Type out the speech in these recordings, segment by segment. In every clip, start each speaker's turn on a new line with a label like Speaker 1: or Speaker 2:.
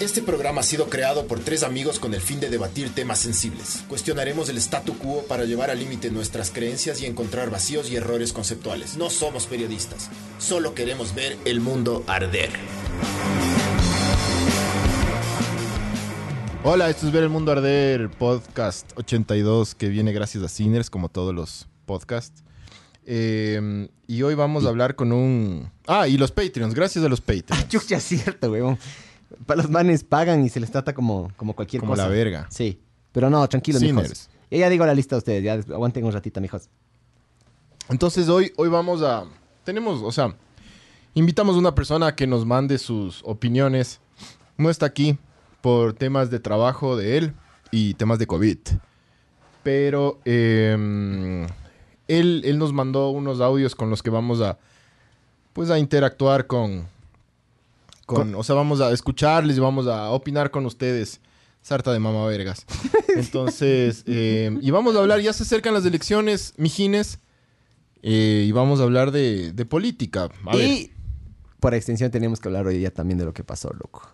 Speaker 1: Este programa ha sido creado por tres amigos con el fin de debatir temas sensibles. Cuestionaremos el statu quo para llevar al límite nuestras creencias y encontrar vacíos y errores conceptuales. No somos periodistas, solo queremos ver el mundo arder.
Speaker 2: Hola, esto es Ver el Mundo Arder, podcast 82 que viene gracias a Sinners, como todos los podcasts. Eh, y hoy vamos a hablar con un... Ah, y los Patreons, gracias a los Patreons.
Speaker 3: Chucha, es cierto, weón. Para los manes pagan y se les trata como, como cualquier
Speaker 2: Como
Speaker 3: cosa.
Speaker 2: la verga.
Speaker 3: Sí. Pero no, tranquilos,
Speaker 2: Sinners.
Speaker 3: mijos. Ya, ya digo la lista a ustedes, ya des- aguanten un ratito, mijos.
Speaker 2: Entonces hoy, hoy vamos a... Tenemos, o sea, invitamos a una persona a que nos mande sus opiniones. No está aquí por temas de trabajo de él y temas de COVID. Pero eh, él, él nos mandó unos audios con los que vamos a... Pues a interactuar con... con o sea, vamos a escucharles y vamos a opinar con ustedes. Sarta de mamá vergas. Entonces, eh, y vamos a hablar, ya se acercan las elecciones, mijines. Eh, y vamos a hablar de, de política. A ver,
Speaker 3: y por extensión tenemos que hablar hoy día también de lo que pasó, loco.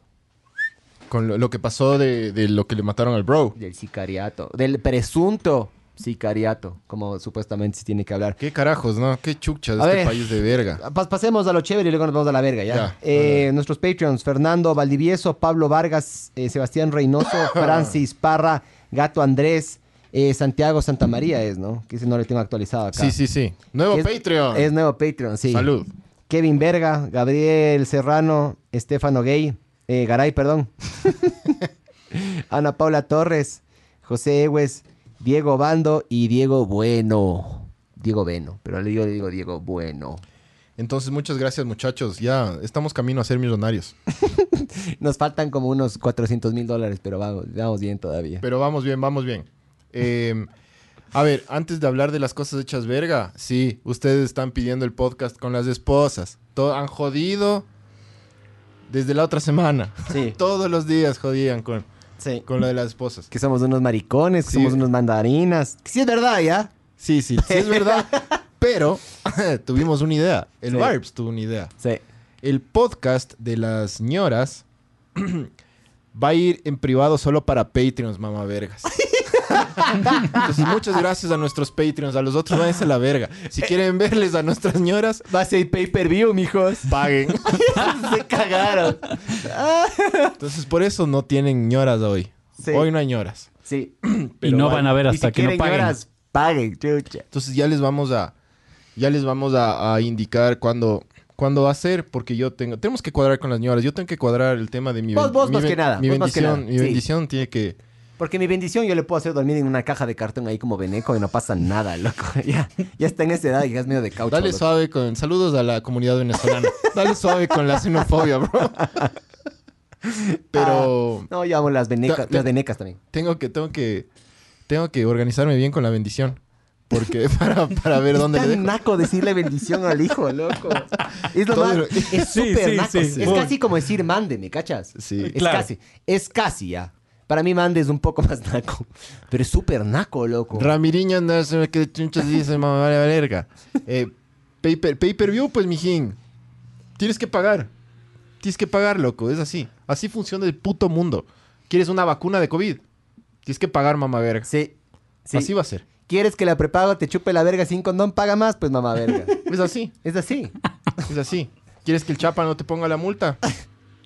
Speaker 2: con lo, lo que pasó de, de lo que le mataron al bro.
Speaker 3: Del sicariato, del presunto sicariato, como supuestamente se tiene que hablar.
Speaker 2: ¿Qué carajos, no? ¿Qué chuchas de
Speaker 3: A
Speaker 2: este
Speaker 3: ver.
Speaker 2: país de verga?
Speaker 3: Pas- pasemos a lo chévere y luego nos vamos a la verga, ¿ya?
Speaker 2: Ya,
Speaker 3: Eh, Nuestros Patreons, Fernando Valdivieso, Pablo Vargas, eh, Sebastián Reynoso, Francis Parra, Gato Andrés, eh, Santiago Santamaría es, ¿no? Que ese no le tengo actualizado acá.
Speaker 2: Sí, sí, sí. Nuevo
Speaker 3: Es-
Speaker 2: Patreon.
Speaker 3: Es nuevo Patreon, sí.
Speaker 2: Salud.
Speaker 3: Kevin Verga, Gabriel Serrano, Estefano Gay, eh, Garay, perdón. Ana Paula Torres, José Egues, Diego Bando y Diego Bueno. Diego Bueno, pero le digo, le digo Diego Bueno.
Speaker 2: Entonces, muchas gracias, muchachos. Ya estamos camino a ser millonarios.
Speaker 3: Nos faltan como unos 400 mil dólares, pero vamos, vamos bien todavía.
Speaker 2: Pero vamos bien, vamos bien. Eh, a ver, antes de hablar de las cosas hechas verga, sí, ustedes están pidiendo el podcast con las esposas. To- han jodido desde la otra semana.
Speaker 3: Sí,
Speaker 2: Todos los días jodían con,
Speaker 3: sí.
Speaker 2: con lo de las esposas.
Speaker 3: Que somos unos maricones, que
Speaker 2: Sí.
Speaker 3: somos unos mandarinas. Que sí es verdad, ¿ya?
Speaker 2: Sí, sí, sí es verdad. Pero tuvimos una idea. El
Speaker 3: Sí.
Speaker 2: Barbs tuvo una idea.
Speaker 3: Sí.
Speaker 2: El podcast de las señoras va a ir en privado solo para Patreons, mamá vergas. Entonces, muchas gracias a nuestros Patreons. A los otros váyanse a la verga. Si quieren verles a nuestras señoras,
Speaker 3: Va a ser pay-per-view, mijos.
Speaker 2: paguen.
Speaker 3: Se cagaron.
Speaker 2: Entonces, por eso no tienen ñoras hoy.
Speaker 3: Sí.
Speaker 2: Hoy no hay ñoras.
Speaker 3: Sí.
Speaker 4: Y no van a ver hasta
Speaker 3: y si
Speaker 4: que no
Speaker 3: quieren
Speaker 4: paguen.
Speaker 3: lloras, paguen, chucha.
Speaker 2: Entonces ya les vamos a ya les vamos a, a indicar cuándo cuándo va a ser porque yo tengo tenemos que cuadrar con las señoras, yo tengo que cuadrar el tema de mi
Speaker 3: Vos-
Speaker 2: ben-
Speaker 3: vos
Speaker 2: mi
Speaker 3: más que
Speaker 2: ben-
Speaker 3: nada,
Speaker 2: mi
Speaker 3: vos más que
Speaker 2: bendición,
Speaker 3: nada,
Speaker 2: mi
Speaker 3: sí.
Speaker 2: bendición tiene que
Speaker 3: Porque mi bendición yo le puedo hacer dormir en una caja de cartón ahí como veneco y no pasa nada, loco. Ya, ya está en esa edad y ya es medio de caucho.
Speaker 2: dale
Speaker 3: loco.
Speaker 2: suave con saludos a la comunidad venezolana. dale suave con la xenofobia, bro. Pero
Speaker 3: No, yo amo las venecas,
Speaker 2: Ta- ta-
Speaker 3: las venecas también.
Speaker 2: tengo que tengo que tengo que organizarme bien con la bendición porque para, para ver dónde le
Speaker 3: es tan
Speaker 2: dejo.
Speaker 3: naco decirle bendición al hijo, loco. Es lo
Speaker 2: Todo
Speaker 3: más.
Speaker 2: lo-
Speaker 3: Es
Speaker 4: Sí,
Speaker 3: súper
Speaker 4: sí,
Speaker 3: naco.
Speaker 4: sí.
Speaker 3: Es
Speaker 4: Bueno.
Speaker 3: casi como decir mande, ¿me cachas?
Speaker 2: Sí.
Speaker 3: Es
Speaker 4: Claro.
Speaker 3: casi. Es casi ya. Para mí mande es un poco más naco. Pero es súper naco, loco.
Speaker 2: Ramiriño no sé qué chunchas dice, mamá, vale, vale, verga. Eh, pay, per, pay per view, pues, mijín. Tienes que pagar. Tienes que pagar, loco. Es así. Así funciona el puto mundo. ¿Quieres una vacuna de COVID? Tienes que pagar, mamá, verga.
Speaker 3: Sí. sí.
Speaker 2: Así va a ser.
Speaker 3: ¿Quieres que la prepago te chupe la verga sin condón? Paga más, pues mamá verga.
Speaker 2: Es así.
Speaker 3: Es así.
Speaker 2: Es así. ¿Quieres que el chapa no te ponga la multa?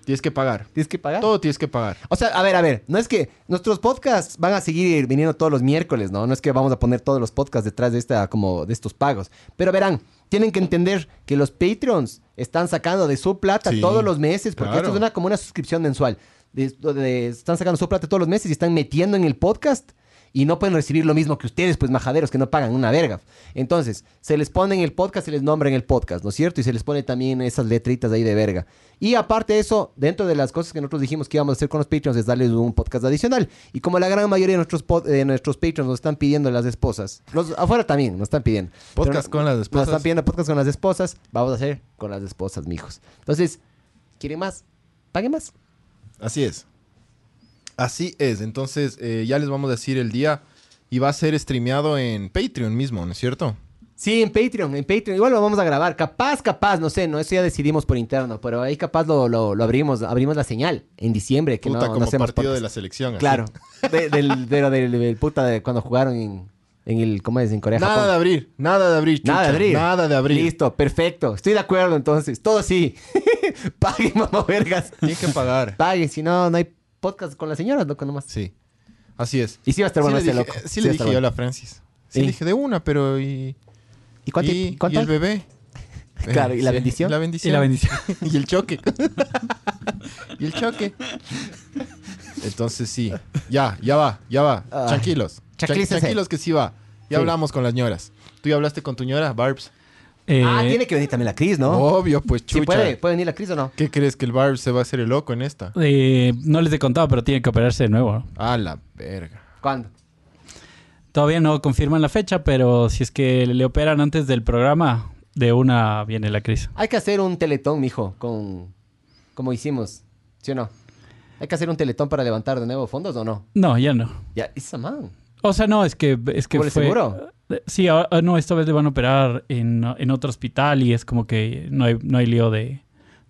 Speaker 2: Tienes que pagar.
Speaker 3: Tienes que pagar.
Speaker 2: Todo tienes que pagar.
Speaker 3: O sea, a ver, a ver, no es que nuestros podcasts van a seguir viniendo todos los miércoles, ¿no? No es que vamos a poner todos los podcasts detrás de esta, como de estos pagos. Pero verán, tienen que entender que los Patreons están sacando de su plata
Speaker 2: Sí,
Speaker 3: todos los meses, porque
Speaker 2: claro.
Speaker 3: esto es una, como una suscripción mensual. De- de- están sacando su plata todos los meses y están metiendo en el podcast. Y no pueden recibir lo mismo que ustedes, pues majaderos, que no pagan una verga. Entonces, se les pone en el podcast, se les nombra en el podcast, ¿no es cierto? Y se les pone también esas letritas ahí de verga. Y aparte de eso, dentro de las cosas que nosotros dijimos que íbamos a hacer con los Patreons es darles un podcast adicional. Y como la gran mayoría de nuestros, pod- eh, nuestros Patreons nos están pidiendo las esposas, los afuera también nos están pidiendo.
Speaker 2: Podcast
Speaker 3: Pero
Speaker 2: con las
Speaker 3: Nos
Speaker 2: esposas.
Speaker 3: están pidiendo podcast con las esposas, vamos a hacer con las esposas, mijos. Entonces, ¿quieren más? Paguen más.
Speaker 2: Así es. Así es. Entonces, eh, ya les vamos a decir el día. Y va a ser streameado en Patreon mismo, ¿no es cierto?
Speaker 3: Sí, en Patreon, en Patreon. Igual lo vamos a grabar. Capaz, capaz, no sé, no, eso ya decidimos por interno, pero ahí capaz lo, lo- lo abrimos, abrimos la señal en diciembre, que
Speaker 2: Puta,
Speaker 3: no, no
Speaker 2: como
Speaker 3: hacemos
Speaker 2: partido
Speaker 3: podcast.
Speaker 2: de la selección. así.
Speaker 3: Claro, de- del, de lo del, del puta de cuando jugaron en, en el, ¿cómo es? En Corea,
Speaker 2: Nada
Speaker 3: Japón.
Speaker 2: de abrir, nada de abrir, chucha,
Speaker 3: Nada de abrir.
Speaker 2: Nada de abrir.
Speaker 3: Listo, perfecto. Estoy de acuerdo entonces. Todo sí. Paguen, mamá vergas.
Speaker 2: Tiene que pagar.
Speaker 3: Paguen, si no, no hay podcast con las señoras, loco, nomás.
Speaker 2: Sí. Así es.
Speaker 3: Y sí va a estar bueno
Speaker 2: sí
Speaker 3: este
Speaker 2: le dije,
Speaker 3: loco.
Speaker 2: sí
Speaker 3: Sí
Speaker 2: le
Speaker 3: va
Speaker 2: dije
Speaker 3: a estar
Speaker 2: yo a
Speaker 3: bueno.
Speaker 2: la Francis. Sí,
Speaker 3: ¿Y?
Speaker 2: le dije de una, pero y.
Speaker 3: ¿Y cuánto,
Speaker 2: y,
Speaker 3: cuánto
Speaker 2: y el
Speaker 3: hay?
Speaker 2: bebé.
Speaker 3: Claro, ¿y la bendición?
Speaker 2: La bendición.
Speaker 4: Y la bendición.
Speaker 3: Ah,
Speaker 2: Y el choque. y el choque. Entonces sí. Ya, ya va, ya va.
Speaker 3: Ay.
Speaker 2: Tranquilos. Tran-
Speaker 3: Tranquilícese.
Speaker 2: Tranquilos que sí va. Ya
Speaker 3: Ah. Sí.
Speaker 2: hablamos con las ñoras. ¿Tú ya hablaste con tu ñora, Barbs?
Speaker 4: Eh,
Speaker 3: Ah, tiene que venir también la Cris, ¿no?
Speaker 2: Obvio, pues
Speaker 3: Sí
Speaker 2: chucha.
Speaker 3: puede, puede venir la Cris o no.
Speaker 2: ¿Qué crees que el Barbs se va a hacer el loco en esta?
Speaker 4: eh, no les he contado, pero tiene que operarse de nuevo. ¿no?
Speaker 2: A la verga.
Speaker 3: ¿Cuándo?
Speaker 4: Todavía no confirman la fecha, pero si es que le operan antes del programa, de una viene la crisis.
Speaker 3: Hay que hacer un teletón, mijo, con como hicimos, ¿sí o no? Hay que hacer un teletón para levantar de nuevo fondos o no?
Speaker 4: No, ya no.
Speaker 3: Ya, esa man.
Speaker 4: O sea, no, es que es que
Speaker 3: ¿Por el
Speaker 4: fue-
Speaker 3: seguro?
Speaker 4: Sí, ah, ah, no, esta vez le van a operar en, en otro hospital y es como que no hay, no hay lío de,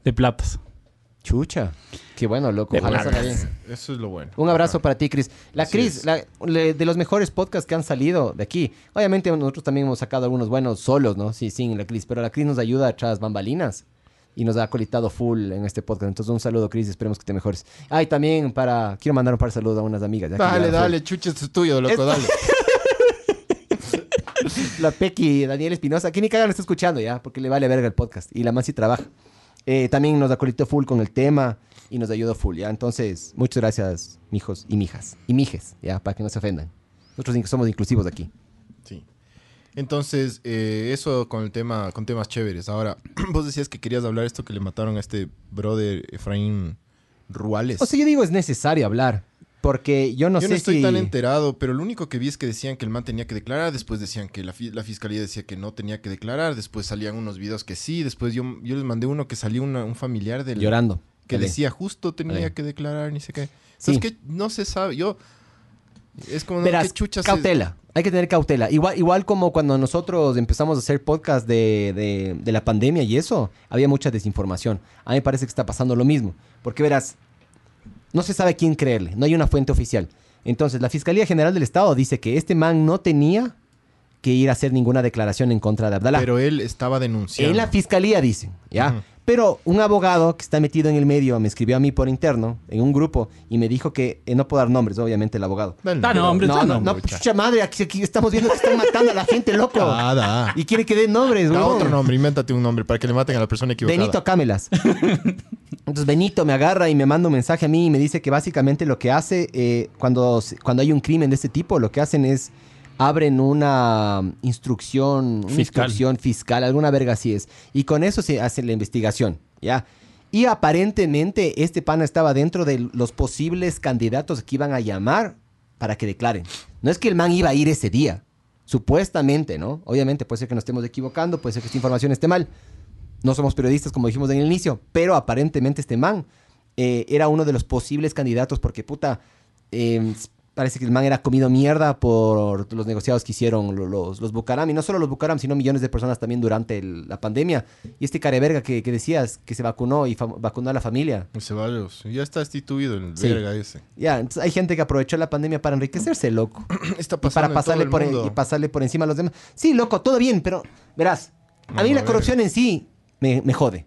Speaker 4: de platas.
Speaker 3: Chucha. Qué bueno, loco.
Speaker 4: De
Speaker 3: Ojalá
Speaker 4: una
Speaker 3: salga bien.
Speaker 2: Eso es lo bueno.
Speaker 3: Un abrazo para ti, Cris. La
Speaker 2: Así
Speaker 3: Cris,
Speaker 2: es.
Speaker 3: la- le- de los mejores podcasts que han salido de aquí. Obviamente nosotros también hemos sacado algunos buenos solos, ¿no? Sí, sin la Cris, pero la Cris nos ayuda tras bambalinas y nos ha colitado full en este podcast. Entonces un saludo, Cris, esperemos que te mejores. Ah, y también para... Quiero mandar un par de saludos a unas amigas. ya que
Speaker 2: Dale,
Speaker 3: ya fue-
Speaker 2: dale, chucha, esto es tuyo, loco, dale.
Speaker 3: La Pequi, Daniel Espinosa, que ni cagan lo está escuchando ya, porque le vale verga el podcast. Y la Mansi trabaja. Eh, también nos acolitó full con el tema y nos ayudó full, ¿ya? Entonces, muchas gracias, mijos y mijas. Y mijes, ¿ya? Para que no se ofendan. Nosotros in- somos inclusivos aquí.
Speaker 2: Sí. Entonces, eh, eso con el tema, con temas chéveres. Ahora, vos decías que querías hablar esto que le mataron a este brother Efraín Ruales.
Speaker 3: O sea, yo digo, es necesario hablar. Porque yo Oh, no
Speaker 2: Yo
Speaker 3: sé
Speaker 2: no estoy
Speaker 3: si...
Speaker 2: tan enterado, pero lo único que vi es que decían que el man tenía que declarar, después decían que la, fi- la fiscalía decía que no tenía que declarar, después salían unos videos que sí, después yo, yo les mandé uno que salió una- un familiar del
Speaker 3: Llorando.
Speaker 2: que
Speaker 3: Dale.
Speaker 2: decía justo tenía
Speaker 3: Dale.
Speaker 2: que declarar, ni sé qué.
Speaker 3: Sí.
Speaker 2: Entonces, que no se sabe, yo... Es como, no,
Speaker 3: Verás,
Speaker 2: ¿qué chuchas es?
Speaker 3: cautela. Hay que tener cautela. Igual, igual como cuando nosotros empezamos a hacer podcast de, de- de la pandemia y eso, había mucha desinformación. A mí me parece que está pasando lo mismo. Porque verás, no se sabe a quién creerle. No hay una fuente oficial. Entonces, la Fiscalía General del Estado dice que este man no tenía que ir a hacer ninguna declaración en contra de Abdalá.
Speaker 2: Pero él estaba denunciando.
Speaker 3: En la fiscalía dicen, ¿ya?
Speaker 2: Ujú.
Speaker 3: Pero un abogado que está metido en el medio me escribió a mí por interno, en un grupo, y me dijo que, eh, no puedo dar nombres, obviamente, el abogado.
Speaker 2: Dale,
Speaker 4: Ah, no,
Speaker 2: pero-
Speaker 4: hombre,
Speaker 3: No,
Speaker 4: tú
Speaker 3: no,
Speaker 4: no,
Speaker 3: no,
Speaker 2: mucha.
Speaker 3: pucha madre, aquí, aquí estamos viendo que están matando a la gente, loco.
Speaker 2: Ah, da.
Speaker 3: Y quiere que den nombres,
Speaker 2: Da
Speaker 3: huevón.
Speaker 2: otro nombre, invéntate un nombre para que le maten a la persona equivocada.
Speaker 3: Benito Camelas. Entonces Benito me agarra y me manda un mensaje a mí y me dice que básicamente lo que hace eh, cuando, se- cuando hay un crimen de este tipo, lo que hacen es abren una um, instrucción, una
Speaker 4: Fiscal.
Speaker 3: instrucción fiscal, alguna verga así es. Y con eso se hace la investigación, ¿ya? Y aparentemente este pana estaba dentro de los posibles candidatos que iban a llamar para que declaren. No es que el man iba a ir ese día, supuestamente, ¿no? Obviamente puede ser que nos estemos equivocando, puede ser que esta información esté mal. No somos periodistas, como dijimos en el inicio, pero aparentemente este man eh, era uno de los posibles candidatos porque, puta, eh, parece que el man era comido mierda por los negociados que hicieron lo- los, los Bucaram. Y no solo los Bucaram, sino millones de personas también durante el- la pandemia. Y este careverga que, que decías que se vacunó y fa- vacunó a la familia.
Speaker 2: Ceballos, ya está instituido el
Speaker 3: Sí.
Speaker 2: verga ese.
Speaker 3: Ya, entonces hay gente que aprovechó la pandemia para enriquecerse, loco.
Speaker 2: Está
Speaker 3: Y
Speaker 2: pasando
Speaker 3: para pasarle
Speaker 2: en todo
Speaker 3: por,
Speaker 2: el
Speaker 3: en-
Speaker 2: mundo.
Speaker 3: y pasarle por encima a los demás. Sí, loco, todo bien, pero verás, a mí
Speaker 2: Mamá
Speaker 3: la corrupción en sí me, me jode.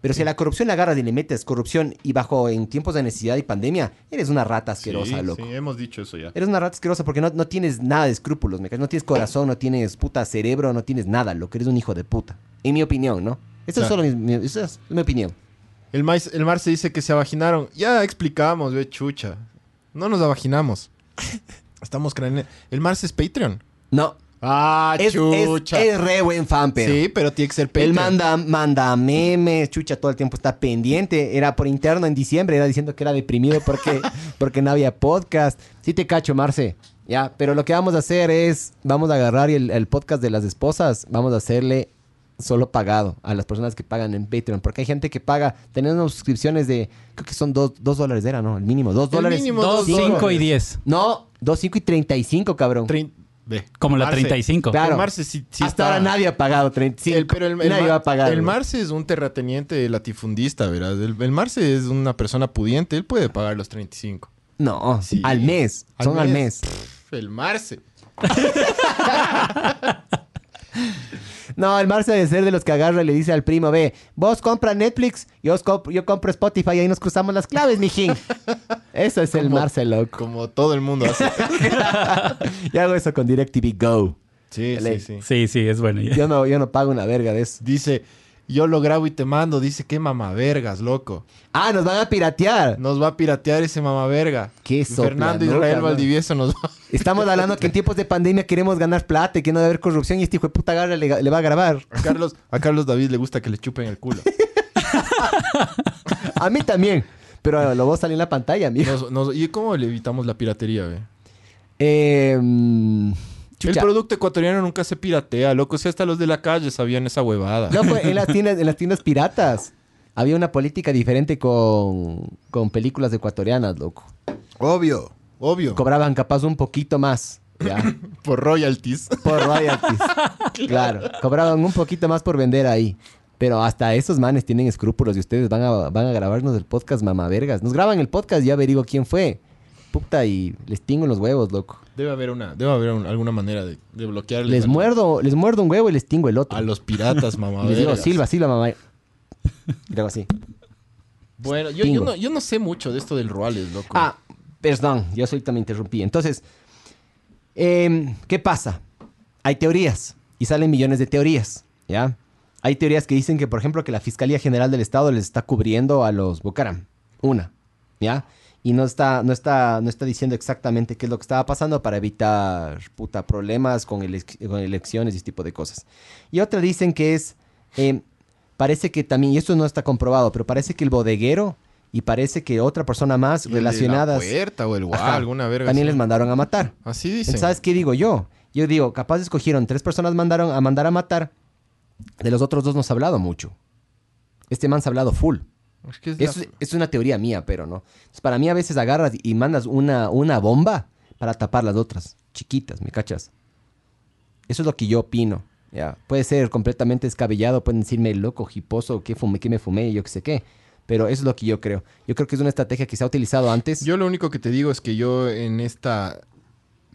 Speaker 3: Pero si a la corrupción la agarras y le metes corrupción y bajo en tiempos de necesidad y pandemia, eres una rata asquerosa,
Speaker 2: sí,
Speaker 3: loco.
Speaker 2: Sí, hemos dicho eso ya.
Speaker 3: Eres una rata asquerosa porque no, no tienes nada de escrúpulos, me cachas? No tienes corazón, no tienes puta cerebro, no tienes nada, loco. Eres un hijo de puta. En mi opinión, ¿no? Esa
Speaker 2: Claro.
Speaker 3: es solo mi, mi- esa es mi opinión.
Speaker 2: El, mais- el mar se dice que se avaginaron. Ya explicamos, ve chucha. No nos avaginamos. Estamos creyendo. El Mars es Patreon.
Speaker 3: No,
Speaker 2: Ah,
Speaker 3: es, es,
Speaker 2: chucha.
Speaker 3: es re buen fan, pero...
Speaker 2: sí, pero tiene que ser Patreon.
Speaker 3: Él manda, manda memes, chucha, todo el tiempo está pendiente. Era por interno en diciembre, era diciendo que era deprimido porque, porque no había podcast. Sí te cacho, Marce. Ya, pero lo que vamos a hacer es, vamos a agarrar el, el podcast de las esposas, vamos a hacerle solo pagado a las personas que pagan en Patreon. Porque hay gente que paga, tenemos suscripciones de, creo que son dos, dos dólares, era, ¿no? El mínimo, dos
Speaker 2: El
Speaker 3: dólares.
Speaker 2: mínimo,
Speaker 4: Dos,
Speaker 2: dos
Speaker 4: cinco
Speaker 2: dólares.
Speaker 4: y diez.
Speaker 3: No, dos, cinco y treinta y cinco, cabrón.
Speaker 2: Trein- Ve.
Speaker 4: Como la
Speaker 2: Marce.
Speaker 4: 35.
Speaker 3: Claro.
Speaker 2: El Marce sí, sí
Speaker 3: Hasta
Speaker 2: está-
Speaker 3: ahora nadie ha pagado 35.
Speaker 2: El, pero el, el
Speaker 3: nadie
Speaker 2: Mar-
Speaker 3: va a pagar.
Speaker 2: el
Speaker 3: güey.
Speaker 2: Marce es un terrateniente latifundista, ¿verdad? El, el Marce es una persona pudiente, él puede pagar los 35.
Speaker 3: No,
Speaker 2: Sí.
Speaker 3: al mes.
Speaker 2: Al
Speaker 3: son al
Speaker 2: mes.
Speaker 3: mes.
Speaker 2: Pff, El Marce.
Speaker 3: No, el Marce debe ser de los que agarra y le dice al primo, ve, vos compra Netflix, yo, os comp- yo compro Spotify, ahí nos cruzamos las claves, mijín. Eso es el
Speaker 2: Como-
Speaker 3: Marce, loco.
Speaker 2: Como todo el mundo hace.
Speaker 3: Yo hago eso con DirecTV Go.
Speaker 2: Sí, sí,
Speaker 3: Ley.
Speaker 2: sí.
Speaker 4: Sí, sí, es bueno.
Speaker 3: Yo no, yo no pago una verga de eso.
Speaker 2: Dice, yo lo grabo y te mando. Dice, qué mamavergas, loco.
Speaker 3: Ah, nos van a piratear.
Speaker 2: Nos va a piratear ese mamaverga.
Speaker 3: Qué
Speaker 2: Fernando
Speaker 3: soplanuca,
Speaker 2: Israel
Speaker 3: ¿no?
Speaker 2: Valdivieso nos va.
Speaker 3: Estamos hablando que en tiempos de pandemia queremos ganar plata y que no debe haber corrupción y este hijo de puta agarra y le, le va a grabar.
Speaker 2: A Carlos, a Carlos David le gusta que le chupen el culo.
Speaker 3: A mí también. Pero lo vos salir en la pantalla, amigo.
Speaker 2: Nos- nos- ¿Y cómo le evitamos la piratería, ve?
Speaker 3: Eh, mm,
Speaker 2: El
Speaker 3: chucha.
Speaker 2: producto ecuatoriano nunca se piratea, loco. Si hasta los de la calle sabían esa huevada.
Speaker 3: Loco, pues, en las tiendas, en las tiendas piratas había una política diferente con, con películas ecuatorianas, loco.
Speaker 2: Obvio, obvio.
Speaker 3: Cobraban capaz un poquito más. ¿ya?
Speaker 2: Por royalties.
Speaker 3: Por royalties. claro. Cobraban un poquito más por vender ahí. Pero hasta esos manes tienen escrúpulos y ustedes van a, van a grabarnos el podcast, mamavergas. Nos graban el podcast y yo averiguo quién fue. Puta, y les tingo los huevos, loco.
Speaker 2: Debe haber una, debe haber un- alguna manera de, de bloquearles.
Speaker 3: Les
Speaker 2: a-
Speaker 3: muerdo, les muerdo un huevo y les tingo el otro.
Speaker 2: A los piratas,
Speaker 3: y
Speaker 2: mamá.
Speaker 3: les digo, Silva, Silva, mamá. Y luego así.
Speaker 2: Bueno, yo, yo,
Speaker 3: Pingo.
Speaker 2: no, yo no sé mucho de esto del Ruales, loco.
Speaker 3: Ah, perdón, yo solita me interrumpí. Entonces, em, ¿qué pasa? Hay teorías y salen millones de teorías, ¿ya? Hay teorías que dicen que, por ejemplo, que la Fiscalía General del Estado les está cubriendo a los Bucaram. Una, ¿ya? Y no está, no, está, no está diciendo exactamente qué es lo que estaba pasando para evitar, puta, problemas con, elec- con elecciones y ese tipo de cosas. Y otra dicen que es, em, parece que también, y esto no está comprobado, pero parece que el bodeguero y parece que otra persona más
Speaker 2: El de
Speaker 3: relacionadas
Speaker 2: La puerta o el guá,
Speaker 3: Ajá.
Speaker 2: alguna verga.
Speaker 3: también
Speaker 2: así.
Speaker 3: les mandaron a matar.
Speaker 2: Así
Speaker 3: Entonces,
Speaker 2: dicen.
Speaker 3: ¿Sabes qué digo yo? Yo digo, capaz escogieron tres personas mandaron a mandar a matar. De los otros dos no se ha hablado mucho. Este man se ha hablado full.
Speaker 2: Es que es
Speaker 3: Es,
Speaker 2: la-
Speaker 3: es una teoría mía, pero no. Entonces, para mí a veces agarras y mandas una, una bomba para tapar las otras. Chiquitas, ¿me cachas? Eso es lo que yo opino. ya. Puede ser completamente descabellado, pueden decirme loco, hiposo, qué, fumé, qué me fumé, yo qué sé qué. Pero eso es lo que yo creo. Yo creo que es una estrategia que se ha utilizado antes.
Speaker 2: Yo lo único que te digo es que yo en esta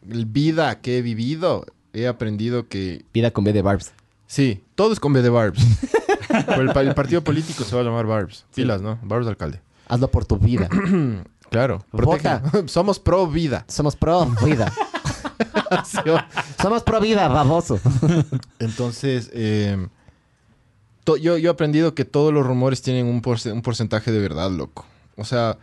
Speaker 2: vida que he vivido he aprendido que
Speaker 3: Vida con B de Barbs.
Speaker 2: sí, todo es con B de Barbs. Pero el, pa- el partido político se va a llamar Barbs. Pilas, ¿no? Barbs alcalde.
Speaker 3: Hazlo por tu vida.
Speaker 2: Claro.
Speaker 3: Vota.
Speaker 2: protege. Somos pro vida.
Speaker 3: Somos pro vida. Somos pro vida, baboso.
Speaker 2: Entonces, eh, to- yo, yo he aprendido que todos los rumores tienen un, porce- un porcentaje de verdad, loco. O sea,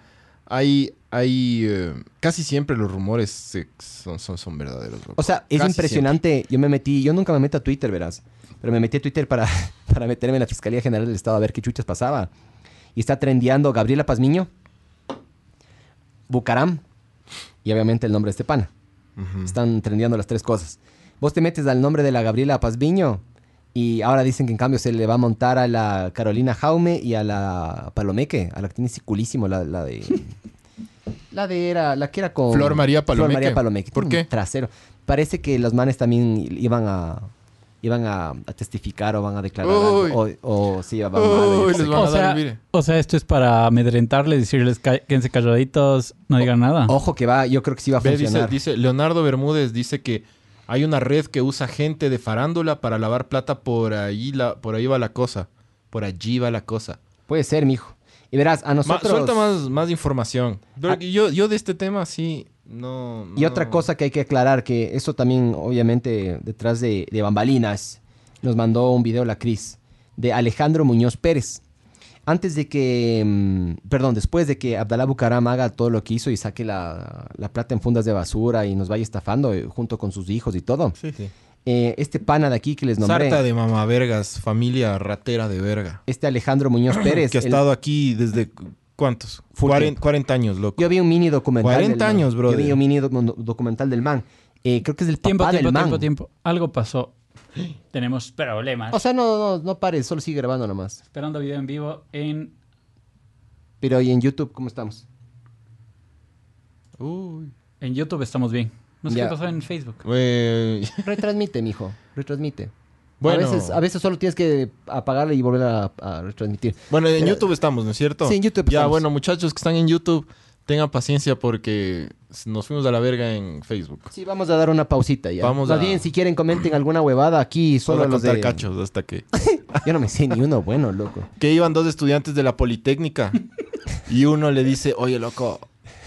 Speaker 2: hay, hay eh, casi siempre los rumores se- son, son, son verdaderos, loco.
Speaker 3: O sea, es
Speaker 2: Casi
Speaker 3: impresionante. Yo me metí, yo nunca me meto a Twitter, verás. Pero me metí a Twitter para, para meterme en la Fiscalía General del Estado a ver qué chuchas pasaba. Y está trendeando Gabriela Pazmiño, Bucaram y obviamente el nombre de este pana.
Speaker 2: Ujú.
Speaker 3: Están trendeando las tres cosas. Vos te metes al nombre de la Gabriela Pazmiño y ahora dicen que en cambio se le va a montar a la Carolina Jaume y a la Palomeque, a la que tiene ese culísimo, la, la de... La de era, la que era con...
Speaker 2: Flor María Palomeque.
Speaker 3: Flor María Palomeque.
Speaker 2: ¿Por
Speaker 3: Tiene un
Speaker 2: qué?
Speaker 3: Trasero. Parece que los manes también iban a... Iban a, a testificar o van a declarar algo,
Speaker 2: Uy.
Speaker 3: o, o sí, van a-
Speaker 2: Uy,
Speaker 3: yo qué
Speaker 2: les
Speaker 3: sé
Speaker 2: van a
Speaker 4: O sea,
Speaker 2: dar el vire.
Speaker 4: o sea, esto es para amedrentarles, decirles "Ca- quédense calladitos, no
Speaker 2: Oh,
Speaker 4: digan nada.
Speaker 3: qué. Ojo que va, yo creo que sí va a
Speaker 2: Ve, dice,
Speaker 3: funcionar.
Speaker 2: dice- Leonardo Bermúdez dice que hay una red que usa gente de farándula para lavar plata por ahí la, por ahí va la cosa. Por allí va la cosa.
Speaker 3: Puede ser, mijo. Y verás, a
Speaker 2: Ma-
Speaker 3: nosotros...
Speaker 2: suelta más, más información. Pero
Speaker 3: Ah.
Speaker 2: yo, yo de este tema sí no.
Speaker 3: Y
Speaker 2: no-
Speaker 3: otra cosa que hay que aclarar, que eso también, obviamente, detrás de, de bambalinas, nos mandó un video la Cris, de Alejandro Muñoz Pérez. Antes de que, mm, perdón, después de que Abdalá Bucaram haga todo lo que hizo y saque la, la plata en fundas de basura y nos vaya estafando eh, junto con sus hijos y todo,
Speaker 2: Sí, sí.
Speaker 3: eh, este pana de aquí que les nombré,
Speaker 2: Sarta de mamavergas, familia ratera de verga.
Speaker 3: este Alejandro Muñoz Pérez,
Speaker 2: que ha
Speaker 3: el-
Speaker 2: estado aquí desde cuántos?
Speaker 3: Full
Speaker 2: 40, 40 años, loco.
Speaker 3: yo vi un mini documental.
Speaker 2: 40
Speaker 3: del man.
Speaker 2: años, brother.
Speaker 3: Yo vi un mini docu- documental del man. Eh, creo que es el
Speaker 4: tiempo,
Speaker 3: papá
Speaker 4: tiempo,
Speaker 3: del man.
Speaker 4: tiempo, tiempo. Algo pasó. Tenemos problemas.
Speaker 3: O sea, no, no, no pares, solo sigue grabando nomás.
Speaker 4: Esperando video en vivo en...
Speaker 3: Pero ¿y en YouTube cómo estamos?
Speaker 2: Uy.
Speaker 4: En YouTube estamos bien. No sé
Speaker 3: Ya.
Speaker 4: qué pasó en Facebook.
Speaker 2: Eh,
Speaker 3: Retransmite, mijo. Retransmite.
Speaker 2: Bueno.
Speaker 3: A veces, a veces solo tienes que apagarle y volver a, a retransmitir.
Speaker 2: bueno, en
Speaker 3: Eh,
Speaker 2: YouTube estamos, ¿no es cierto?
Speaker 3: sí, en YouTube
Speaker 2: Ya,
Speaker 3: estamos.
Speaker 2: bueno, muchachos que están en YouTube, tengan paciencia porque nos fuimos a la verga en Facebook.
Speaker 3: Sí, vamos a dar una pausita ya.
Speaker 2: Vamos
Speaker 3: Más
Speaker 2: a-
Speaker 3: bien, si quieren, comenten alguna huevada aquí. Solo
Speaker 2: Solo a
Speaker 3: los
Speaker 2: contar
Speaker 3: de...
Speaker 2: cachos hasta que...
Speaker 3: Yo no me sé ni uno bueno, loco.
Speaker 2: que iban dos estudiantes de la Politécnica y uno le dice, oye, loco,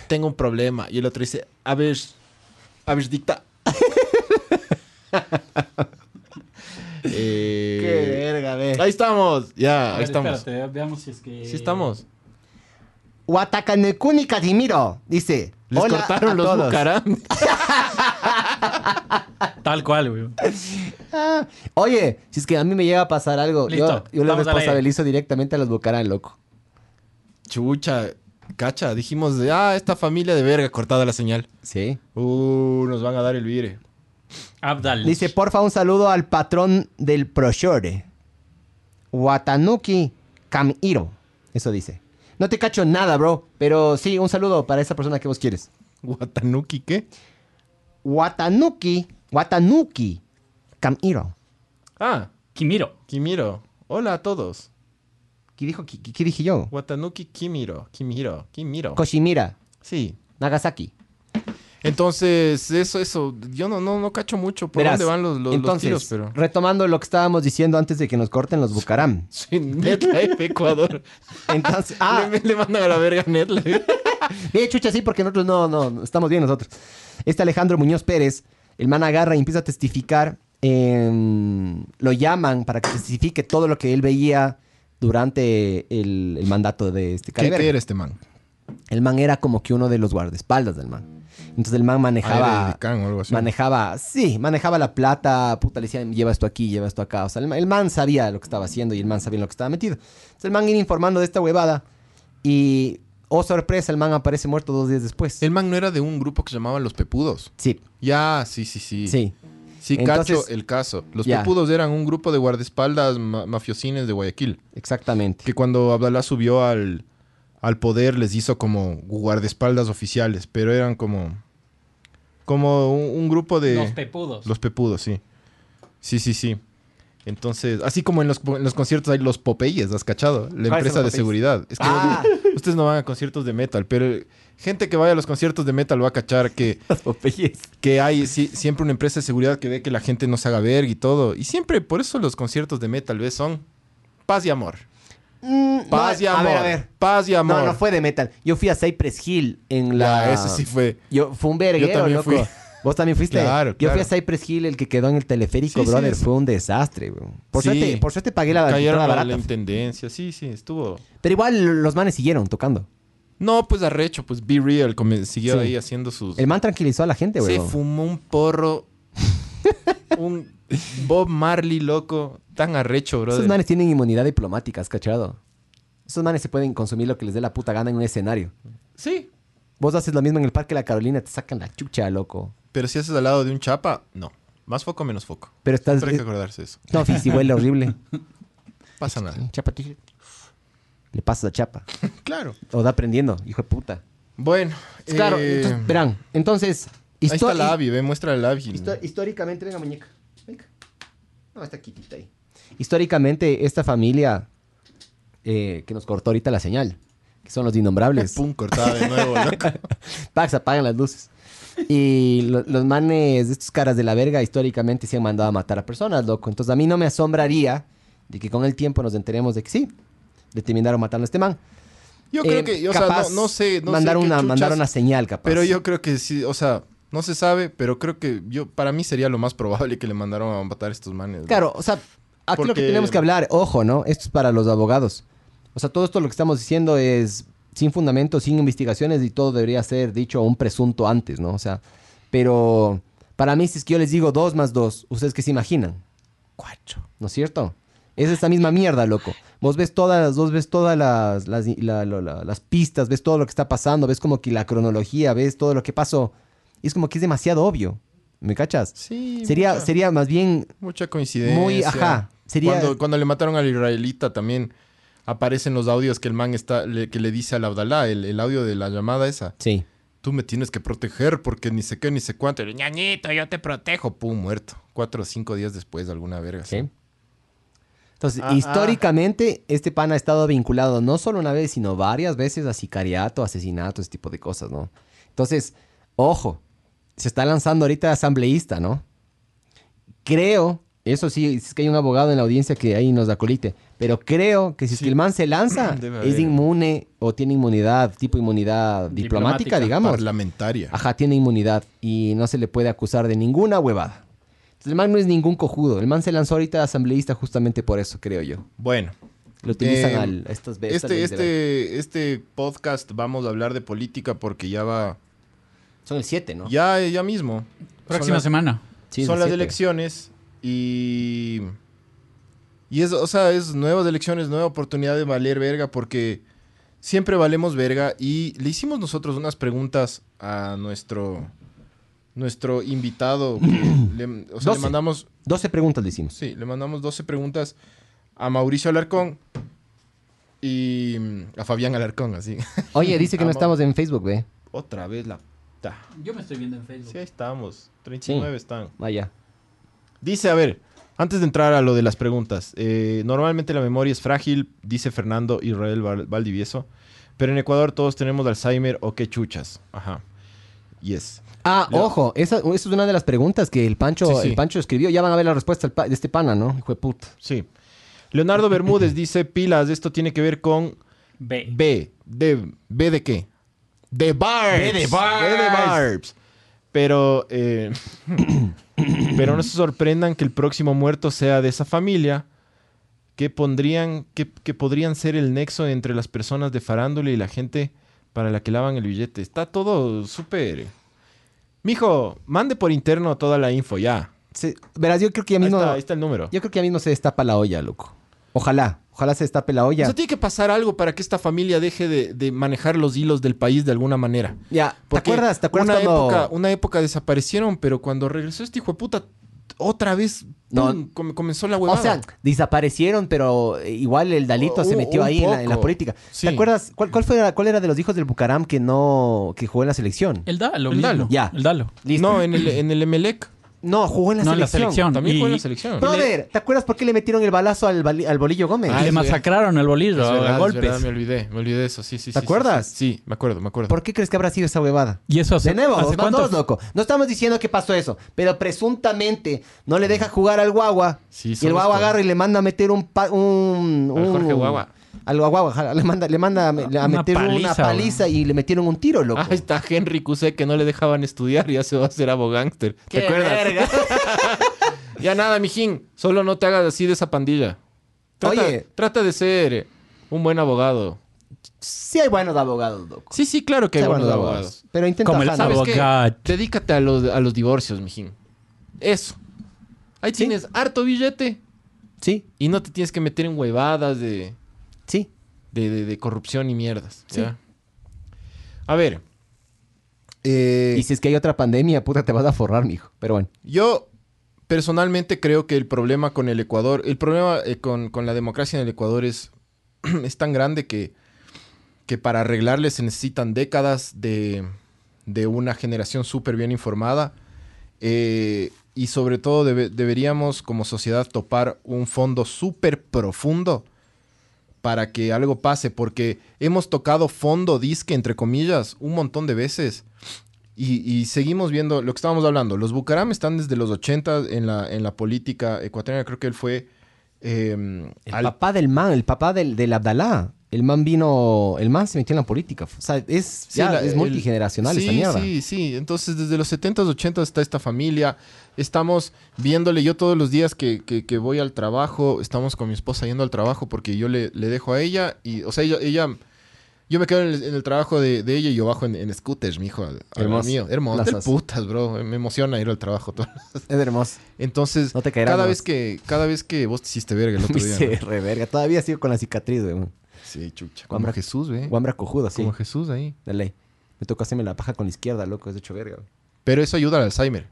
Speaker 2: tengo un problema. Y el otro dice, a ver, a ver, dicta. Eh,
Speaker 3: verga, ve.
Speaker 2: ahí estamos, ya,
Speaker 4: A
Speaker 2: ahí
Speaker 4: ver,
Speaker 2: estamos.
Speaker 4: espérate, veamos si es que...
Speaker 2: Sí estamos.
Speaker 3: Watakanekuni Casimiro dice:
Speaker 2: Les
Speaker 3: Hola a
Speaker 2: cortaron los
Speaker 3: todos.
Speaker 2: bucaram.
Speaker 4: Tal cual, güey.
Speaker 3: Ah, Oye, si es que a mí me llega a pasar algo, yo,
Speaker 4: Listo,
Speaker 3: yo lo
Speaker 4: vamos al aire.
Speaker 3: responsabilizo directamente a los Bucarán, loco.
Speaker 2: Chucha, cacha, dijimos, de, ah, esta familia de verga, cortada la señal.
Speaker 3: Sí.
Speaker 2: Uh, nos van a dar el vire.
Speaker 4: Abdal.
Speaker 3: Dice, porfa, un saludo al patrón del Proshore. Watanuki Kamiro. Eso dice. No te cacho nada, bro. Pero sí, un saludo para esa persona que vos quieres.
Speaker 2: Guatanuki, ¿qué?
Speaker 3: Watanuki. Watanuki Kamiro.
Speaker 2: Ah,
Speaker 4: Kimiro.
Speaker 2: Kimiro. Hola a todos.
Speaker 3: ¿Qué, dijo, qué, qué- qué dije yo?
Speaker 2: Watanuki Kimiro, Kimiro, Kimiro.
Speaker 3: Koshimira.
Speaker 2: Sí.
Speaker 3: Nagasaki.
Speaker 2: Entonces, eso, eso, yo no, no, no cacho mucho por
Speaker 3: Verás,
Speaker 2: dónde van los, los, los
Speaker 3: entonces,
Speaker 2: tiros, pero.
Speaker 3: retomando lo que estábamos diciendo antes de que nos corten los Bucaram.
Speaker 2: Sí, NetLife Ecuador.
Speaker 3: Entonces, ah,
Speaker 2: le, le mandan a la verga a NetLife.
Speaker 3: Bien, Eh, chucha, sí, porque nosotros no, no, no, estamos bien nosotros. Este Alejandro Muñoz Pérez, el man agarra y empieza a testificar. em, lo llaman para que testifique todo lo que él veía durante el, el mandato de este
Speaker 2: ¿Qué,
Speaker 3: caribe.
Speaker 2: era este man?
Speaker 3: El man era como que uno de los guardaespaldas del man. Entonces el man
Speaker 2: Ah, era
Speaker 3: manejaba.
Speaker 2: el Can o algo así.
Speaker 3: Manejaba, sí, manejaba la plata, puta, le decían, lleva esto aquí, lleva esto acá. O sea, el, ma- el man sabía lo que estaba haciendo y el man sabía en lo que estaba metido. Entonces el man iba informando de esta huevada y, oh sorpresa, el man aparece muerto dos días después.
Speaker 2: El man no era de un grupo que se llamaban Los Pepudos.
Speaker 3: Sí,
Speaker 2: Ya, sí, sí, sí.
Speaker 3: sí.
Speaker 2: Sí,
Speaker 3: Entonces-
Speaker 2: cacho el caso. Los
Speaker 3: Ya.
Speaker 2: Pepudos eran un grupo de guardaespaldas ma- mafiosines de Guayaquil.
Speaker 3: Exactamente.
Speaker 2: que cuando Abdalá subió al, al poder les hizo como guardaespaldas oficiales, pero eran como como un, un grupo de
Speaker 4: Los pepudos.
Speaker 2: los pepudos, sí. Sí, sí, sí. Entonces, así como en los, en los conciertos hay los Popeyes, ¿has cachado? La empresa
Speaker 3: son los
Speaker 2: de
Speaker 3: Popeyes?
Speaker 2: seguridad. Es que
Speaker 3: Ah.
Speaker 2: vos- ustedes no van a conciertos de metal, pero gente que vaya a los conciertos de metal va a cachar que, que hay sí, siempre una empresa de seguridad que ve que la gente no se haga ver y todo. Y siempre, por eso los conciertos de metal, ¿ves? Son paz y amor.
Speaker 3: Mm,
Speaker 2: Paz
Speaker 3: no,
Speaker 2: y amor.
Speaker 3: A ver, a ver.
Speaker 2: Paz y amor.
Speaker 3: No, no fue de metal. Yo fui a Cypress Hill en la.
Speaker 2: Ya, ese sí fue.
Speaker 3: Yo fue un verguero,
Speaker 2: Yo también
Speaker 3: loco.
Speaker 2: fui.
Speaker 3: Vos también fuiste.
Speaker 2: Claro,
Speaker 3: Yo fui a
Speaker 2: claro.
Speaker 3: Cypress Hill, el que quedó en el teleférico,
Speaker 2: Sí, sí,
Speaker 3: brother.
Speaker 2: es-
Speaker 3: fue un desastre, weón. Por,
Speaker 2: Sí.
Speaker 3: suerte, por suerte pagué la
Speaker 2: Cayeron
Speaker 3: entrada
Speaker 2: a la,
Speaker 3: barata.
Speaker 2: intendencia. Sí, sí, estuvo.
Speaker 3: Pero igual los manes siguieron tocando.
Speaker 2: No, pues arrecho, pues Be Real come- siguió
Speaker 3: Sí.
Speaker 2: ahí haciendo sus.
Speaker 3: El man tranquilizó a la gente,
Speaker 2: Se
Speaker 3: weón.
Speaker 2: fumó un porro. un Bob Marley loco. Tan arrecho,
Speaker 3: Esos
Speaker 2: brother.
Speaker 3: manes tienen inmunidad diplomática, ¿has cachado? Esos manes se pueden consumir lo que les dé la puta gana en un escenario.
Speaker 2: Sí.
Speaker 3: Vos haces lo mismo en el Parque La Carolina, te sacan la chucha, loco.
Speaker 2: Pero si haces al lado de un chapa, no. Más foco, menos foco.
Speaker 3: Pero estás...
Speaker 2: Siempre hay que acordarse de eso.
Speaker 3: No, sí, sí huele horrible.
Speaker 2: Pasa nada.
Speaker 3: Chapa, tí. Le pasas a chapa.
Speaker 2: Claro.
Speaker 3: O da prendiendo, hijo de puta.
Speaker 2: Bueno.
Speaker 3: Claro,
Speaker 2: eh,
Speaker 3: entonces, verán. Entonces,
Speaker 2: Ahí está
Speaker 3: histori-
Speaker 2: la Abby, ve, muestra la Abby.
Speaker 3: histo- históricamente, venga, muñeca. Venga. No, está quitita ahí. Históricamente, esta familia eh, que nos cortó ahorita la señal, que son los innombrables.
Speaker 2: Pum, cortada de nuevo, loco.
Speaker 3: Pax, apagan las luces. Y lo- los manes, estos caras de la verga, históricamente se han mandado a matar a personas, loco. Entonces a mí no me asombraría de que con el tiempo nos enteremos de que sí, determinaron matando a este man.
Speaker 2: Yo creo
Speaker 3: Eh,
Speaker 2: que, o
Speaker 3: capaz
Speaker 2: sea, no, no sé. No
Speaker 3: mandar
Speaker 2: sé qué
Speaker 3: una,
Speaker 2: chuchas-
Speaker 3: mandar una señal, capaz.
Speaker 2: Pero yo creo que sí, o sea, no se sabe, pero creo que yo, para mí sería lo más probable que le mandaron a matar a estos manes. ¿no?
Speaker 3: Claro, o sea, aquí lo que
Speaker 2: Porque-
Speaker 3: tenemos que hablar, ojo, ¿no? Esto es para los abogados. O sea, todo esto lo que estamos diciendo es sin fundamento, sin investigaciones y todo debería ser dicho a un presunto antes, ¿no? O sea, pero para mí si es que yo les digo dos más dos, ¿ustedes qué se imaginan? Cuatro. ¿No es cierto? Es esta misma mierda, loco. Vos ves todas, vos ves todas las, las, la- la- la- las pistas, ves todo lo que está pasando, ves como que la cronología, ves todo lo que pasó. Y es como que es demasiado obvio. ¿Me cachas?
Speaker 2: Sí.
Speaker 3: Sería,
Speaker 2: mucha,
Speaker 3: sería más bien
Speaker 2: mucha coincidencia.
Speaker 3: muy, ajá, sería-
Speaker 2: Cuando, cuando le mataron al israelita también aparecen los audios que el man está, le- que le dice al Abdalá, el, el audio de la llamada esa.
Speaker 3: Sí.
Speaker 2: tú me tienes que proteger porque ni sé qué, ni sé cuánto. El ñañito, yo te protejo. Pum, muerto. Cuatro o cinco días después, alguna verga. así. Ah,
Speaker 3: Sí. Entonces, históricamente, este pana ha estado vinculado no solo una vez, sino varias veces a sicariato, asesinato, ese tipo de cosas, ¿no? Entonces, ojo, se está lanzando ahorita asambleísta, ¿no? Creo, eso sí, es que hay un abogado en la audiencia que ahí nos acolite, pero creo que si es que el man se lanza,
Speaker 2: Debe
Speaker 3: es
Speaker 2: haber.
Speaker 3: inmune o tiene inmunidad, tipo inmunidad diplomática,
Speaker 4: Diplomática,
Speaker 3: digamos.
Speaker 2: Parlamentaria.
Speaker 3: Ajá, tiene inmunidad y no se le puede acusar de ninguna huevada. Entonces, el man no es ningún cojudo. El man se lanzó ahorita asambleísta justamente por eso, creo yo.
Speaker 2: Bueno.
Speaker 3: Lo utilizan
Speaker 2: Eh,
Speaker 3: al, a estas veces.
Speaker 2: Este, este, este podcast vamos a hablar de política porque ya va.
Speaker 3: Son el 7, ¿no?
Speaker 2: Ya, ya mismo.
Speaker 4: Próxima
Speaker 2: Son las-
Speaker 4: semana.
Speaker 3: Sí, es
Speaker 2: son
Speaker 3: el
Speaker 2: las
Speaker 3: siete.
Speaker 2: elecciones y. Y es, o sea, es nuevas elecciones, nueva oportunidad de valer verga porque siempre valemos verga y le hicimos nosotros unas preguntas a nuestro. Nuestro invitado. que le- o sea, le
Speaker 3: Doce.
Speaker 2: mandamos.
Speaker 3: 12 preguntas le hicimos.
Speaker 2: Sí, le mandamos 12 preguntas a Mauricio Alarcón y mm, a Fabián Alarcón, así.
Speaker 3: Oye, dice que no
Speaker 2: Vamos.
Speaker 3: estamos en Facebook, ve.
Speaker 2: Otra vez la... ta.
Speaker 4: Yo me estoy viendo en Facebook.
Speaker 2: Sí, ahí estamos. 39 están.
Speaker 3: Vaya.
Speaker 2: Dice, a ver, antes de entrar a lo de las preguntas, eh, normalmente la memoria es frágil, dice Fernando Israel Val- Valdivieso, pero en Ecuador todos tenemos Alzheimer o qué chuchas. Ajá. Yes.
Speaker 3: Ah,
Speaker 2: Lo-
Speaker 3: ojo, esa, esa es una de las preguntas que el Pancho,
Speaker 2: Sí, sí.
Speaker 3: El Pancho escribió. Ya van a ver la respuesta del pa- de este pana, ¿no? Hijo de puta.
Speaker 2: Sí. Leonardo Bermúdez dice, pilas, esto tiene que ver con
Speaker 4: B.
Speaker 2: B. ¿De B de qué? De Barbs.
Speaker 4: B de Barbs.
Speaker 2: B de Barbs. Pero, eh, pero no se sorprendan que el próximo muerto sea de esa familia que, pondrían, que, que podrían ser el nexo entre las personas de farándula y la gente para la que lavan el billete. Está todo súper... Mijo, mande por interno toda la info, ya.
Speaker 3: Se- verás, yo creo que ya
Speaker 2: Ahí
Speaker 3: mismo.
Speaker 2: está, ahí está el número.
Speaker 3: Yo creo que ya mismo se destapa la olla, loco. Ojalá, ojalá se destape la olla.
Speaker 2: O sea, tiene que pasar algo para que esta familia deje de- de manejar los hilos del país de alguna manera.
Speaker 3: Ya, ¿te
Speaker 2: Porque
Speaker 3: acuerdas? ¿Te acuerdas
Speaker 2: una
Speaker 3: cuando
Speaker 2: época, una época desaparecieron, pero cuando regresó este hijo de puta, otra vez
Speaker 3: No.
Speaker 2: pum, com- comenzó la
Speaker 3: O
Speaker 2: huevada.
Speaker 3: sea, desaparecieron, pero eh, igual el Dalito
Speaker 2: O-
Speaker 3: se
Speaker 2: un-
Speaker 3: metió
Speaker 2: un
Speaker 3: ahí en la, en la
Speaker 2: poco.
Speaker 3: política.
Speaker 2: Sí.
Speaker 3: ¿Te acuerdas? ¿Cuál, cuál, fue, cuál era de los hijos del Bucaram que no que jugó en la selección?
Speaker 4: El Dalo.
Speaker 2: El
Speaker 4: mismo.
Speaker 2: Dalo.
Speaker 3: Ya.
Speaker 4: El Dalo.
Speaker 3: Listo.
Speaker 2: No, en el, en el Emelec.
Speaker 3: No, jugó en la
Speaker 4: No, en la
Speaker 3: selección.
Speaker 4: selección.
Speaker 2: También fue en
Speaker 4: Y-
Speaker 2: la selección.
Speaker 3: Brother, ¿te acuerdas por qué le metieron el balazo al, bali- al bolillo Gómez?
Speaker 2: Ah,
Speaker 4: Y le
Speaker 2: es verdad.
Speaker 4: masacraron al
Speaker 2: Es
Speaker 4: bolillo
Speaker 2: verdad,
Speaker 4: a
Speaker 2: es
Speaker 4: golpes.
Speaker 2: verdad, me olvidé, me olvidé de eso, sí, sí, sí, sí,
Speaker 3: acuerdas?
Speaker 2: Sí, sí, me acuerdo, me acuerdo.
Speaker 3: ¿Por qué crees que habrá sido esa huevada?
Speaker 4: Y eso hace,
Speaker 3: De nuevo,
Speaker 4: ¿hace
Speaker 3: dos más
Speaker 4: cuánto?
Speaker 3: dos, loco. No estamos diciendo que pasó eso, pero presuntamente no le deja jugar al guagua.
Speaker 2: Sí,
Speaker 3: y el
Speaker 2: somos
Speaker 3: guagua
Speaker 2: como-
Speaker 3: agarra y le manda a meter un... pa- un,
Speaker 2: Al
Speaker 3: un-
Speaker 2: Jorge Guagua.
Speaker 3: Al guagua, ajá, le manda, le manda a, me- a
Speaker 4: Una
Speaker 3: meter una
Speaker 4: paliza,
Speaker 3: paliza y le metieron un tiro, loco.
Speaker 2: Ah, está Henry Cusé que no le dejaban estudiar, ya se va a hacer abogánster. ¿Te acuerdas? Ya nada, mijín, solo no te hagas así de esa pandilla. Trata,
Speaker 3: Oye.
Speaker 2: trata de ser eh, un buen abogado.
Speaker 3: sí hay buenos abogados, loco.
Speaker 2: Sí, sí, claro que
Speaker 3: Sí
Speaker 2: hay
Speaker 3: hay
Speaker 2: buenos abogados.
Speaker 3: Pero intenta
Speaker 4: Como el
Speaker 3: afán, Ah, ¿no?
Speaker 4: sábado.
Speaker 2: ¿Sabes qué?
Speaker 4: Abogado.
Speaker 2: Dedícate a los, a los divorcios, mijín. Eso. Ahí tienes harto billete
Speaker 3: Sí,
Speaker 2: y no te tienes que meter en huevadas de,
Speaker 3: sí.
Speaker 2: de, de- de corrupción y mierdas. ¿ya? A ver. eh,
Speaker 3: Y si es que hay otra pandemia, puta, te vas a forrar, mijo. Pero bueno.
Speaker 2: yo personalmente creo que el problema con el Ecuador, el problema eh, con, con la democracia en el Ecuador es, es tan grande que, que para arreglarle se necesitan décadas de, de una generación súper bien informada. Eh, y sobre todo debe- deberíamos como sociedad topar un fondo súper profundo para que algo pase, porque hemos tocado fondo disque, entre comillas, un montón de veces. Y, y seguimos viendo lo que estábamos hablando. Los Bucaram están desde los 80 en la, en la política ecuatoriana. Creo que él fue... em,
Speaker 3: El
Speaker 2: al-
Speaker 3: papá del man, el papá del, del Abdalá. El man vino, el man se metió en la política. O sea, es,
Speaker 2: Sí,
Speaker 3: ya
Speaker 2: la-
Speaker 3: es
Speaker 2: el-
Speaker 3: multigeneracional
Speaker 2: sí,
Speaker 3: esta mierda.
Speaker 2: Sí, sí. Entonces, desde los 70s, 80s está esta familia. Estamos viéndole. Yo todos los días que, que- que voy al trabajo, estamos con mi esposa yendo al trabajo porque yo le, le dejo a ella. y O sea, ella. ella- yo me quedo en el, en el trabajo de, de ella y yo bajo en, en scooters, mijo. al- al
Speaker 3: Hermoso.
Speaker 2: mío. Hermoso. del
Speaker 3: Plazas.
Speaker 2: putas, bro. Me emociona ir al trabajo. todo.
Speaker 3: Es hermoso.
Speaker 2: Entonces,
Speaker 3: No te caerás,
Speaker 2: cada
Speaker 3: ¿no?
Speaker 2: vez que cada vez que vos te hiciste verga el otro día.
Speaker 3: Dice,
Speaker 2: ¿no?
Speaker 3: re verga. Todavía sigo con la cicatriz, weón.
Speaker 2: Sí, chucha.
Speaker 3: Guambra-
Speaker 2: Como Jesús, ve.
Speaker 3: Guambra cojudo, sí.
Speaker 2: Como Jesús ahí.
Speaker 3: De ley. Me tocó hacerme la paja con la izquierda, loco. Es de hecho verga. weón.
Speaker 2: Pero eso ayuda al Alzheimer.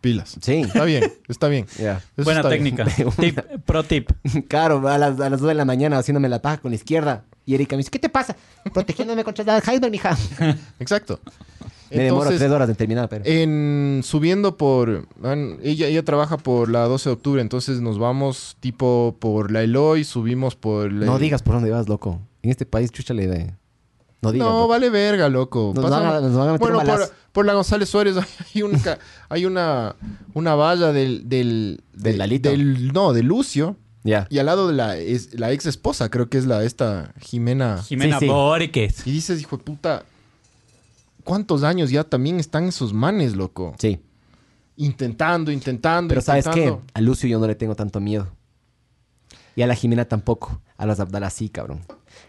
Speaker 2: Pilas.
Speaker 3: Sí.
Speaker 2: Está bien, está bien.
Speaker 3: Ya.
Speaker 2: Eso
Speaker 4: Buena
Speaker 2: está bien.
Speaker 4: técnica. Tip, pro tip.
Speaker 3: Claro, a las, a las 2 de la mañana haciéndome la paja con la izquierda. Y Erika me dice, ¿qué te pasa? Protegiéndome contra el Alzheimer, mija.
Speaker 2: Exacto.
Speaker 3: Me demoro
Speaker 2: Entonces,
Speaker 3: tres horas en terminar, pero.
Speaker 2: En subiendo por. en- ella, ella trabaja por la 12 de octubre, entonces nos vamos tipo por la Eloy, subimos por la.
Speaker 3: no digas por dónde vas, loco. En este país, chucha la idea. No digas.
Speaker 2: No,
Speaker 3: loco.
Speaker 2: vale verga, loco.
Speaker 3: Nos
Speaker 2: Pasa-
Speaker 3: van a- nos van a meter
Speaker 2: bueno,
Speaker 3: un
Speaker 2: por,
Speaker 3: balazo.
Speaker 2: por la González Suárez hay una, ca- hay una, una valla del. Del,
Speaker 3: Del
Speaker 2: de-
Speaker 3: Lalito.
Speaker 2: del- no, de Lucio.
Speaker 3: Ya.
Speaker 2: Y al lado de la, es- la ex esposa, creo que es la esta Jimena.
Speaker 4: Jimena
Speaker 3: Sí, sí.
Speaker 4: Borges.
Speaker 2: Y dices, hijo de puta, ¿cuántos años ya también están esos manes, loco?
Speaker 3: Sí.
Speaker 2: Intentando, intentando,
Speaker 3: Pero ¿sabes qué?
Speaker 2: intentando.
Speaker 3: A Lucio yo no le tengo tanto miedo. Y a la Jimena tampoco. A los Abdalá sí, cabrón.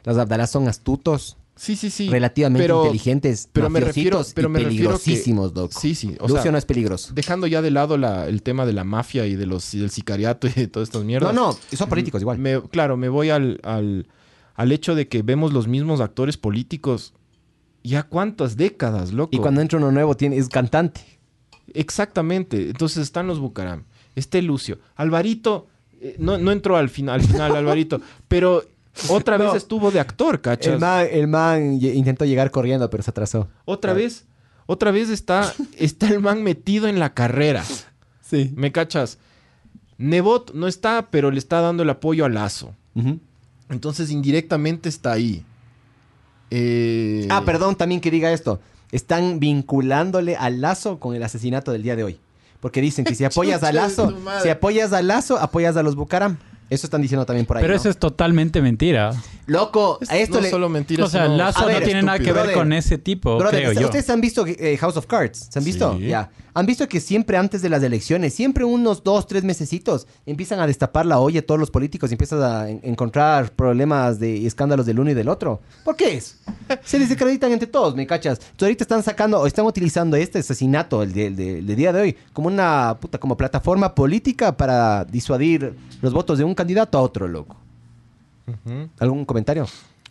Speaker 3: Los Abdalá son astutos,
Speaker 2: Sí, sí, sí.
Speaker 3: relativamente
Speaker 2: Pero
Speaker 3: inteligentes,
Speaker 2: pero me
Speaker 3: mafiositos
Speaker 2: refiero- pero
Speaker 3: y
Speaker 2: me refiero que-
Speaker 3: peligrosísimos, loco.
Speaker 2: Sí, sí. O
Speaker 3: Lucio
Speaker 2: sea,
Speaker 3: no es peligroso.
Speaker 2: dejando ya de lado la- el tema de la mafia y de los y del sicariato y de todas estas
Speaker 3: No,
Speaker 2: mierdas.
Speaker 3: no, son políticos igual.
Speaker 2: Me- claro, me voy al, al, al hecho de que vemos los mismos actores políticos ya cuántas décadas, loco.
Speaker 3: Y cuando entra uno nuevo tiene, es cantante.
Speaker 2: Exactamente. Entonces están los Bucaram. Este Lucio. Alvarito. eh, no, no entró al final, al final Alvarito. Pero otra
Speaker 3: No.
Speaker 2: vez estuvo de actor, ¿cachas?
Speaker 3: El man, el man ye- intentó llegar corriendo, pero se atrasó.
Speaker 2: Otra vez. Otra vez está, está el man metido en la carrera.
Speaker 3: Sí.
Speaker 2: ¿Me cachas? Nebot no está, pero le está dando el apoyo a Lazo. Entonces indirectamente está ahí. Eh,
Speaker 3: Ah, perdón, también que diga esto. Están vinculándole al lazo con el asesinato del día de hoy. Porque dicen que si apoyas
Speaker 1: Chucha
Speaker 3: al
Speaker 1: de
Speaker 3: lazo,
Speaker 1: tu madre.
Speaker 3: si apoyas al lazo, apoyas a los Bucaram. Eso están diciendo también por ahí.
Speaker 4: Pero
Speaker 3: ¿no?
Speaker 4: eso es totalmente mentira.
Speaker 3: Loco, a esto
Speaker 2: no
Speaker 3: le.
Speaker 2: solo mentiras.
Speaker 4: O sea,
Speaker 2: sino-
Speaker 4: Lazo
Speaker 3: A ver,
Speaker 4: no tiene nada que
Speaker 2: estúpido.
Speaker 4: ver
Speaker 3: Brother,
Speaker 4: con ese tipo,
Speaker 3: Brother,
Speaker 4: creo yo.
Speaker 3: ¿Ustedes han visto eh, House of Cards? ¿Se han visto?
Speaker 2: Sí.
Speaker 3: Ya. ¿Han visto que siempre antes de las elecciones, siempre unos dos, tres mesecitos, empiezan a destapar la olla todos los políticos y empiezan a en- encontrar problemas de, y escándalos del uno y del otro? ¿Por qué es? Se les desacreditan entre todos, ¿me cachas? Entonces ahorita están sacando, o están utilizando este asesinato, el, de- el de- el de día de hoy, como una puta, como plataforma política para disuadir los votos de un candidato a otro, loco.
Speaker 2: Ujú.
Speaker 3: ¿Algún comentario?
Speaker 2: ¿Mm?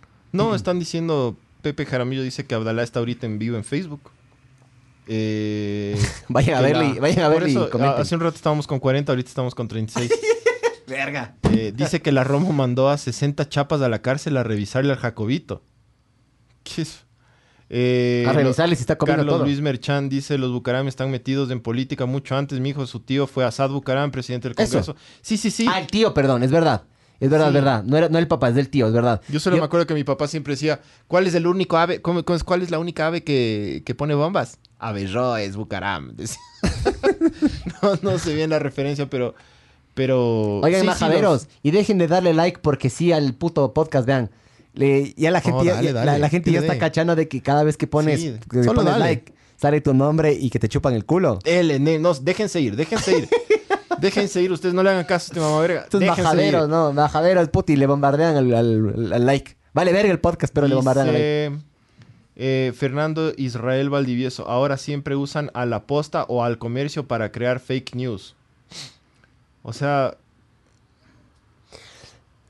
Speaker 2: No, están diciendo. Pepe Jaramillo dice que Abdalá está ahorita en vivo en Facebook. Eh,
Speaker 3: Vayan a
Speaker 2: que
Speaker 3: verle y- vayan a
Speaker 2: por
Speaker 3: verle y
Speaker 2: eso, ah,
Speaker 3: comenten.
Speaker 2: Hace un rato estábamos con 40, ahorita estamos con 36.
Speaker 3: Verga.
Speaker 2: Eh, dice que la Romo mandó a 60 chapas a la cárcel a revisarle al Jacobito. ¿Qué es? Eh,
Speaker 3: A
Speaker 2: lo-
Speaker 3: revisarles si está comiendo
Speaker 2: Carlos
Speaker 3: todo.
Speaker 2: Luis Merchán dice, los Bucaram están metidos en política mucho antes. Mi hijo, su tío fue Asad Bucaram, presidente del
Speaker 3: Eso.
Speaker 2: Congreso. Sí, sí, sí.
Speaker 3: Ah, el tío, perdón, es verdad. Es verdad,
Speaker 2: Sí.
Speaker 3: es verdad. No era no el papá, es del tío, es verdad.
Speaker 2: Yo solo me acuerdo que mi papá siempre decía, ¿cuál es el único ave, cómo- cómo es- cuál es la única ave que, que pone bombas? Averro es Bucaram. decía. no, no sé bien la referencia, pero... pero
Speaker 3: Oigan,
Speaker 2: sí, sí,
Speaker 3: majaderos, y dejen de darle like porque sí al puto podcast, vean. Le- ya la gente,
Speaker 2: Oh,
Speaker 3: ya,
Speaker 2: dale,
Speaker 3: ya-
Speaker 2: dale,
Speaker 3: la, la gente ya
Speaker 2: dale.
Speaker 3: está cachando de que cada vez que pones,
Speaker 2: Sí,
Speaker 3: que le
Speaker 2: solo
Speaker 3: pones
Speaker 2: dale.
Speaker 3: like, sale tu nombre y que te chupan el culo.
Speaker 2: Él, en él, no, déjense ir, déjense ir. déjense ir, ustedes no le hagan caso a este mamá verga.
Speaker 3: Estos
Speaker 2: déjense
Speaker 3: majaderos,
Speaker 2: ir.
Speaker 3: no, majaderos, puti, le bombardean al, al- al like. Vale verga el podcast, pero le bombardean al like.
Speaker 2: Dice, eh, Fernando Israel Valdivieso, ahora siempre usan a la posta o al comercio para crear fake news. O sea,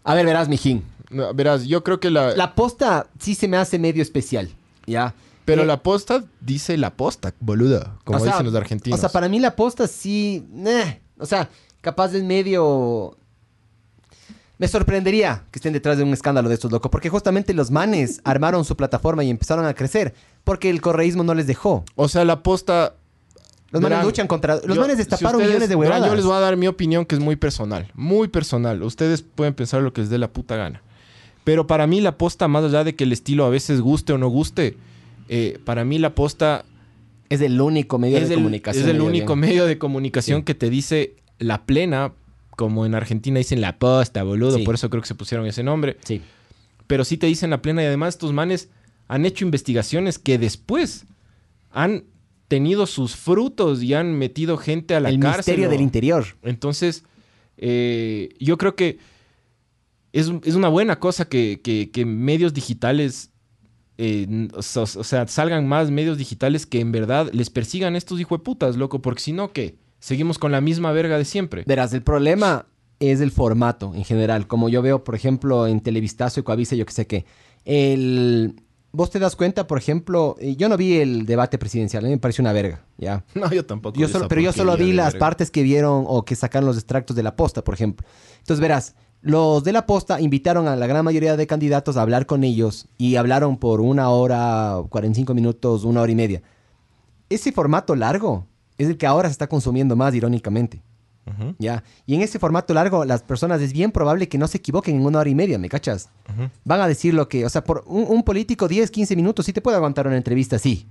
Speaker 3: A ver, verás, mijín.
Speaker 2: no, verás, yo creo que la...
Speaker 3: La posta sí se me hace medio especial, ¿ya?
Speaker 2: pero
Speaker 3: Eh,
Speaker 2: la posta dice la posta, boluda, como
Speaker 3: O sea,
Speaker 2: dicen los argentinos.
Speaker 3: O sea, para mí la posta sí. eh, o sea, capaz es medio. Me sorprendería que estén detrás de un escándalo de estos locos, porque justamente los manes armaron su plataforma y empezaron a crecer, porque el correísmo no les dejó.
Speaker 2: O sea, la posta...
Speaker 3: Los manes
Speaker 2: Verán,
Speaker 3: luchan contra. Los
Speaker 2: yo-
Speaker 3: manes
Speaker 2: si
Speaker 3: destaparon
Speaker 2: ustedes-
Speaker 3: millones de
Speaker 2: verán,
Speaker 3: huevadas.
Speaker 2: Yo les voy a dar mi opinión que es muy personal, muy personal. Ustedes pueden pensar lo que les dé la puta gana. Pero para mí la posta, más allá de que el estilo a veces guste o no guste, eh, para mí la posta
Speaker 3: Es el único medio
Speaker 2: es
Speaker 3: de
Speaker 2: el,
Speaker 3: comunicación.
Speaker 2: es el
Speaker 3: medio
Speaker 2: único
Speaker 3: bien.
Speaker 2: medio de comunicación
Speaker 3: Sí.
Speaker 2: que te dice la plena, como en Argentina dicen la posta, boludo.
Speaker 3: Sí.
Speaker 2: Por eso creo que se pusieron ese nombre.
Speaker 3: Sí.
Speaker 2: Pero sí te dicen la plena y además estos manes han hecho investigaciones que después han tenido sus frutos y han metido gente a la
Speaker 3: el
Speaker 2: cárcel.
Speaker 3: misterio
Speaker 2: o-
Speaker 3: del interior.
Speaker 2: entonces, eh, yo creo que es, es una buena cosa que, que- que medios digitales, eh, n- o, so- o sea, salgan más medios digitales que en verdad les persigan estos hijueputas, loco, porque si no, ¿qué? Seguimos con la misma verga de siempre.
Speaker 3: Verás, el problema es el formato en general. Como yo veo, por ejemplo, en Televistazo y Coavisa, yo que sé qué. El... Vos te das cuenta, por ejemplo, eh, yo no vi el debate presidencial, a mí me pareció una verga, ¿ya?
Speaker 2: No, yo tampoco.
Speaker 3: Yo
Speaker 2: vi
Speaker 3: solo-
Speaker 2: esa
Speaker 3: pero yo solo
Speaker 2: porquería
Speaker 3: vi
Speaker 2: de
Speaker 3: las
Speaker 2: verga.
Speaker 3: partes que vieron o que sacaron los extractos de la posta, por ejemplo. Entonces, verás, los de la posta invitaron a la gran mayoría de candidatos a hablar con ellos y hablaron por una hora, 45 minutos, una hora y media. ese formato largo es el que ahora se está consumiendo más, irónicamente.
Speaker 2: Ujú.
Speaker 3: ¿Ya? Y en ese formato largo, las personas es bien probable que no se equivoquen en una hora y media, ¿me cachas? Van a decir lo que, o sea, por un, un político 10, 15 minutos sí te puede aguantar una entrevista así.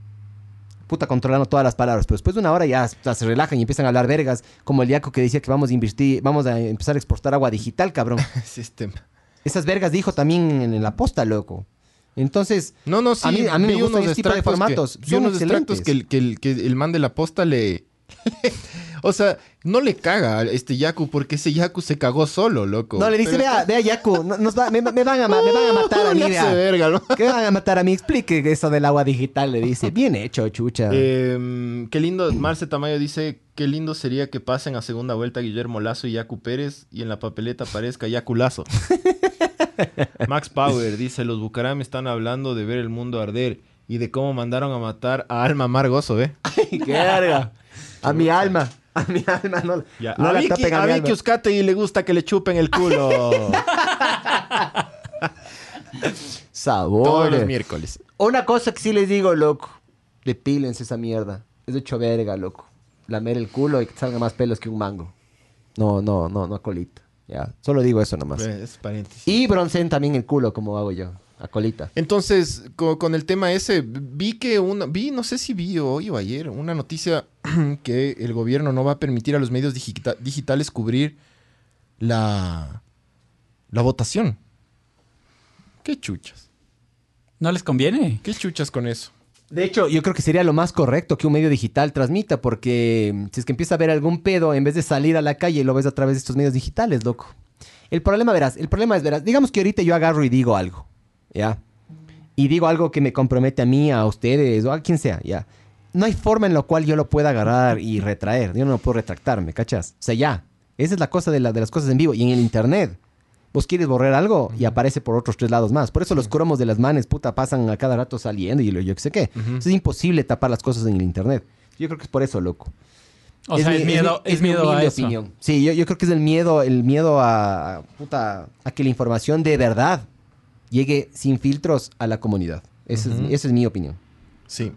Speaker 3: Puta, controlando todas las palabras, pero después de una hora ya, o sea, se relajan y empiezan a hablar vergas, como el Yaco que decía que vamos a invertir, vamos a empezar a exportar agua digital, cabrón.
Speaker 2: Sistema.
Speaker 3: Esas vergas dijo también en la posta, loco. Entonces,
Speaker 2: No, no, sí.
Speaker 3: A mí- a mí me
Speaker 2: vi
Speaker 3: gustan
Speaker 2: unos
Speaker 3: ese tipo de
Speaker 2: extractos
Speaker 3: formatos,
Speaker 2: que- vi
Speaker 3: son
Speaker 2: unos extractos
Speaker 3: excelentes.
Speaker 2: que el, que, el, que el man de la posta le... o sea, no le caga a este Yaku porque ese Yaku se cagó solo, loco.
Speaker 3: no le dice,
Speaker 2: Pero-
Speaker 3: vea, vea, Yaku, no- nos va- me, me van a, ma- me van a matar a mí,
Speaker 2: Le hace
Speaker 3: vea.
Speaker 2: verga, ¿no?
Speaker 3: ¿Qué van a matar a mí? Explique eso del agua digital, le dice. Bien hecho, chucha.
Speaker 2: Eh, qué lindo, Marce Tamayo dice, qué lindo sería que pasen a segunda vuelta Guillermo Lazo y Yacu Pérez y en la papeleta aparezca Yacu Lazo. Max Power dice, los Bucaram están hablando de ver el mundo arder y de cómo mandaron a matar a Alma Margoso, ¿eh?
Speaker 3: ¡Qué verga! A mi alma. A mi alma. No,
Speaker 2: Ya.
Speaker 3: no
Speaker 2: a
Speaker 3: la
Speaker 2: Vicky,
Speaker 3: tapen a
Speaker 2: a
Speaker 3: mi
Speaker 2: Vicky
Speaker 3: alma.
Speaker 2: Uzcategui le gusta que le chupen el culo. Todos los
Speaker 3: Sabores.
Speaker 2: miércoles.
Speaker 3: Una cosa que sí les digo, loco. Depílense esa mierda. Es de hecho verga, loco. Lamer el culo y que salga más pelos que un mango. No, no, no, no a colita. Ya, solo digo eso nomás.
Speaker 2: Eh, Es paréntesis.
Speaker 3: Y broncen también el culo, como hago yo. A colita.
Speaker 2: Entonces, co- con, el tema ese, vi que una, vi, no sé si vi hoy o ayer, una noticia que el gobierno no va a permitir a los medios digita- digitales cubrir la, la votación. Qué chuchas,
Speaker 4: No les conviene.
Speaker 2: qué chuchas con eso.
Speaker 3: De hecho, yo creo que sería lo más correcto que un medio digital transmita, porque mm, si es que empieza a ver algún pedo, en vez de salir a la calle, lo ves a través de estos medios digitales, loco. El problema, verás, el problema es, verás, digamos que ahorita yo agarro y digo algo, ¿ya? Y digo algo que me compromete a mí, a ustedes, o a quien sea, ¿ya? No hay forma en la cual yo lo pueda agarrar y retraer. Yo no puedo retractarme, ¿cachas? O sea, ya. Esa es la cosa de, la- de las cosas en vivo. Y en el internet, vos pues quieres borrar algo y aparece por otros tres lados más. Por eso los cromos de las manes, puta, pasan a cada rato saliendo y lo yo que sé qué. Entonces es imposible tapar las cosas en el internet. Yo creo que es por eso, loco.
Speaker 4: O sea,
Speaker 3: mi-
Speaker 4: es miedo,
Speaker 3: mi-
Speaker 4: es
Speaker 3: mi
Speaker 4: miedo a
Speaker 3: humilde
Speaker 4: eso.
Speaker 3: opinión. Sí, yo, yo creo que es el miedo, el miedo a, a, puta, a que la información de verdad llegue sin filtros a la comunidad. Esa, es,
Speaker 2: Ujú.
Speaker 3: esa es mi opinión. Ah,
Speaker 2: Sí.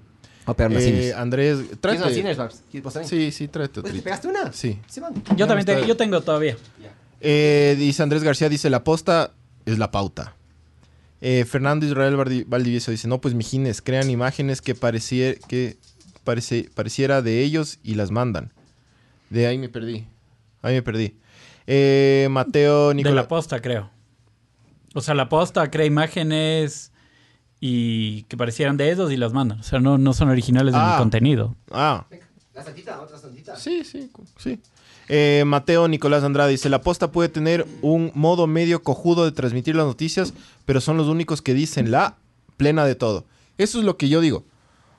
Speaker 3: A operar las
Speaker 2: Eh,
Speaker 3: cines.
Speaker 2: Andrés,
Speaker 3: ¿Quieres unas
Speaker 2: tráete.
Speaker 3: cines, Babs? ¿Quieres pasar?
Speaker 2: Sí, sí, tráete.
Speaker 3: Pues, ¿Te
Speaker 2: otrita.
Speaker 3: pegaste una?
Speaker 2: Sí.
Speaker 3: Se van.
Speaker 4: Yo también
Speaker 2: está
Speaker 4: tengo,
Speaker 2: bien.
Speaker 4: yo tengo todavía.
Speaker 2: Eh, dice Andrés García, dice, la posta es la pauta. Eh, Fernando Israel Valdi- Valdivieso dice, no, pues mijines, crean imágenes que, parecie- que parece- pareciera de ellos y las mandan. De ahí me perdí. Ahí me perdí. Eh, Mateo
Speaker 4: De
Speaker 2: Nicolás.
Speaker 4: la posta, creo. O sea, la posta crea imágenes y que parecieran de esos y las mandan. O sea, no, no son originales en
Speaker 2: Ah.
Speaker 4: el contenido.
Speaker 2: Ah,
Speaker 3: La santita, otra santita.
Speaker 2: sí, sí, cu- sí. Eh, Mateo Nicolás Andrade dice, la posta puede tener un modo medio cojudo de transmitir las noticias, pero son los únicos que dicen la plena de todo. Eso es lo que yo digo.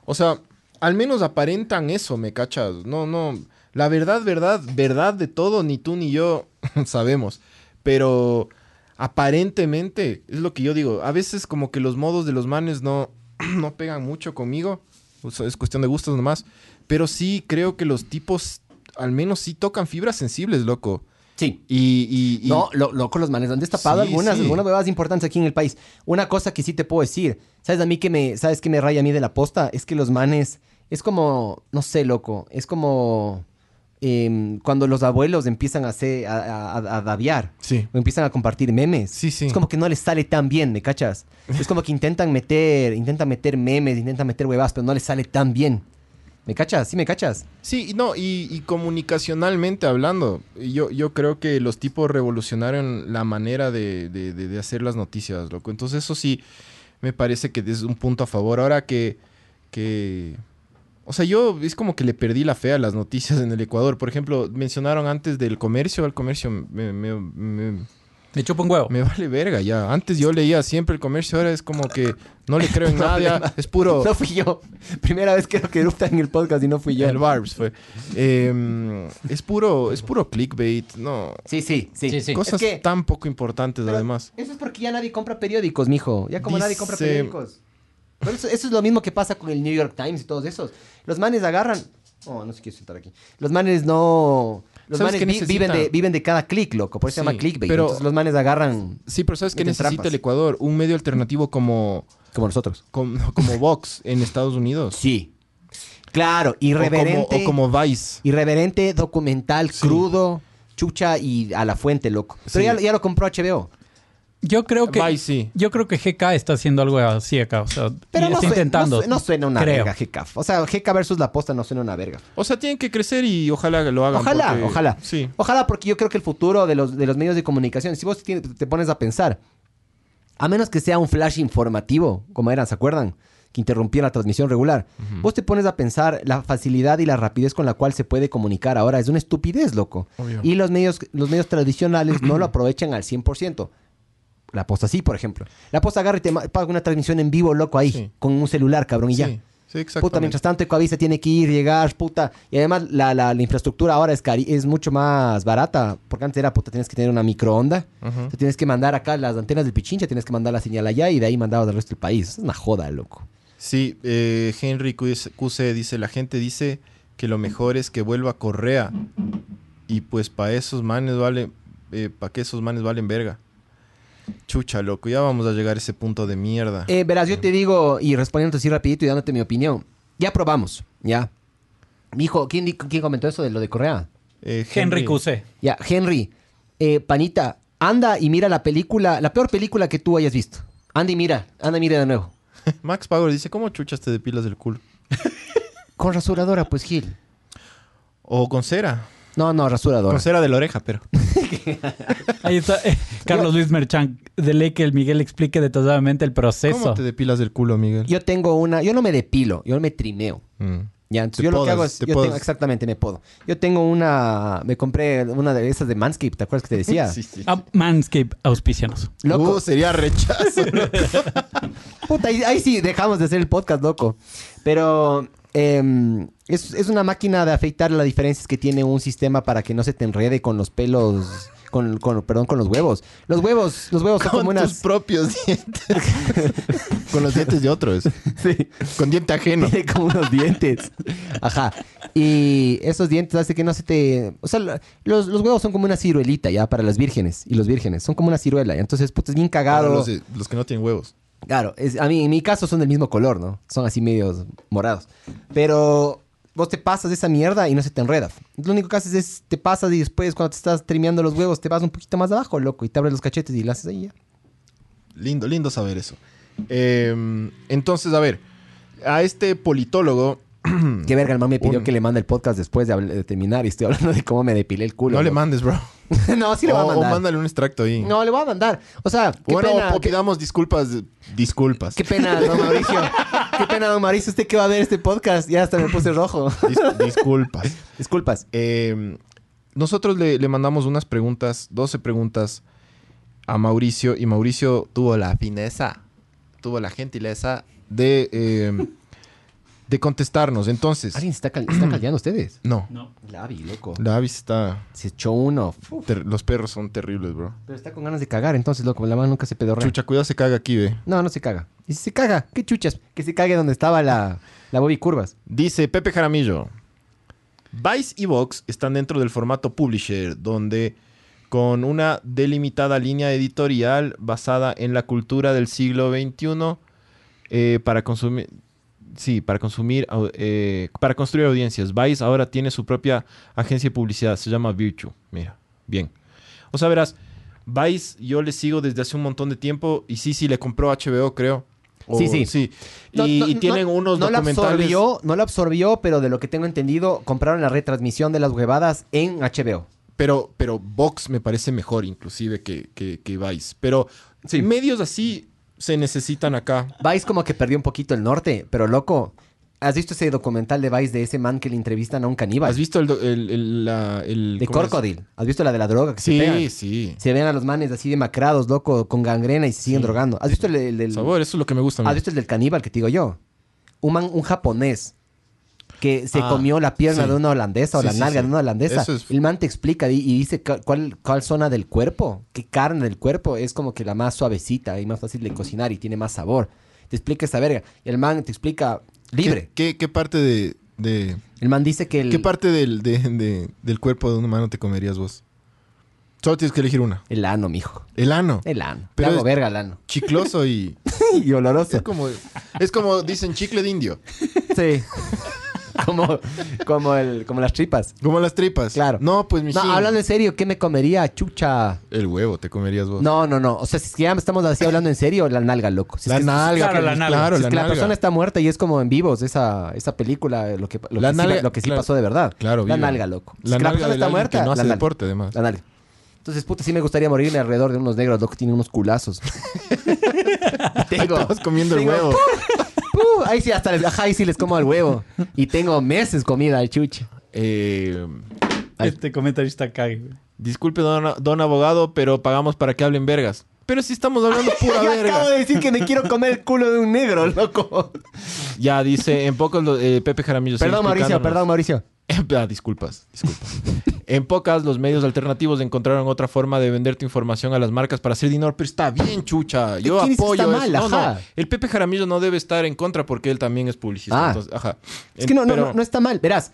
Speaker 2: O sea, al menos aparentan eso, ¿me cachas? No, no. La verdad, verdad, verdad de todo, ni tú ni yo sabemos. Pero aparentemente, es lo que yo digo. A veces como que los modos de los manes no, no pegan mucho conmigo. O sea, es cuestión de gustos nomás. Pero sí creo que los tipos al menos sí tocan fibras sensibles, loco.
Speaker 3: Sí.
Speaker 2: Y... y- y-
Speaker 3: No, lo- loco, los manes han destapado
Speaker 2: Sí,
Speaker 3: algunas,
Speaker 2: sí.
Speaker 3: algunas huevadas importantes aquí en el país. Una cosa que sí te puedo decir, ¿sabes a mí que me, sabes que me raya a mí de la posta? Es que los manes, es como, no sé, loco, es como em, cuando los abuelos empiezan a hacer, a, a- a daviar.
Speaker 2: Sí.
Speaker 3: O empiezan a compartir memes.
Speaker 2: Sí, sí.
Speaker 3: Es como que no les sale tan bien, ¿me cachas? Es como que intentan meter, intentan meter memes, intentan meter huevadas, pero no les sale tan bien. ¿Me cachas? ¿Sí me cachas?
Speaker 2: Sí, y no, y, y comunicacionalmente hablando, yo, yo creo que los tipos revolucionaron la manera de, de- de- de hacer las noticias, loco. Entonces eso sí me parece que es un punto a favor. Ahora que, que... O sea, yo es como que le perdí la fe a las noticias en el Ecuador. Por ejemplo, mencionaron antes del comercio, al comercio me- me- me,
Speaker 4: Me chupa un huevo.
Speaker 2: me vale verga ya. Antes yo leía siempre el comercio, ahora es como que no le creo en nada. ya. Es puro.
Speaker 3: No fui yo. Primera vez creo que erupta en el podcast y no fui yo.
Speaker 2: El Barbs fue. Eh, es puro, es puro clickbait. No.
Speaker 3: Sí, sí, sí.
Speaker 2: Cosas
Speaker 3: Es que-
Speaker 2: tan poco importantes
Speaker 3: pero
Speaker 2: además.
Speaker 3: Eso es porque ya nadie compra periódicos, mijo. Ya como nadie compra
Speaker 2: Dice-
Speaker 3: periódicos. Pero eso, eso es lo mismo que pasa con el New York Times y todos esos. Los manes agarran. Oh, no se quiere sentar aquí. Los manes no. Los
Speaker 2: ¿Sabes
Speaker 3: manes
Speaker 2: qué
Speaker 3: vi-
Speaker 2: necesita?
Speaker 3: viven, de, viven de cada clic, loco. Por eso se
Speaker 2: Sí,
Speaker 3: llama clickbait.
Speaker 2: pero-
Speaker 3: Entonces los manes agarran
Speaker 2: Sí, pero ¿sabes qué
Speaker 3: Meten
Speaker 2: necesita
Speaker 3: trampas.
Speaker 2: el Ecuador? Un medio alternativo como,
Speaker 3: como nosotros.
Speaker 2: como, como Vox en Estados Unidos.
Speaker 3: Sí. Claro,
Speaker 2: O
Speaker 3: irreverente.
Speaker 2: como, o como Vice.
Speaker 3: Irreverente, documental, crudo, chucha y a la fuente, loco. Pero
Speaker 2: Sí.
Speaker 3: ya, ya lo compró HBO.
Speaker 4: Yo creo que.
Speaker 2: Vice, sí.
Speaker 4: Yo creo que GK está haciendo algo así acá. O sea,
Speaker 3: Pero
Speaker 4: y
Speaker 3: no,
Speaker 4: está
Speaker 3: sue-
Speaker 4: intentando.
Speaker 3: no sue- no suena una
Speaker 4: creo.
Speaker 3: verga GK. O sea, GK versus La Posta no suena una verga.
Speaker 2: O sea, tienen que crecer y ojalá lo hagan.
Speaker 3: Ojalá,
Speaker 2: porque-
Speaker 3: ojalá.
Speaker 2: Sí.
Speaker 3: Ojalá porque yo creo que el futuro de los, de los medios de comunicación, si vos tienes- te pones a pensar, a menos que sea un flash informativo, como eran, ¿se acuerdan? Que interrumpía la transmisión regular. Vos te pones a pensar la facilidad y la rapidez con la cual se puede comunicar ahora. Es una estupidez, loco.
Speaker 2: Obvio.
Speaker 3: Y los medios, los medios tradicionales no lo aprovechan al 100%. La posta sí, por ejemplo. La posta agarra y te ma- paga una transmisión en vivo, loco, ahí,
Speaker 2: Sí.
Speaker 3: con un celular, cabrón, y ya.
Speaker 2: Sí, sí, exactamente.
Speaker 3: Puta, mientras tanto Ecoavisa tiene que ir, llegar, puta. Y además la, la- la infraestructura ahora es, cari- es mucho más barata. Porque antes era, puta, tienes que tener una microonda.
Speaker 2: Ujú.
Speaker 3: O sea, tienes que mandar acá las antenas del Pichincha, tienes que mandar la señal allá y de ahí mandabas al resto del país. Es una joda, loco.
Speaker 2: Sí, eh, Henry Cuse Cuse dice, la gente dice que lo mejor es que vuelva Correa. Y pues para esos manes vale, para que esos manes valen verga. Chucha, loco, ya vamos a llegar a ese punto de mierda.
Speaker 3: Eh, verás, yo te digo, y respondiendo así rapidito y dándote mi opinión. Ya probamos, ya. Mijo, ¿quién, di- ¿quién comentó eso de lo de Correa?
Speaker 2: Eh,
Speaker 4: Henry QC.
Speaker 3: Ya, Henry, eh, panita, anda y mira la película, la peor película que tú hayas visto. Anda y mira, anda y mira de nuevo.
Speaker 2: Max Power dice, ¿cómo chuchas te depilas del culo?
Speaker 3: Con rasuradora, pues Gil.
Speaker 2: O con cera.
Speaker 3: No, no, rasuradora.
Speaker 2: Con cera de la oreja, pero.
Speaker 4: Ahí está eh, Carlos Luis Merchan. Dele que el Miguel explique detalladamente el
Speaker 2: ¿Cómo
Speaker 4: proceso.
Speaker 2: te depilas del culo, Miguel?
Speaker 3: Yo tengo una, yo no me depilo, yo me trimeo.
Speaker 2: Mm.
Speaker 3: Ya, entonces
Speaker 2: Te
Speaker 3: yo lo que
Speaker 2: podas,
Speaker 3: hago es,
Speaker 2: te
Speaker 3: yo tengo-
Speaker 2: podas.
Speaker 3: exactamente, me podo. Yo tengo una, me compré una de esas de Manscaped, ¿te acuerdas que te decía?
Speaker 2: Sí, sí.
Speaker 4: Ah, Manscape, auspicianos.
Speaker 3: Loco,
Speaker 2: Uh, sería rechazo.
Speaker 3: puta, ahí, ahí sí dejamos de hacer el podcast, loco. Pero em, es, es una máquina de afeitar, la diferencia es que tiene un sistema para que no se te enrede con los pelos, con, con- perdón, con los huevos. Los huevos, los huevos son
Speaker 2: con
Speaker 3: como
Speaker 2: tus
Speaker 3: unas...
Speaker 2: propios dientes. con los dientes de otros.
Speaker 3: Sí.
Speaker 2: Con diente ajeno.
Speaker 3: Tiene como unos dientes. Ajá. Y esos dientes hace que no se te. O sea, lo- los, los huevos son como una ciruelita ya para las vírgenes y los vírgenes. Son como una ciruela. ya. Entonces, puta, es bien
Speaker 2: Para
Speaker 3: cagado.
Speaker 2: Los, de- los que no tienen huevos.
Speaker 3: Claro, es- a mí, en mi caso son del mismo color, ¿no? Son así medios morados. Pero vos te pasas de esa mierda y no se te enreda. Lo único que haces es te pasas y después, cuando te estás trimeando los huevos, te vas un poquito más abajo, loco, y te abres los cachetes y la haces ahí ya.
Speaker 2: Lindo, lindo saber eso. Eh, entonces, a ver, a este politólogo
Speaker 3: Qué verga, el man me pidió
Speaker 2: Mm. Un-
Speaker 3: que le mande el podcast después de, habl- de terminar y estoy hablando de cómo me depilé el culo.
Speaker 2: no le
Speaker 3: loco.
Speaker 2: mandes, bro.
Speaker 3: no, sí le va a
Speaker 2: O- o
Speaker 3: mandar.
Speaker 2: mándale un extracto ahí.
Speaker 3: No, le voy a mandar. O sea, qué
Speaker 2: bueno,
Speaker 3: pena.
Speaker 2: o
Speaker 3: qué,
Speaker 2: pidamos disculpas. Disculpas.
Speaker 3: qué pena, don Mauricio. qué pena, don Mauricio. Usted que va a ver este podcast. Ya hasta me puse rojo.
Speaker 2: Dis- disculpas.
Speaker 3: Disculpas.
Speaker 2: Eh, nosotros le, le mandamos unas preguntas, 12 preguntas a Mauricio y Mauricio tuvo la fineza, tuvo la gentileza de, eh, de contestarnos. Entonces,
Speaker 3: ¿Alguien se está, cal- está caldeando ustedes?
Speaker 2: no,
Speaker 4: No.
Speaker 3: Lavi, loco.
Speaker 2: la avis está...
Speaker 3: Se echó uno. Fu.
Speaker 2: ter- los perros son terribles, bro.
Speaker 3: Pero está con ganas de cagar, entonces, loco. La mano nunca se pedorrea.
Speaker 2: Chucha, cuidado, se caga aquí, ve.
Speaker 3: No, no se caga. Y si se caga, qué chuchas. Que se cague donde estaba la, la Bobby Curvas.
Speaker 2: Dice Pepe Jaramillo. Vice y Vox están dentro del formato publisher, donde con una delimitada línea editorial basada en la cultura del siglo XXI eh, para consumir... Sí, para consumir, au- eh, para construir audiencias. Vice ahora tiene su propia agencia de publicidad, se llama Virtue. Mira, bien. O sea, verás, Vice yo le sigo desde hace un montón de tiempo y sí, sí, le compró HBO, creo. O-
Speaker 3: Sí, sí.
Speaker 2: Y,
Speaker 3: No, no,
Speaker 2: y
Speaker 3: no,
Speaker 2: tienen unos
Speaker 3: no la
Speaker 2: documentales.
Speaker 3: absorbió, no la absorbió, pero de lo que tengo entendido, compraron la retransmisión de las huevadas en HBO.
Speaker 2: Pero, pero Vox me parece mejor inclusive que, que, que Vice. Pero
Speaker 3: Sí.
Speaker 2: medios así se necesitan acá.
Speaker 3: Vice como que perdió un poquito el norte, pero loco, ¿has visto ese documental de Vice de ese man que le entrevistan a un caníbal?
Speaker 2: ¿Has visto el... do- el, el- la- el-
Speaker 3: de
Speaker 2: cómo es?
Speaker 3: Crocodile. ¿Has visto la de la droga que se
Speaker 2: Sí,
Speaker 3: pegan?
Speaker 2: sí.
Speaker 3: Se ven a los manes así demacrados, loco, con gangrena y se siguen drogando. ¿Has visto el, el del...
Speaker 2: Sabor, eso es lo que me gusta. a mí.
Speaker 3: ¿Has visto el del caníbal que te digo yo? Un man, un japonés que se
Speaker 2: Ah,
Speaker 3: comió la pierna
Speaker 2: sí.
Speaker 3: de una holandesa o
Speaker 2: Sí,
Speaker 3: la
Speaker 2: sí,
Speaker 3: nalga
Speaker 2: sí.
Speaker 3: de una holandesa.
Speaker 2: Eso es-
Speaker 3: El man te explica di- y, dice cu- cuál, cuál zona del cuerpo, qué carne del cuerpo es como que la más suavecita y más fácil de cocinar y tiene más sabor. Te explica esa verga. Y el man te explica
Speaker 2: ¿Qué-
Speaker 3: libre.
Speaker 2: ¿Qué, qué parte de... de-
Speaker 3: El man dice que el...
Speaker 2: ¿Qué parte del, de- de- del cuerpo de un humano te comerías vos? Solo tienes que elegir una.
Speaker 3: El ano, mijo.
Speaker 2: El ano.
Speaker 3: El ano.
Speaker 2: Pero
Speaker 3: Pero
Speaker 2: es-
Speaker 3: verga el ano.
Speaker 2: Chicloso y...
Speaker 3: y oloroso.
Speaker 2: Es como, es como dicen chicle de indio.
Speaker 3: Sí. como, como, el, como las tripas.
Speaker 2: Como las tripas.
Speaker 3: Claro.
Speaker 2: No, pues mi
Speaker 3: No, hablando en serio, ¿qué me comería chucha?
Speaker 2: El huevo te comerías vos.
Speaker 3: No, no, no. O sea, si es que ya estamos así hablando en serio, la nalga, loco. Si es
Speaker 2: la
Speaker 3: que-
Speaker 2: nalga.
Speaker 4: claro,
Speaker 2: que-
Speaker 4: la nalga.
Speaker 2: Claro,
Speaker 3: si es
Speaker 2: la
Speaker 3: que la
Speaker 2: nalga.
Speaker 3: persona está muerta y es como en vivos, esa, esa película, lo que, lo
Speaker 2: La
Speaker 3: que,
Speaker 2: nalga,
Speaker 3: sí, lo que sí
Speaker 2: claro.
Speaker 3: pasó de verdad.
Speaker 2: Claro,
Speaker 3: La
Speaker 2: vivo.
Speaker 3: nalga, loco. Si
Speaker 2: La
Speaker 3: es que
Speaker 2: nalga
Speaker 3: persona
Speaker 2: del
Speaker 3: está
Speaker 2: alguien
Speaker 3: muerta,
Speaker 2: que no
Speaker 3: la
Speaker 2: hace
Speaker 3: nalga.
Speaker 2: deporte, además.
Speaker 3: La nalga. Entonces, puta, sí me gustaría morirme alrededor de unos negros, loco, que tienen unos culazos. tengo,
Speaker 2: Estabas comiendo el
Speaker 3: tengo-
Speaker 2: huevo.
Speaker 3: ¡puh! ahí sí, hasta les, ajá, ahí sí les como el huevo. Y tengo meses comida al chuche.
Speaker 2: Eh,
Speaker 4: Este comentarista cague. güey.
Speaker 2: disculpe, don, don abogado, pero pagamos para que hablen vergas. Pero si estamos hablando pura
Speaker 3: Yo acabo
Speaker 2: verga.
Speaker 3: de decir que me quiero comer el culo de un negro, loco.
Speaker 2: Ya dice, en pocos lo- eh, Pepe Jaramillo. sigue
Speaker 3: Perdón, Mauricio,
Speaker 2: explicándonos.
Speaker 3: perdón, Mauricio.
Speaker 2: Ah, disculpas, disculpas. en pocas, los medios alternativos encontraron otra forma de vender tu información a las marcas para hacer dinero, pero está bien, chucha. Yo
Speaker 3: quién dice que
Speaker 2: apoyo
Speaker 3: está
Speaker 2: eso.
Speaker 3: mal?
Speaker 2: No, no,
Speaker 3: Ajá.
Speaker 2: El Pepe Jaramillo no debe estar en contra porque él también es publicista.
Speaker 3: Ah.
Speaker 2: entonces, ajá.
Speaker 3: Es que no, no,
Speaker 2: Pero
Speaker 3: no, no está mal. Verás,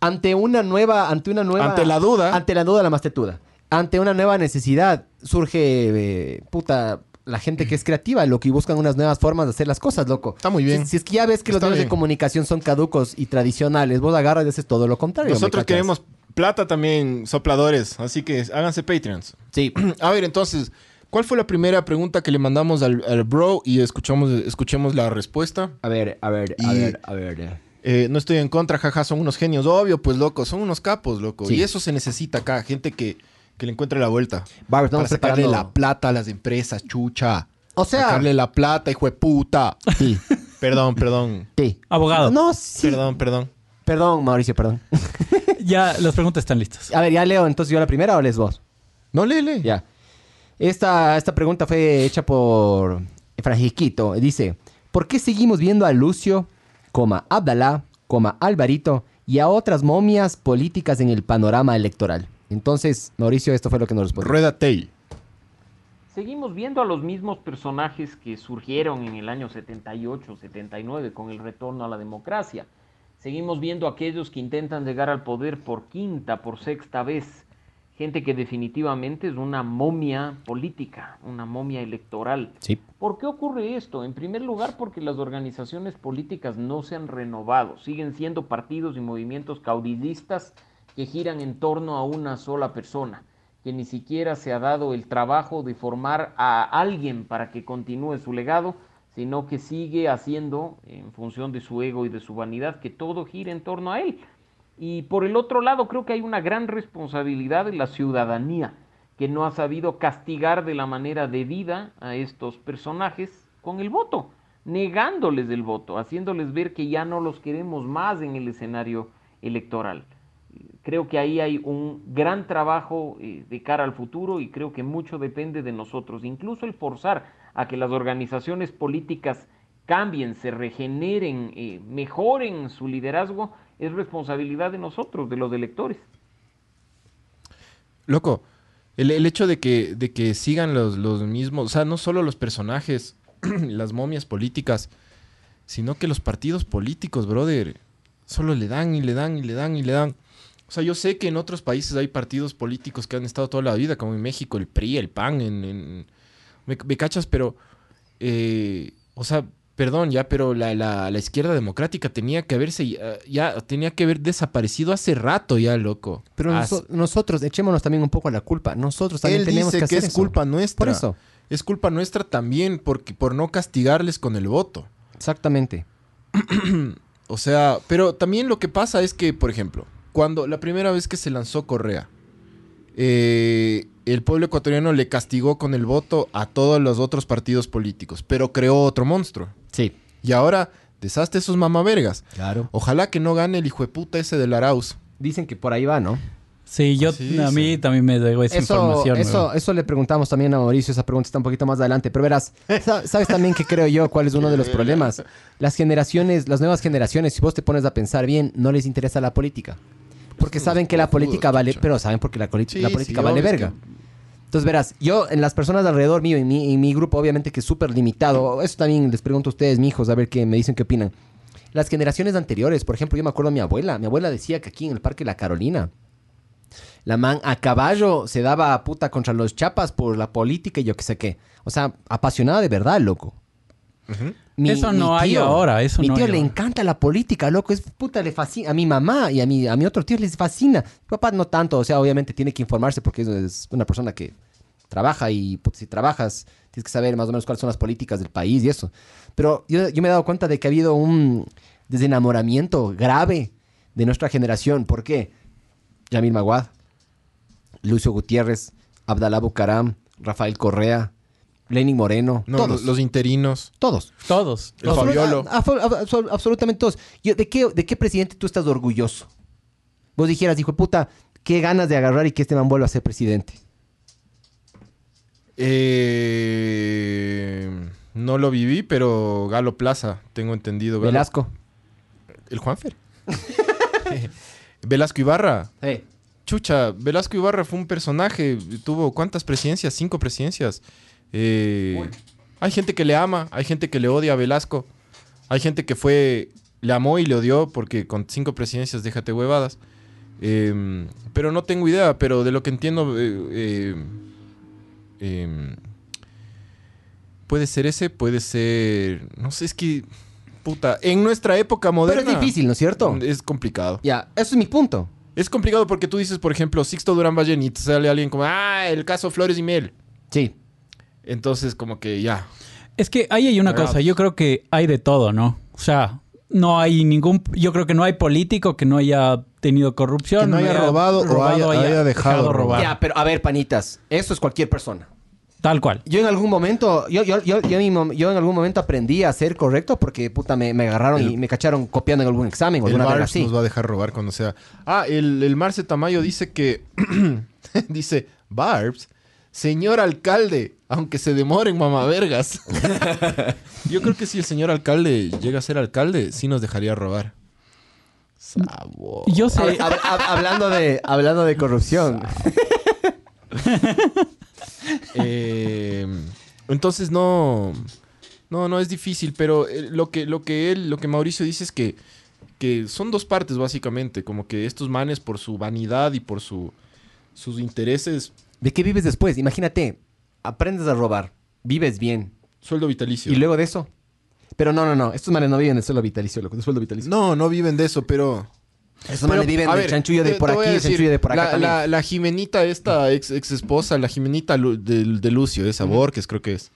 Speaker 3: ante una nueva, ante una nueva.
Speaker 2: Ante la duda.
Speaker 3: Ante la duda, la mastetuda. Ante una nueva necesidad surge, eh, puta, la gente que es creativa, lo que buscan unas nuevas formas de hacer las cosas, loco.
Speaker 2: Está muy bien.
Speaker 3: Si, si es que ya ves que los
Speaker 2: Está
Speaker 3: medios
Speaker 2: bien.
Speaker 3: de comunicación son caducos y tradicionales, vos agarras y haces todo lo contrario. ¿me
Speaker 2: Nosotros
Speaker 3: cachas?
Speaker 2: queremos plata también, sopladores. Así que háganse Patreons.
Speaker 3: Sí.
Speaker 2: A ver, entonces, ¿cuál fue la primera pregunta que le mandamos al, al bro y escuchamos, escuchemos la respuesta?
Speaker 3: A ver, a ver, a
Speaker 2: Y-
Speaker 3: ver, a ver.
Speaker 2: Eh, no estoy en contra, jaja, son unos genios. Obvio, pues loco, son unos capos, loco.
Speaker 3: Sí.
Speaker 2: Y eso se necesita acá, gente que, que le encuentre la vuelta.
Speaker 3: Barbers,
Speaker 2: Para
Speaker 3: estamos
Speaker 2: sacarle
Speaker 3: preparando.
Speaker 2: la plata a las empresas, chucha.
Speaker 3: O sea-
Speaker 2: Sacarle la plata, hijo de puta.
Speaker 3: Sí,
Speaker 2: Perdón, perdón.
Speaker 3: sí.
Speaker 4: Abogado.
Speaker 3: No, sí. Perdón.
Speaker 2: Perdón, perdón.
Speaker 3: Mauricio, perdón.
Speaker 4: Ya las preguntas están listas.
Speaker 3: A ver, ya leo entonces yo la primera o lees vos.
Speaker 2: No, lele.
Speaker 3: Ya. Esta, esta pregunta fue hecha por Francisquito. Dice, ¿por qué seguimos viendo a Lucio, coma Abdalá, coma Alvarito y a otras momias políticas en el panorama electoral? Entonces, Mauricio, esto fue lo que nos
Speaker 2: pues.
Speaker 3: respondió.
Speaker 2: Rueda Tei.
Speaker 5: Seguimos viendo a los mismos personajes que surgieron en el año 78, 79 con el retorno a la democracia. Seguimos viendo a aquellos que intentan llegar al poder por quinta, por sexta vez. Gente que definitivamente es una momia política, una momia electoral.
Speaker 3: Sí.
Speaker 5: ¿Por qué ocurre esto? En primer lugar, porque las organizaciones políticas no se han renovado, siguen siendo partidos y movimientos caudillistas que giran en torno a una sola persona, que ni siquiera se ha dado el trabajo de formar a alguien para que continúe su legado, sino que sigue haciendo, en función de su ego y de su vanidad, que todo gire en torno a él. Y por el otro lado, creo que hay una gran responsabilidad de la ciudadanía, que no ha sabido castigar de la manera debida a estos personajes con el voto, negándoles el voto, haciéndoles ver que ya no los queremos más en el escenario electoral. Creo que ahí hay un gran trabajo eh, de cara al futuro y creo que mucho depende de nosotros, incluso el forzar a que las organizaciones políticas cambien, se regeneren, eh, mejoren su liderazgo, es responsabilidad de nosotros, de los electores.
Speaker 2: Loco, el, el hecho de que, de que sigan los, los mismos, o sea, no solo los personajes, las momias políticas, sino que los partidos políticos, brother, solo le dan y le dan y le dan y le dan. O sea, yo sé que en otros países hay partidos políticos que han estado toda la vida, como en México, el PRI, el PAN, en... en- me, me cachas, pero... eh, o sea, perdón ya, pero la, la- la izquierda democrática tenía que haberse... Ya, ya tenía que haber desaparecido hace rato ya, loco.
Speaker 3: Pero
Speaker 2: Hace-
Speaker 3: noso- nosotros, echémonos también un poco a la culpa. Nosotros Pues también
Speaker 2: él
Speaker 3: tenemos
Speaker 2: dice
Speaker 3: que
Speaker 2: que,
Speaker 3: hacer
Speaker 2: es
Speaker 3: eso.
Speaker 2: culpa nuestra.
Speaker 3: Por eso.
Speaker 2: Es culpa nuestra también porque por no castigarles con el voto.
Speaker 3: Exactamente.
Speaker 2: O sea, pero también lo que pasa es que, por ejemplo, cuando la primera vez que se lanzó Correa, eh, el pueblo ecuatoriano le castigó con el voto a todos los otros partidos políticos, pero creó otro monstruo.
Speaker 3: Sí.
Speaker 2: Y ahora, deshazte esos mamavergas.
Speaker 3: Claro.
Speaker 2: Ojalá que no gane el hijo de puta ese del Arauz.
Speaker 3: Dicen que por ahí va, ¿no?
Speaker 4: Sí, yo
Speaker 2: Así
Speaker 4: a
Speaker 2: dice.
Speaker 4: mí también me debo esa
Speaker 3: Eso,
Speaker 4: información.
Speaker 3: eso,
Speaker 4: güey.
Speaker 3: eso le preguntamos también a Mauricio, esa pregunta está un poquito más adelante, pero verás, sa- sabes también que creo yo cuál es uno de los problemas. Las generaciones, las nuevas generaciones, si vos te pones a pensar bien, no les interesa la política. Porque saben que la política vale,
Speaker 2: chucha.
Speaker 3: pero saben porque la, coli-
Speaker 2: Sí,
Speaker 3: la
Speaker 2: sí,
Speaker 3: política vale
Speaker 2: obvio, es
Speaker 3: verga.
Speaker 2: que-
Speaker 3: Entonces verás, yo en las personas de alrededor mío, en mi, en mi grupo obviamente que es súper limitado, eso también les pregunto a ustedes, mis hijos, a ver qué me dicen, qué opinan. Las generaciones anteriores, por ejemplo, yo me acuerdo de mi abuela, mi abuela decía que aquí en el Parque La Carolina, la man a caballo se daba a puta contra los chapas por la política y yo qué sé qué. O sea, apasionada de verdad, loco. mi-
Speaker 4: Eso
Speaker 3: mi
Speaker 4: no hay
Speaker 3: tío-
Speaker 4: ahora, eso
Speaker 3: mi
Speaker 4: no
Speaker 3: tío
Speaker 4: hay
Speaker 3: le
Speaker 4: ahora.
Speaker 3: encanta la política, loco. Es puta, le fascina. A mi mamá y a mi, a mi otro tío les fascina. Mi papá no tanto, o sea, obviamente tiene que informarse porque es- es una persona que trabaja y puta, si trabajas tienes que saber más o menos cuáles son las políticas del país y eso. Pero yo, yo me he dado cuenta de que ha habido un desenamoramiento grave de nuestra generación. ¿Por qué? Yamil Maguad, Lucio Gutiérrez, Abdalá Bucaram, Rafael Correa, Lenin Moreno,
Speaker 2: No,
Speaker 3: todos,
Speaker 2: Los interinos.
Speaker 3: todos.
Speaker 4: Todos.
Speaker 2: El
Speaker 4: todos.
Speaker 2: Fabio- Fabiolo.
Speaker 3: Absoluta- abso- ab- abso- absolutamente todos. Yo, ¿de, qué, ¿De qué presidente tú estás orgulloso? Vos dijeras, hijo de puta, qué ganas de agarrar y que este man vuelva a ser presidente.
Speaker 2: Eh, no lo viví, pero Galo Plaza, tengo entendido. Galo-
Speaker 3: Velasco.
Speaker 2: El Juanfer. Velasco Ibarra.
Speaker 3: Sí.
Speaker 2: Chucha, Velasco Ibarra fue un personaje. Tuvo cuántas presidencias, cinco presidencias. Eh, hay gente que le ama, hay gente que le odia a Velasco. Hay gente que fue, le amó y le odió porque con cinco presidencias déjate huevadas. Eh, pero no tengo idea, pero de lo que entiendo... eh, eh, eh, puede ser ese, puede ser... No sé, es que... Puta, en nuestra época
Speaker 3: Pero
Speaker 2: moderna...
Speaker 3: es difícil, ¿no es cierto?
Speaker 2: Es complicado.
Speaker 3: Ya, eso es mi punto.
Speaker 2: Es complicado porque tú dices, por ejemplo, Sixto Durán Valle y te sale alguien como, ah, el caso Flores y Miel.
Speaker 3: Sí.
Speaker 2: Entonces, como que ya.
Speaker 4: Es que ahí hay una
Speaker 2: Cagados.
Speaker 4: cosa, yo creo que hay de todo, ¿no? O sea, no hay ningún, yo creo que no hay político que no haya tenido corrupción.
Speaker 2: Que no haya robado o haya- haya dejado robar.
Speaker 3: Ya, pero a ver, panitas, eso es cualquier persona.
Speaker 4: Tal cual.
Speaker 3: Yo en algún momento, yo, yo, yo, yo en mi mom- yo en algún momento aprendí a ser correcto porque puta me, me agarraron y me cacharon copiando en algún examen o
Speaker 2: El
Speaker 3: alguna verga
Speaker 2: Mars
Speaker 3: así.
Speaker 2: nos va a dejar robar cuando sea. Ah, el, el Marce Tamayo dice que. dice, Barbs, señor alcalde, aunque se demoren, mamavergas. Yo creo que si el señor alcalde llega a ser alcalde, sí nos dejaría robar. Sabo.
Speaker 4: Yo sé,
Speaker 3: Hab- hab- hab- hablando de hablando de corrupción.
Speaker 2: Eh, entonces no, no, no es difícil, pero eh, lo que, lo que él, lo que Mauricio dice es que, que son dos partes básicamente, como que estos manes por su vanidad y por su, sus intereses,
Speaker 3: ¿De qué vives después? Imagínate, aprendes a robar, vives bien
Speaker 2: sueldo vitalicio.
Speaker 3: y luego de eso. Pero no, no, no, estos manes no viven de sueldo vitalicio, loco, de sueldo vitalicio.
Speaker 2: no, no viven de eso, pero...
Speaker 3: Estos manes
Speaker 2: Pero,
Speaker 3: viven
Speaker 2: a
Speaker 3: de
Speaker 2: ver,
Speaker 3: chanchullo de
Speaker 2: te-
Speaker 3: por
Speaker 2: te voy a
Speaker 3: aquí,
Speaker 2: decir,
Speaker 3: chanchullo de por acá
Speaker 2: la,
Speaker 3: también.
Speaker 2: la- la Jimenita, esta ex, ex esposa, la Jimenita Lu- de, de Lucio, esa Borges creo que es.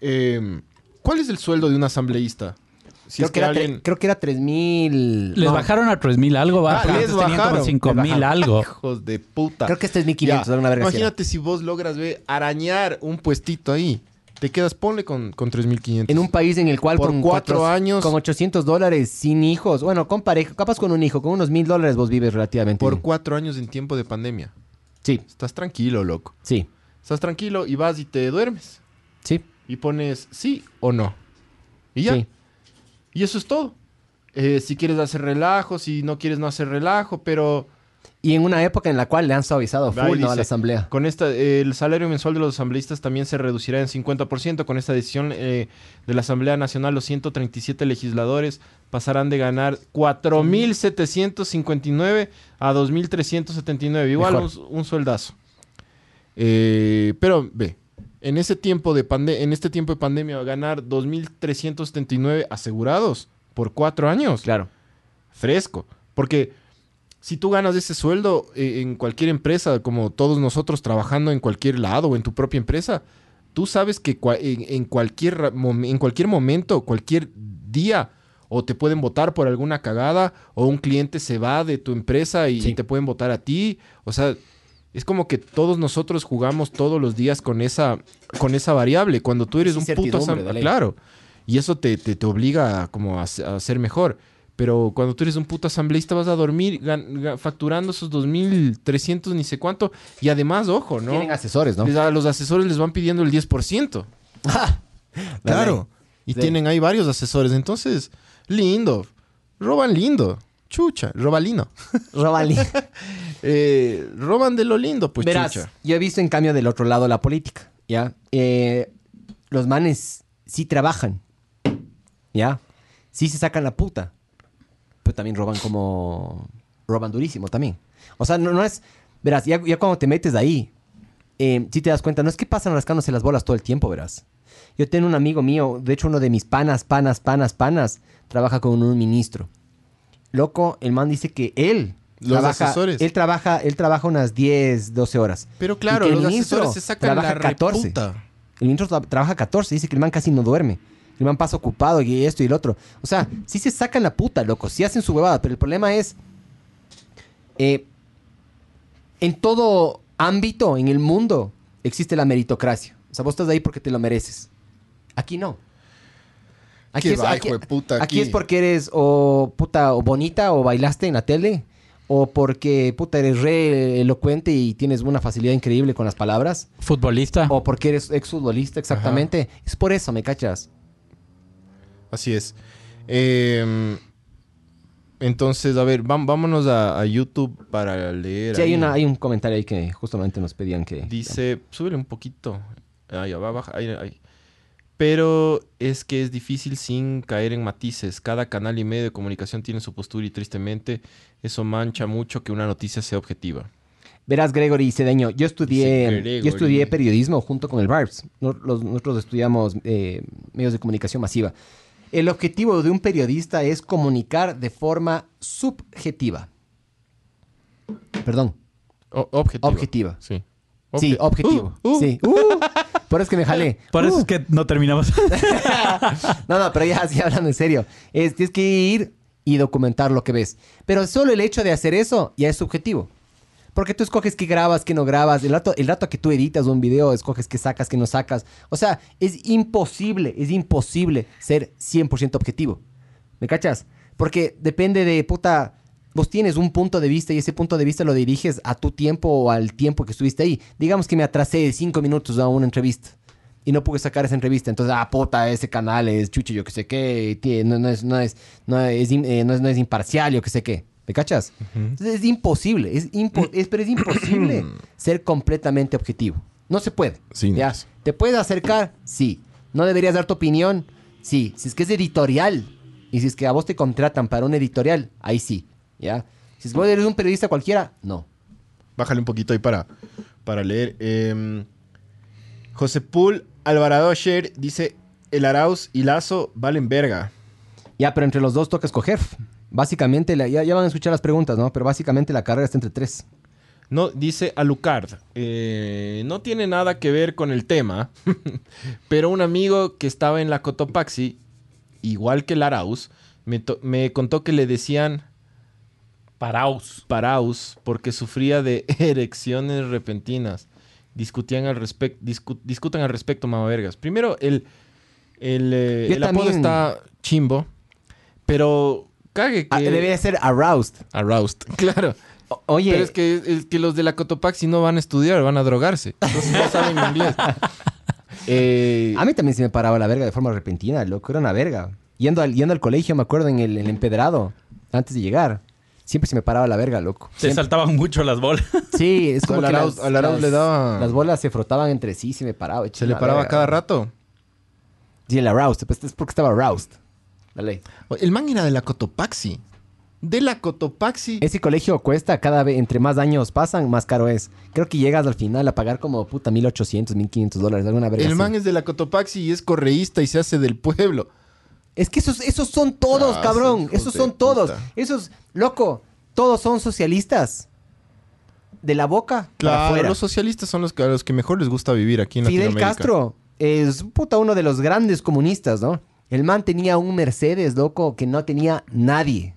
Speaker 2: Eh, ¿Cuál es el sueldo de un asambleísta? Si
Speaker 3: creo,
Speaker 2: es
Speaker 3: que era tre-
Speaker 2: alguien-
Speaker 3: creo que era 3000.
Speaker 4: les
Speaker 3: no,
Speaker 4: bajaron a 3.000 algo, va.
Speaker 2: Ah,
Speaker 4: pero
Speaker 2: les
Speaker 4: antes tenían como
Speaker 2: bajaron,
Speaker 4: 5.000 algo.
Speaker 2: Hijos de puta.
Speaker 3: Creo que este es 1500,
Speaker 2: Ya,
Speaker 3: era una verga así,
Speaker 2: Imagínate si vos logras ve, arañar un puestito ahí. Te quedas, ponle con, con 3.500.
Speaker 3: En un país en el cual
Speaker 2: Por
Speaker 3: con
Speaker 2: cuatro
Speaker 3: cuatro-
Speaker 2: años-
Speaker 3: Con 800 dólares, sin hijos. Bueno, con pareja, capaz con un hijo, con unos mil dólares vos vives relativamente.
Speaker 2: Por
Speaker 3: bien.
Speaker 2: cuatro años en tiempo de pandemia.
Speaker 3: Sí,
Speaker 2: Estás tranquilo, loco.
Speaker 3: sí,
Speaker 2: Estás tranquilo y vas y te duermes.
Speaker 3: sí.
Speaker 2: Y pones sí o no. Y ya.
Speaker 3: Sí.
Speaker 2: Y eso es todo. Eh, si quieres hacer relajo, si no quieres no hacer relajo, pero...
Speaker 3: Y en una época en la cual le han suavizado full
Speaker 2: Ahí
Speaker 3: ¿no? a
Speaker 2: dice,
Speaker 3: la asamblea.
Speaker 2: Con esta, eh, el salario mensual de los asambleístas también se reducirá en 50%. Con esta decisión eh, de la Asamblea Nacional, los 137 legisladores pasarán de ganar 4.759 a 2.379. Igual un,
Speaker 3: Mejor.
Speaker 2: un sueldazo. Eh, pero ve, en ese tiempo de pande- en este tiempo de pandemia ganar 2.379 asegurados por cuatro años
Speaker 3: Claro.
Speaker 2: fresco. Porque si tú ganas ese sueldo eh, en cualquier empresa, como todos nosotros trabajando en cualquier lado o en tu propia empresa, tú sabes que cua- en, en cualquier, ra- mom- en cualquier momento, cualquier día, o te pueden votar por alguna cagada, o un cliente se va de tu empresa y,
Speaker 3: Sí.
Speaker 2: te pueden votar a ti. O sea, es como que todos nosotros jugamos todos los días con esa, con esa variable. Cuando tú eres
Speaker 3: Es
Speaker 2: un puto...
Speaker 3: incertidumbre,
Speaker 2: asam-
Speaker 3: de ley.
Speaker 2: Claro. Y eso te, te- te obliga a, como a, se- a ser mejor. Pero cuando tú eres un puto asambleísta vas a dormir gan- ga- facturando esos 2.300 ni sé cuánto. Y además, ojo, ¿no?
Speaker 3: Tienen asesores, ¿no?
Speaker 2: Les- A los asesores les van pidiendo el 10%. Claro. Y
Speaker 3: Sí.
Speaker 2: tienen ahí varios asesores. Entonces, lindo. Roban lindo. Chucha. Robalino.
Speaker 3: Robalí.
Speaker 2: Eh, roban de lo lindo, pues
Speaker 3: Verás,
Speaker 2: chucha.
Speaker 3: yo he visto en cambio del otro lado la política, ¿ya? Eh, los manes sí trabajan, ¿ya? Sí se sacan la puta, pero también roban como... roban durísimo también. O sea, no, no es... Verás, ya, ya cuando te metes ahí, eh, si te das cuenta, no es que pasan rascándose las bolas todo el tiempo, verás. Yo tengo un amigo mío, de hecho uno de mis panas, panas, panas, panas, trabaja con un ministro. Loco, el man dice que él...
Speaker 2: Los
Speaker 3: trabaja,
Speaker 2: asesores.
Speaker 3: Él trabaja, él trabaja unas 10, 12 horas.
Speaker 6: Pero
Speaker 3: Y
Speaker 6: claro,
Speaker 3: que el
Speaker 6: los
Speaker 3: ministro
Speaker 6: asesores se sacan la
Speaker 3: trabaja 14.
Speaker 6: reputa.
Speaker 3: El ministro tra- trabaja 14, dice que el man casi no duerme. El man pasa ocupado y esto y el otro. O sea, sí se sacan la puta, loco, sí hacen su huevada, pero el problema es. eh, en todo ámbito, en el mundo, existe la meritocracia. O sea, vos estás ahí porque te lo mereces. Aquí no.
Speaker 2: Qué va, hijo de puta,
Speaker 3: aquí
Speaker 2: aquí.
Speaker 3: es porque eres o puta o bonita o bailaste en la tele o porque puta eres re elocuente y tienes una facilidad increíble con las palabras.
Speaker 4: Futbolista.
Speaker 3: O porque eres exfutbolista, exactamente. Es por eso, ¿me cachas?
Speaker 2: Así es. Eh, entonces, a ver, vam- vámonos a, a YouTube para leer.
Speaker 3: Sí, hay,
Speaker 2: ahí.
Speaker 3: una, hay un comentario ahí que justamente nos pedían que...
Speaker 2: Dice, súbele un poquito. Ahí va, baja. ahí, ahí. Pero es que es difícil sin caer en matices. Cada canal y medio de comunicación tiene su postura y tristemente eso mancha mucho que una noticia sea objetiva.
Speaker 3: Verás, Gregory Cedeño, yo
Speaker 2: Dice
Speaker 3: estudié,
Speaker 2: Gregory.
Speaker 3: yo estudié periodismo junto con el Barbs. No- los- Nosotros estudiamos eh, medios de comunicación masiva. El objetivo de un periodista es comunicar de forma subjetiva. Perdón,
Speaker 2: O- objetiva.
Speaker 3: objetiva.
Speaker 2: Sí.
Speaker 3: Sí,
Speaker 2: Obje-
Speaker 3: objetivo.
Speaker 2: Uh, uh.
Speaker 3: Sí. Uh, por eso es que me jalé.
Speaker 4: Por eso
Speaker 3: Uh.
Speaker 4: es que no terminamos.
Speaker 3: No, no, pero ya, sí, hablando en serio. Es, tienes que ir y documentar lo que ves. Pero solo el hecho de hacer eso ya es subjetivo. Porque tú escoges qué grabas, qué no grabas. El rato, el rato que tú editas un video, escoges qué sacas, qué no sacas. O sea, es imposible, es imposible ser 100% objetivo. ¿Me cachas? Porque depende de, puta, vos tienes un punto de vista y ese punto de vista lo diriges a tu tiempo o al tiempo que estuviste ahí. Digamos que me atrasé de cinco minutos a una entrevista y no pude sacar esa entrevista. Entonces, ah, puta, ese canal es chucho, yo que sé qué, tie- no, no es, no, es, no, es, im- eh, no es- no es imparcial, yo que sé qué. ¿Me cachas? Entonces, es imposible, es, impo- es- pero es imposible ser completamente objetivo. No se puede.
Speaker 2: Sí, no
Speaker 3: ¿ya?
Speaker 2: es.
Speaker 3: ¿Te puedes acercar? Sí. ¿No deberías dar tu opinión? Sí. Si es que es editorial y si es que a vos te contratan para un editorial, ahí sí. ¿Ya? Si es que vos eres un periodista cualquiera, no.
Speaker 2: Bájale un poquito ahí para, para leer. Eh, José Pul Alvarado Sher dice: El Arauz y Lazo valen verga.
Speaker 3: Ya, pero entre los dos toca escoger. Básicamente, la- ya, ya van a escuchar las preguntas, ¿no? Pero básicamente la carrera está entre tres.
Speaker 2: No, dice Alucard. eh, no tiene nada que ver con el tema, pero un amigo que estaba en la Cotopaxi, igual que el Arauz, me, to- me contó que le decían
Speaker 4: Paraus.
Speaker 2: Paraus porque sufría de erecciones repentinas. Discutían al respecto, discutan al respecto, mamavergas. Primero, el, el, eh,
Speaker 3: Yo
Speaker 2: el apodo
Speaker 3: también.
Speaker 2: está chimbo, pero cague que...
Speaker 3: Ah, debería ser aroused.
Speaker 2: Aroused, claro.
Speaker 3: O- oye,
Speaker 2: Pero es que, es que los de la Cotopaxi no van a estudiar, van a drogarse. Entonces no saben inglés. Eh,
Speaker 3: a mí también se me paraba la verga de forma repentina, loco. Era una verga. Yendo al, yendo al colegio, me acuerdo, en el, en el empedrado, antes de llegar. Siempre se me paraba la verga, loco.
Speaker 4: Te saltaban mucho las bolas.
Speaker 3: Sí, es como
Speaker 2: Al
Speaker 3: que
Speaker 2: Arauz-
Speaker 3: las-
Speaker 2: al Arauz
Speaker 3: las-
Speaker 2: le daba-
Speaker 3: Las bolas se frotaban entre sí, se me paraba. hecho
Speaker 2: se le
Speaker 3: una
Speaker 2: paraba
Speaker 3: verga.
Speaker 2: cada rato.
Speaker 3: Sí, el aroused. Pues es porque estaba aroused. La ley.
Speaker 2: El man era de la Cotopaxi. De la Cotopaxi.
Speaker 3: Ese colegio cuesta cada vez, entre más años pasan, más caro es. Creo que llegas al final a pagar como puta 1800, 1500 dólares, alguna verga.
Speaker 2: El
Speaker 3: así.
Speaker 2: man es de la Cotopaxi y es correísta y se hace del pueblo.
Speaker 3: Es que esos, esos son todos,
Speaker 2: Ah, sí,
Speaker 3: cabrón.
Speaker 2: hijos
Speaker 3: Esos
Speaker 2: de
Speaker 3: son todos.
Speaker 2: puta.
Speaker 3: Esos, loco, todos son socialistas. De la boca para
Speaker 2: Claro,
Speaker 3: afuera.
Speaker 2: los socialistas son los que, a los que mejor les gusta vivir aquí en
Speaker 3: Fidel
Speaker 2: Latinoamérica.
Speaker 3: Castro es puta uno de los grandes comunistas, ¿no? El man tenía un Mercedes, loco, que no tenía nadie.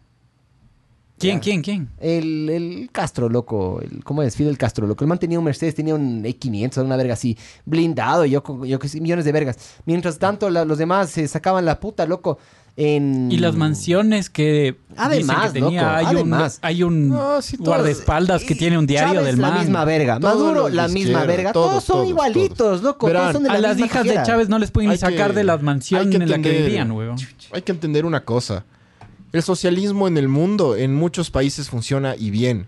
Speaker 4: ¿Quién, quién, quién?
Speaker 3: El, el Castro, loco. El, ¿Cómo es? Fidel Castro, loco. El man tenía un Mercedes, tenía un E500, una verga así, blindado, yo, con- yo que sé, millones de vergas. Mientras tanto, la- los demás se sacaban la puta, loco. En...
Speaker 4: Y
Speaker 2: Mm.
Speaker 4: las mansiones que
Speaker 3: Además,
Speaker 4: dicen que tenía,
Speaker 3: loco,
Speaker 4: hay
Speaker 3: además.
Speaker 4: un, hay un
Speaker 2: No, sí, todos-
Speaker 4: guardaespaldas que tiene un diario
Speaker 3: Chávez,
Speaker 4: del
Speaker 3: la misma
Speaker 4: man.
Speaker 3: verga.
Speaker 2: Todos
Speaker 3: Maduro,
Speaker 2: los de
Speaker 3: la misma
Speaker 2: izquierda,
Speaker 3: verga.
Speaker 2: todos,
Speaker 3: Todos, son
Speaker 2: todos,
Speaker 3: igualitos,
Speaker 2: todos.
Speaker 3: loco.
Speaker 2: Verán,
Speaker 3: todos son de la
Speaker 4: a las
Speaker 3: misma
Speaker 4: hijas de
Speaker 3: tijera.
Speaker 4: Chávez no les pueden
Speaker 2: Hay
Speaker 4: ni sacar
Speaker 2: que-
Speaker 4: de la
Speaker 2: hay
Speaker 4: mansión
Speaker 2: que
Speaker 4: en la que
Speaker 2: entender-
Speaker 4: vivían, weón.
Speaker 2: Hay que entender una cosa. El socialismo en el mundo, en muchos países funciona y bien.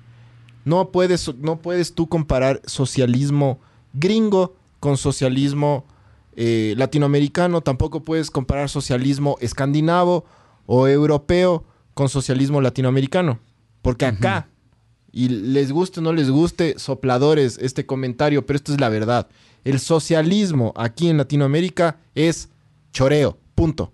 Speaker 2: No puedes, no puedes tú comparar socialismo gringo con socialismo eh, latinoamericano. Tampoco puedes comparar socialismo escandinavo o europeo con socialismo latinoamericano. Porque acá Y les guste o no les guste, sopladores, este comentario, pero esto es la verdad. El socialismo aquí en Latinoamérica es choreo, punto.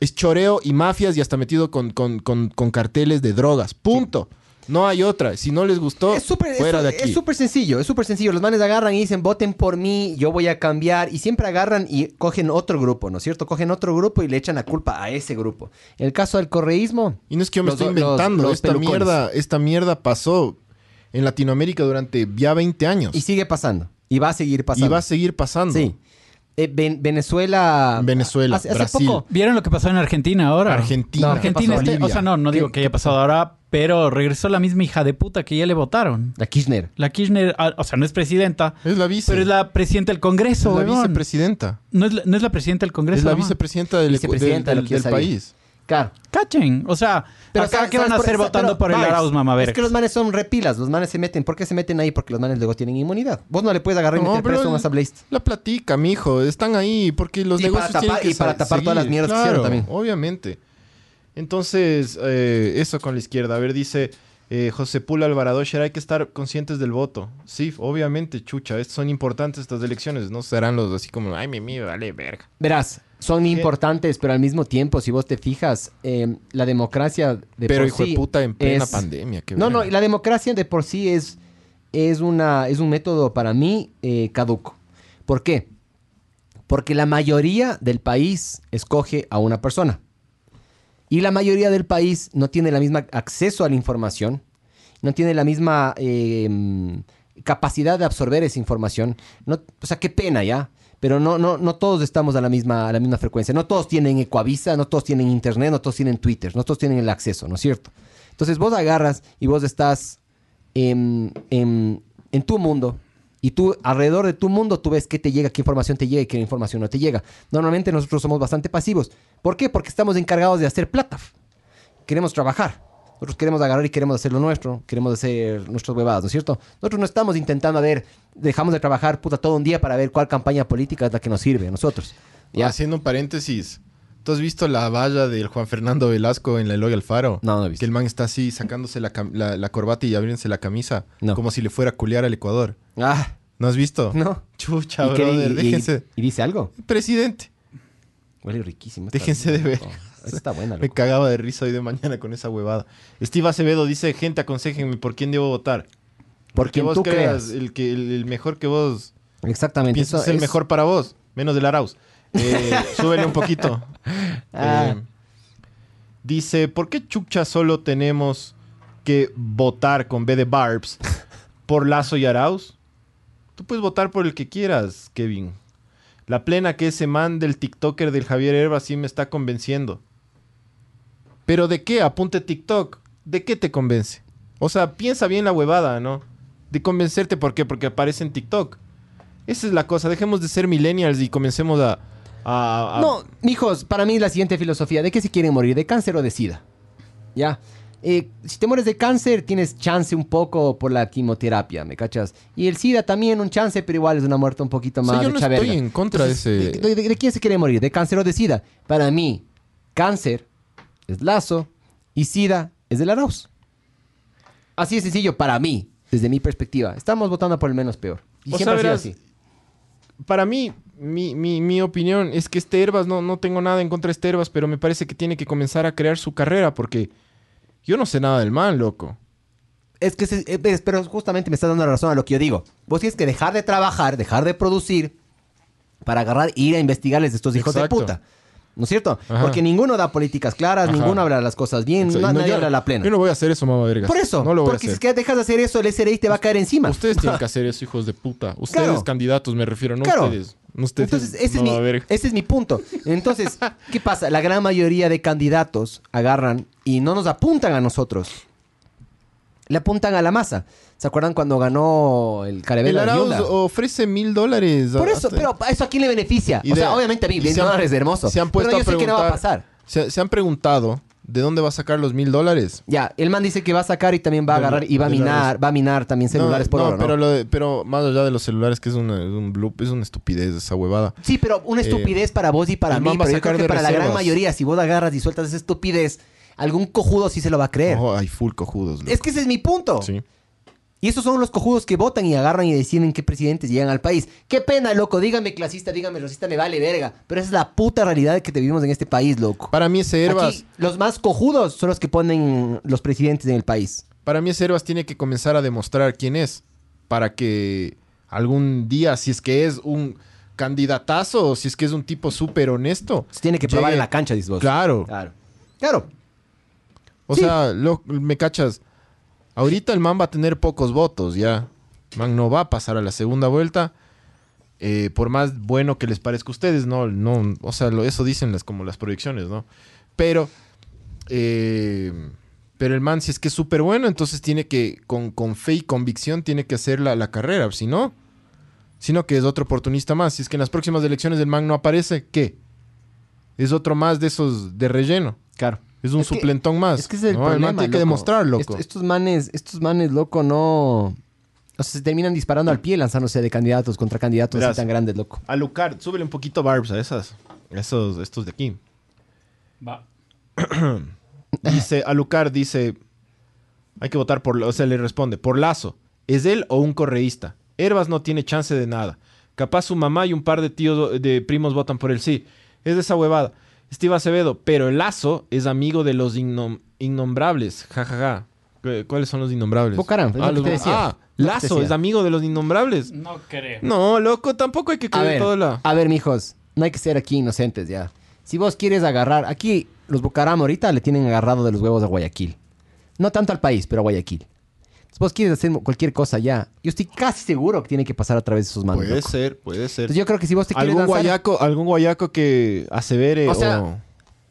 Speaker 2: Es choreo y mafias y hasta metido con, con- con- con carteles de drogas, punto. No hay otra. Si no les gustó,
Speaker 3: Es súper
Speaker 2: fuera
Speaker 3: es-
Speaker 2: de aquí.
Speaker 3: es súper sencillo, es súper sencillo. Los manes agarran y dicen, voten por mí, yo voy a cambiar. Y siempre agarran y cogen otro grupo, ¿no es cierto? Cogen otro grupo y le echan la culpa a ese grupo. En el caso del correísmo,
Speaker 2: Y no es que yo me
Speaker 3: Los
Speaker 2: estoy
Speaker 3: do- los-
Speaker 2: inventando.
Speaker 3: los
Speaker 2: esta,
Speaker 3: pelucones.
Speaker 2: mierda, esta mierda pasó en Latinoamérica durante ya 20 años.
Speaker 3: y sigue pasando. Y va a seguir
Speaker 2: Y
Speaker 3: pasando.
Speaker 2: va a seguir pasando.
Speaker 3: Sí. Eh, Ven- Venezuela.
Speaker 2: Venezuela,
Speaker 3: hace, hace
Speaker 2: Brasil.
Speaker 3: poco.
Speaker 4: ¿Vieron lo que pasó en Argentina ahora?
Speaker 2: Argentina.
Speaker 4: No, Argentina
Speaker 2: ¿Qué pasó?
Speaker 4: está- o sea, no, no
Speaker 3: ¿Qué-
Speaker 4: digo que haya pasado ahora, pero regresó la misma hija de puta que ya le votaron.
Speaker 3: La Kirchner.
Speaker 4: La Kirchner, ah, o sea, no es presidenta,
Speaker 2: Es la vice.
Speaker 4: pero es la presidenta del
Speaker 2: Es la
Speaker 4: Congreso, huevón.
Speaker 2: vicepresidenta.
Speaker 4: No es la, no es la presidenta del Congreso.
Speaker 2: Es la
Speaker 4: huevón.
Speaker 2: vicepresidenta del,
Speaker 3: Vicepresidenta,
Speaker 2: del-
Speaker 3: lo que yo
Speaker 2: del
Speaker 3: sabía.
Speaker 2: país.
Speaker 3: Claro.
Speaker 4: Cachen, o sea, pero acá
Speaker 3: ¿sabes-
Speaker 4: qué van a
Speaker 3: sabes
Speaker 4: hacer
Speaker 3: por-
Speaker 4: votando
Speaker 3: pero,
Speaker 4: por el
Speaker 3: Max,
Speaker 4: Arauz, mamá
Speaker 3: Es que los manes son repilas. Los manes se meten. ¿Por qué se meten ahí? Porque los manes luego tienen inmunidad. Vos no le puedes agarrar y
Speaker 2: No,
Speaker 3: meter
Speaker 2: pero
Speaker 3: preso a un
Speaker 2: el-
Speaker 3: asambleísta.
Speaker 2: La platica, mijo. Están ahí porque los
Speaker 3: Y
Speaker 2: negocios
Speaker 3: para tapar-
Speaker 2: tienen que
Speaker 3: y para
Speaker 2: sa-
Speaker 3: tapar todas las mierdas que hicieron también.
Speaker 2: Obviamente. Entonces, eh, eso con la izquierda. A ver, dice eh, José Pula Alvarado Sher, hay que estar conscientes del voto. Sí, obviamente, chucha. est- son importantes estas elecciones. No serán los así como, ay, mi, mi, vale, verga.
Speaker 3: Verás, son importantes, pero al mismo tiempo, si vos te fijas, eh, la democracia de
Speaker 2: Pero
Speaker 3: por
Speaker 2: hijo
Speaker 3: sí
Speaker 2: de puta, en plena
Speaker 3: es-
Speaker 2: pandemia. qué
Speaker 3: No, no,
Speaker 2: verga.
Speaker 3: la democracia de por sí es, es, una, es un método para mí eh, caduco. ¿Por qué? Porque la mayoría del país escoge a una persona. Y la mayoría del país no tiene la misma acceso a la información, no tiene la misma eh, mm, capacidad de absorber esa información. No, o sea, qué pena ya. Pero no, no, no todos estamos a la misma, a la misma frecuencia. No todos tienen Ecuavisa, no todos tienen internet, no todos tienen Twitter, no todos tienen el acceso, ¿no es cierto? Entonces vos agarras y vos estás em, em, en tu mundo. Y tú, alrededor de tu mundo, tú ves qué te llega, qué información te llega y qué información no te llega. Normalmente nosotros somos bastante pasivos. ¿Por qué? Porque estamos encargados de hacer plata queremos trabajar. Nosotros queremos agarrar y queremos hacer lo nuestro, queremos hacer nuestras huevadas, ¿no es cierto? Nosotros no estamos intentando a ver, dejamos de trabajar puta todo un día para ver cuál campaña política es la que nos sirve a nosotros. ¿Ya?
Speaker 2: Haciendo un paréntesis. ¿Tú has visto la valla del Juan Fernando Velasco en la Eloy Alfaro?
Speaker 3: No, no he visto.
Speaker 2: Que el man está así sacándose la, cam- la- la corbata y abriéndose la camisa.
Speaker 3: No.
Speaker 2: Como si le fuera a culear al Ecuador.
Speaker 3: Ah,
Speaker 2: ¿No has visto?
Speaker 3: no.
Speaker 2: Chucha,
Speaker 3: ¿Y qué-
Speaker 2: brother.
Speaker 3: y- y-
Speaker 2: déjense.
Speaker 3: ¿Y dice algo?
Speaker 2: Presidente.
Speaker 3: Huele riquísimo. esta-
Speaker 2: Déjense de ver.
Speaker 3: Oh, esta está buena,
Speaker 2: Me
Speaker 3: loco.
Speaker 2: cagaba de risa hoy de mañana con esa huevada. Steve Acevedo dice, gente, aconsejenme por quién debo votar.
Speaker 3: Por
Speaker 2: Que
Speaker 3: quien
Speaker 2: vos
Speaker 3: tú
Speaker 2: creas
Speaker 3: creas.
Speaker 2: el, que, el, el mejor que vos
Speaker 3: Exactamente.
Speaker 2: piensas es
Speaker 3: eso
Speaker 2: el
Speaker 3: es-
Speaker 2: mejor para vos. Menos del Arauz. Eh, súbele un poquito.
Speaker 3: Ah.
Speaker 2: Eh, dice, ¿por qué chucha solo tenemos que votar con B de Barbs por Lazo y Arauz? Tú puedes votar por el que quieras, Kevin. La plena que ese man del TikToker del Javier Herba sí me está convenciendo. ¿Pero de qué? Apunte TikTok. ¿De qué te convence? O sea, piensa bien la huevada, ¿no? De convencerte, ¿por qué? Porque aparece en TikTok. Esa es la cosa. Dejemos de ser millennials y comencemos a... a- a-
Speaker 3: No, mijos, para mí es la siguiente filosofía. ¿De qué se quieren morir? ¿De cáncer o de sida? Ya. Eh, si te mueres de cáncer, tienes chance un poco por la quimioterapia, ¿me cachas? Y el SIDA también un chance, pero igual es una muerte un poquito
Speaker 2: O sea,
Speaker 3: más
Speaker 2: yo
Speaker 3: de
Speaker 2: no
Speaker 3: chaverga.
Speaker 2: estoy en contra de
Speaker 3: Entonces,
Speaker 2: ese-
Speaker 3: ¿de, de- de quién se quiere morir? ¿De cáncer o de SIDA? Para mí, cáncer es lazo y SIDA es del Arauz. Así de sencillo, para mí, desde mi perspectiva. Estamos votando por el menos peor. Y
Speaker 2: O sea,
Speaker 3: siempre ha sido
Speaker 2: verás,
Speaker 3: así.
Speaker 2: para mí, mi, mi- mi opinión es que este Herbas, no, no tengo nada en contra de este Herbas, pero me parece que tiene que comenzar a crear su carrera porque yo no sé nada del man, loco.
Speaker 3: Es que, se- eh, ves, pero justamente me estás dando la razón a lo que yo digo. Vos tienes que dejar de trabajar, dejar de producir para agarrar e ir a investigarles a estos hijos
Speaker 2: Exacto.
Speaker 3: de puta. ¿No es cierto?
Speaker 2: Ajá.
Speaker 3: Porque ninguno da políticas claras,
Speaker 2: Ajá.
Speaker 3: ninguno habla las cosas bien,
Speaker 2: O sea,
Speaker 3: na-
Speaker 2: no,
Speaker 3: nadie
Speaker 2: yo-
Speaker 3: habla la plena.
Speaker 2: Yo no voy a hacer eso, mamá vergas.
Speaker 3: Por eso,
Speaker 2: No lo voy
Speaker 3: porque
Speaker 2: a
Speaker 3: si
Speaker 2: hacer.
Speaker 3: es que dejas de hacer eso, el SRI te va a caer encima.
Speaker 2: Ustedes tienen que hacer eso, hijos de puta. Ustedes,
Speaker 3: Claro.
Speaker 2: candidatos, me refiero, no
Speaker 3: Claro.
Speaker 2: ustedes. Ustedes,
Speaker 3: Entonces,
Speaker 2: mamá
Speaker 3: ese, es mi, Eh,
Speaker 2: verga.
Speaker 3: ese es mi punto. Entonces, ¿qué pasa? La gran mayoría de candidatos agarran y no nos apuntan a nosotros. Le apuntan a la masa. ¿Se acuerdan cuando ganó el
Speaker 2: El
Speaker 3: Carabela de
Speaker 2: Arauz
Speaker 3: Hyundai?
Speaker 2: ofrece mil dólares.
Speaker 3: Por eso,
Speaker 2: hasta-
Speaker 3: pero ¿a ¿eso a quién le beneficia?
Speaker 2: Y
Speaker 3: o
Speaker 2: de-
Speaker 3: sea, obviamente a mí,
Speaker 2: y
Speaker 3: bien
Speaker 2: se han-
Speaker 3: dólares de hermoso.
Speaker 2: se han puesto
Speaker 3: pero yo
Speaker 2: a
Speaker 3: sé que no va a
Speaker 2: preguntar-
Speaker 3: pasar.
Speaker 2: Se, se han preguntado de dónde va a sacar los mil dólares.
Speaker 3: Ya, el man dice que va a sacar y también va a
Speaker 2: Del-
Speaker 3: agarrar y va a
Speaker 2: del
Speaker 3: minar,
Speaker 2: arroz.
Speaker 3: va a minar también celulares
Speaker 2: no,
Speaker 3: por
Speaker 2: no,
Speaker 3: oro, ¿no?
Speaker 2: Pero, lo de- pero más allá de los celulares, que es, una, es un bloop, es una estupidez esa huevada.
Speaker 3: Sí, pero una
Speaker 2: Eh,
Speaker 3: estupidez para vos y para
Speaker 2: el
Speaker 3: mí,
Speaker 2: man va a
Speaker 3: pero yo
Speaker 2: sacar
Speaker 3: creo que
Speaker 2: de
Speaker 3: para la gran
Speaker 2: reservas.
Speaker 3: mayoría, si vos agarras y sueltas esa estupidez, algún cojudo sí se lo va a creer.
Speaker 2: Ojo, hay full cojudos. loco.
Speaker 3: Eh. Es que ese es mi punto.
Speaker 2: Sí.
Speaker 3: Y esos son los cojudos que votan y agarran y deciden qué presidentes llegan al país. Qué pena, loco. Dígame clasista, dígame racista, me vale verga. Pero esa es la puta realidad que te vivimos en este país, loco.
Speaker 2: Para mí ese Herbas,
Speaker 3: Aquí, los más cojudos son los que ponen los presidentes en el país.
Speaker 2: para mí ese Herbas tiene que comenzar a demostrar quién es para que algún día, si es que es un candidatazo o si es que es un tipo súper honesto.
Speaker 3: Se tiene que probar
Speaker 2: llegue-
Speaker 3: en la cancha, dices vos.
Speaker 2: Claro.
Speaker 3: Claro. Claro.
Speaker 2: O
Speaker 3: Sí.
Speaker 2: sea, lo- me cachas. Ahorita el man va a tener pocos votos, ya. Man no va a pasar a la segunda vuelta. eh, por más bueno que les parezca a ustedes, no, no, o sea, lo- eso dicen las, como las proyecciones, ¿no? Pero, eh, pero el man, si es que es súper bueno, entonces tiene que, con, con fe y convicción, tiene que hacer la, la carrera, si no, sino que es otro oportunista más. Si es que en las próximas elecciones el man no aparece, ¿qué? Es otro más de esos de relleno.
Speaker 3: Claro.
Speaker 2: Es un
Speaker 3: Es que-
Speaker 2: suplentón más.
Speaker 3: Es que ese es el
Speaker 2: No,
Speaker 3: problema.
Speaker 2: man tiene que
Speaker 3: loco. Este,
Speaker 2: demostrar, loco.
Speaker 3: Est- estos manes, estos manes, loco, no. O sea, se terminan disparando al pie lanzándose de candidatos contra candidatos así
Speaker 2: Verás.
Speaker 3: tan grandes, loco.
Speaker 2: A Lucard, súbele un poquito Barbs a esas. Esos, estos de aquí.
Speaker 4: Va.
Speaker 2: Dice, Alucard dice, hay que votar por, o sea, le responde, por Lazo, ¿es él o un correísta? Herbas no tiene chance de nada. Capaz su mamá y un par de tíos, de primos votan por él, sí. Es de esa huevada. Steve Acevedo, pero el Lazo es amigo de los innom- innombrables, jajaja. ¿Cu- ¿Cuáles son los innombrables?
Speaker 3: Bucaram, es lo
Speaker 2: ah,
Speaker 3: que
Speaker 2: los-
Speaker 3: te decía.
Speaker 2: ah,
Speaker 3: Lo que te
Speaker 2: Lazo
Speaker 3: decía.
Speaker 2: es amigo de los innombrables.
Speaker 4: No creo.
Speaker 2: No, loco, tampoco hay que
Speaker 3: A
Speaker 2: creer
Speaker 3: ver, Ah,
Speaker 2: toda la...
Speaker 3: a ver, mijos, no hay que ser aquí inocentes ya. Si vos quieres agarrar, aquí los Bucaram ahorita le tienen agarrado de los huevos a Guayaquil. No tanto al país, pero a Guayaquil. Si vos quieres hacer cualquier cosa ya, yo estoy casi seguro que tiene que pasar a través de esos manos.
Speaker 2: Puede
Speaker 3: loco.
Speaker 2: ser, puede ser.
Speaker 3: Entonces yo creo que si vos te quieres
Speaker 2: Algún
Speaker 3: lanzar,
Speaker 2: guayaco, algún guayaco que asevere
Speaker 3: O sea,
Speaker 2: o-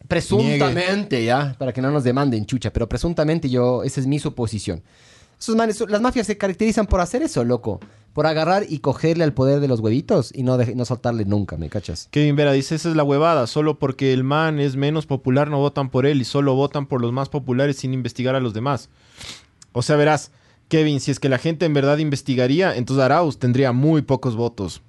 Speaker 3: presuntamente ya, para que no nos demanden chucha, pero presuntamente yo, esa es mi suposición. Esos manes, las mafias se caracterizan por hacer eso, loco. Por agarrar y cogerle al poder de los huevitos y no, dej- no soltarle nunca, ¿me cachas?
Speaker 2: Kevin Vera dice, esa es la huevada, solo porque el man es menos popular no votan por él y solo votan por los más populares sin investigar a los demás. O sea, verás, Kevin, si es que la gente en verdad investigaría, entonces Arauz tendría muy pocos votos.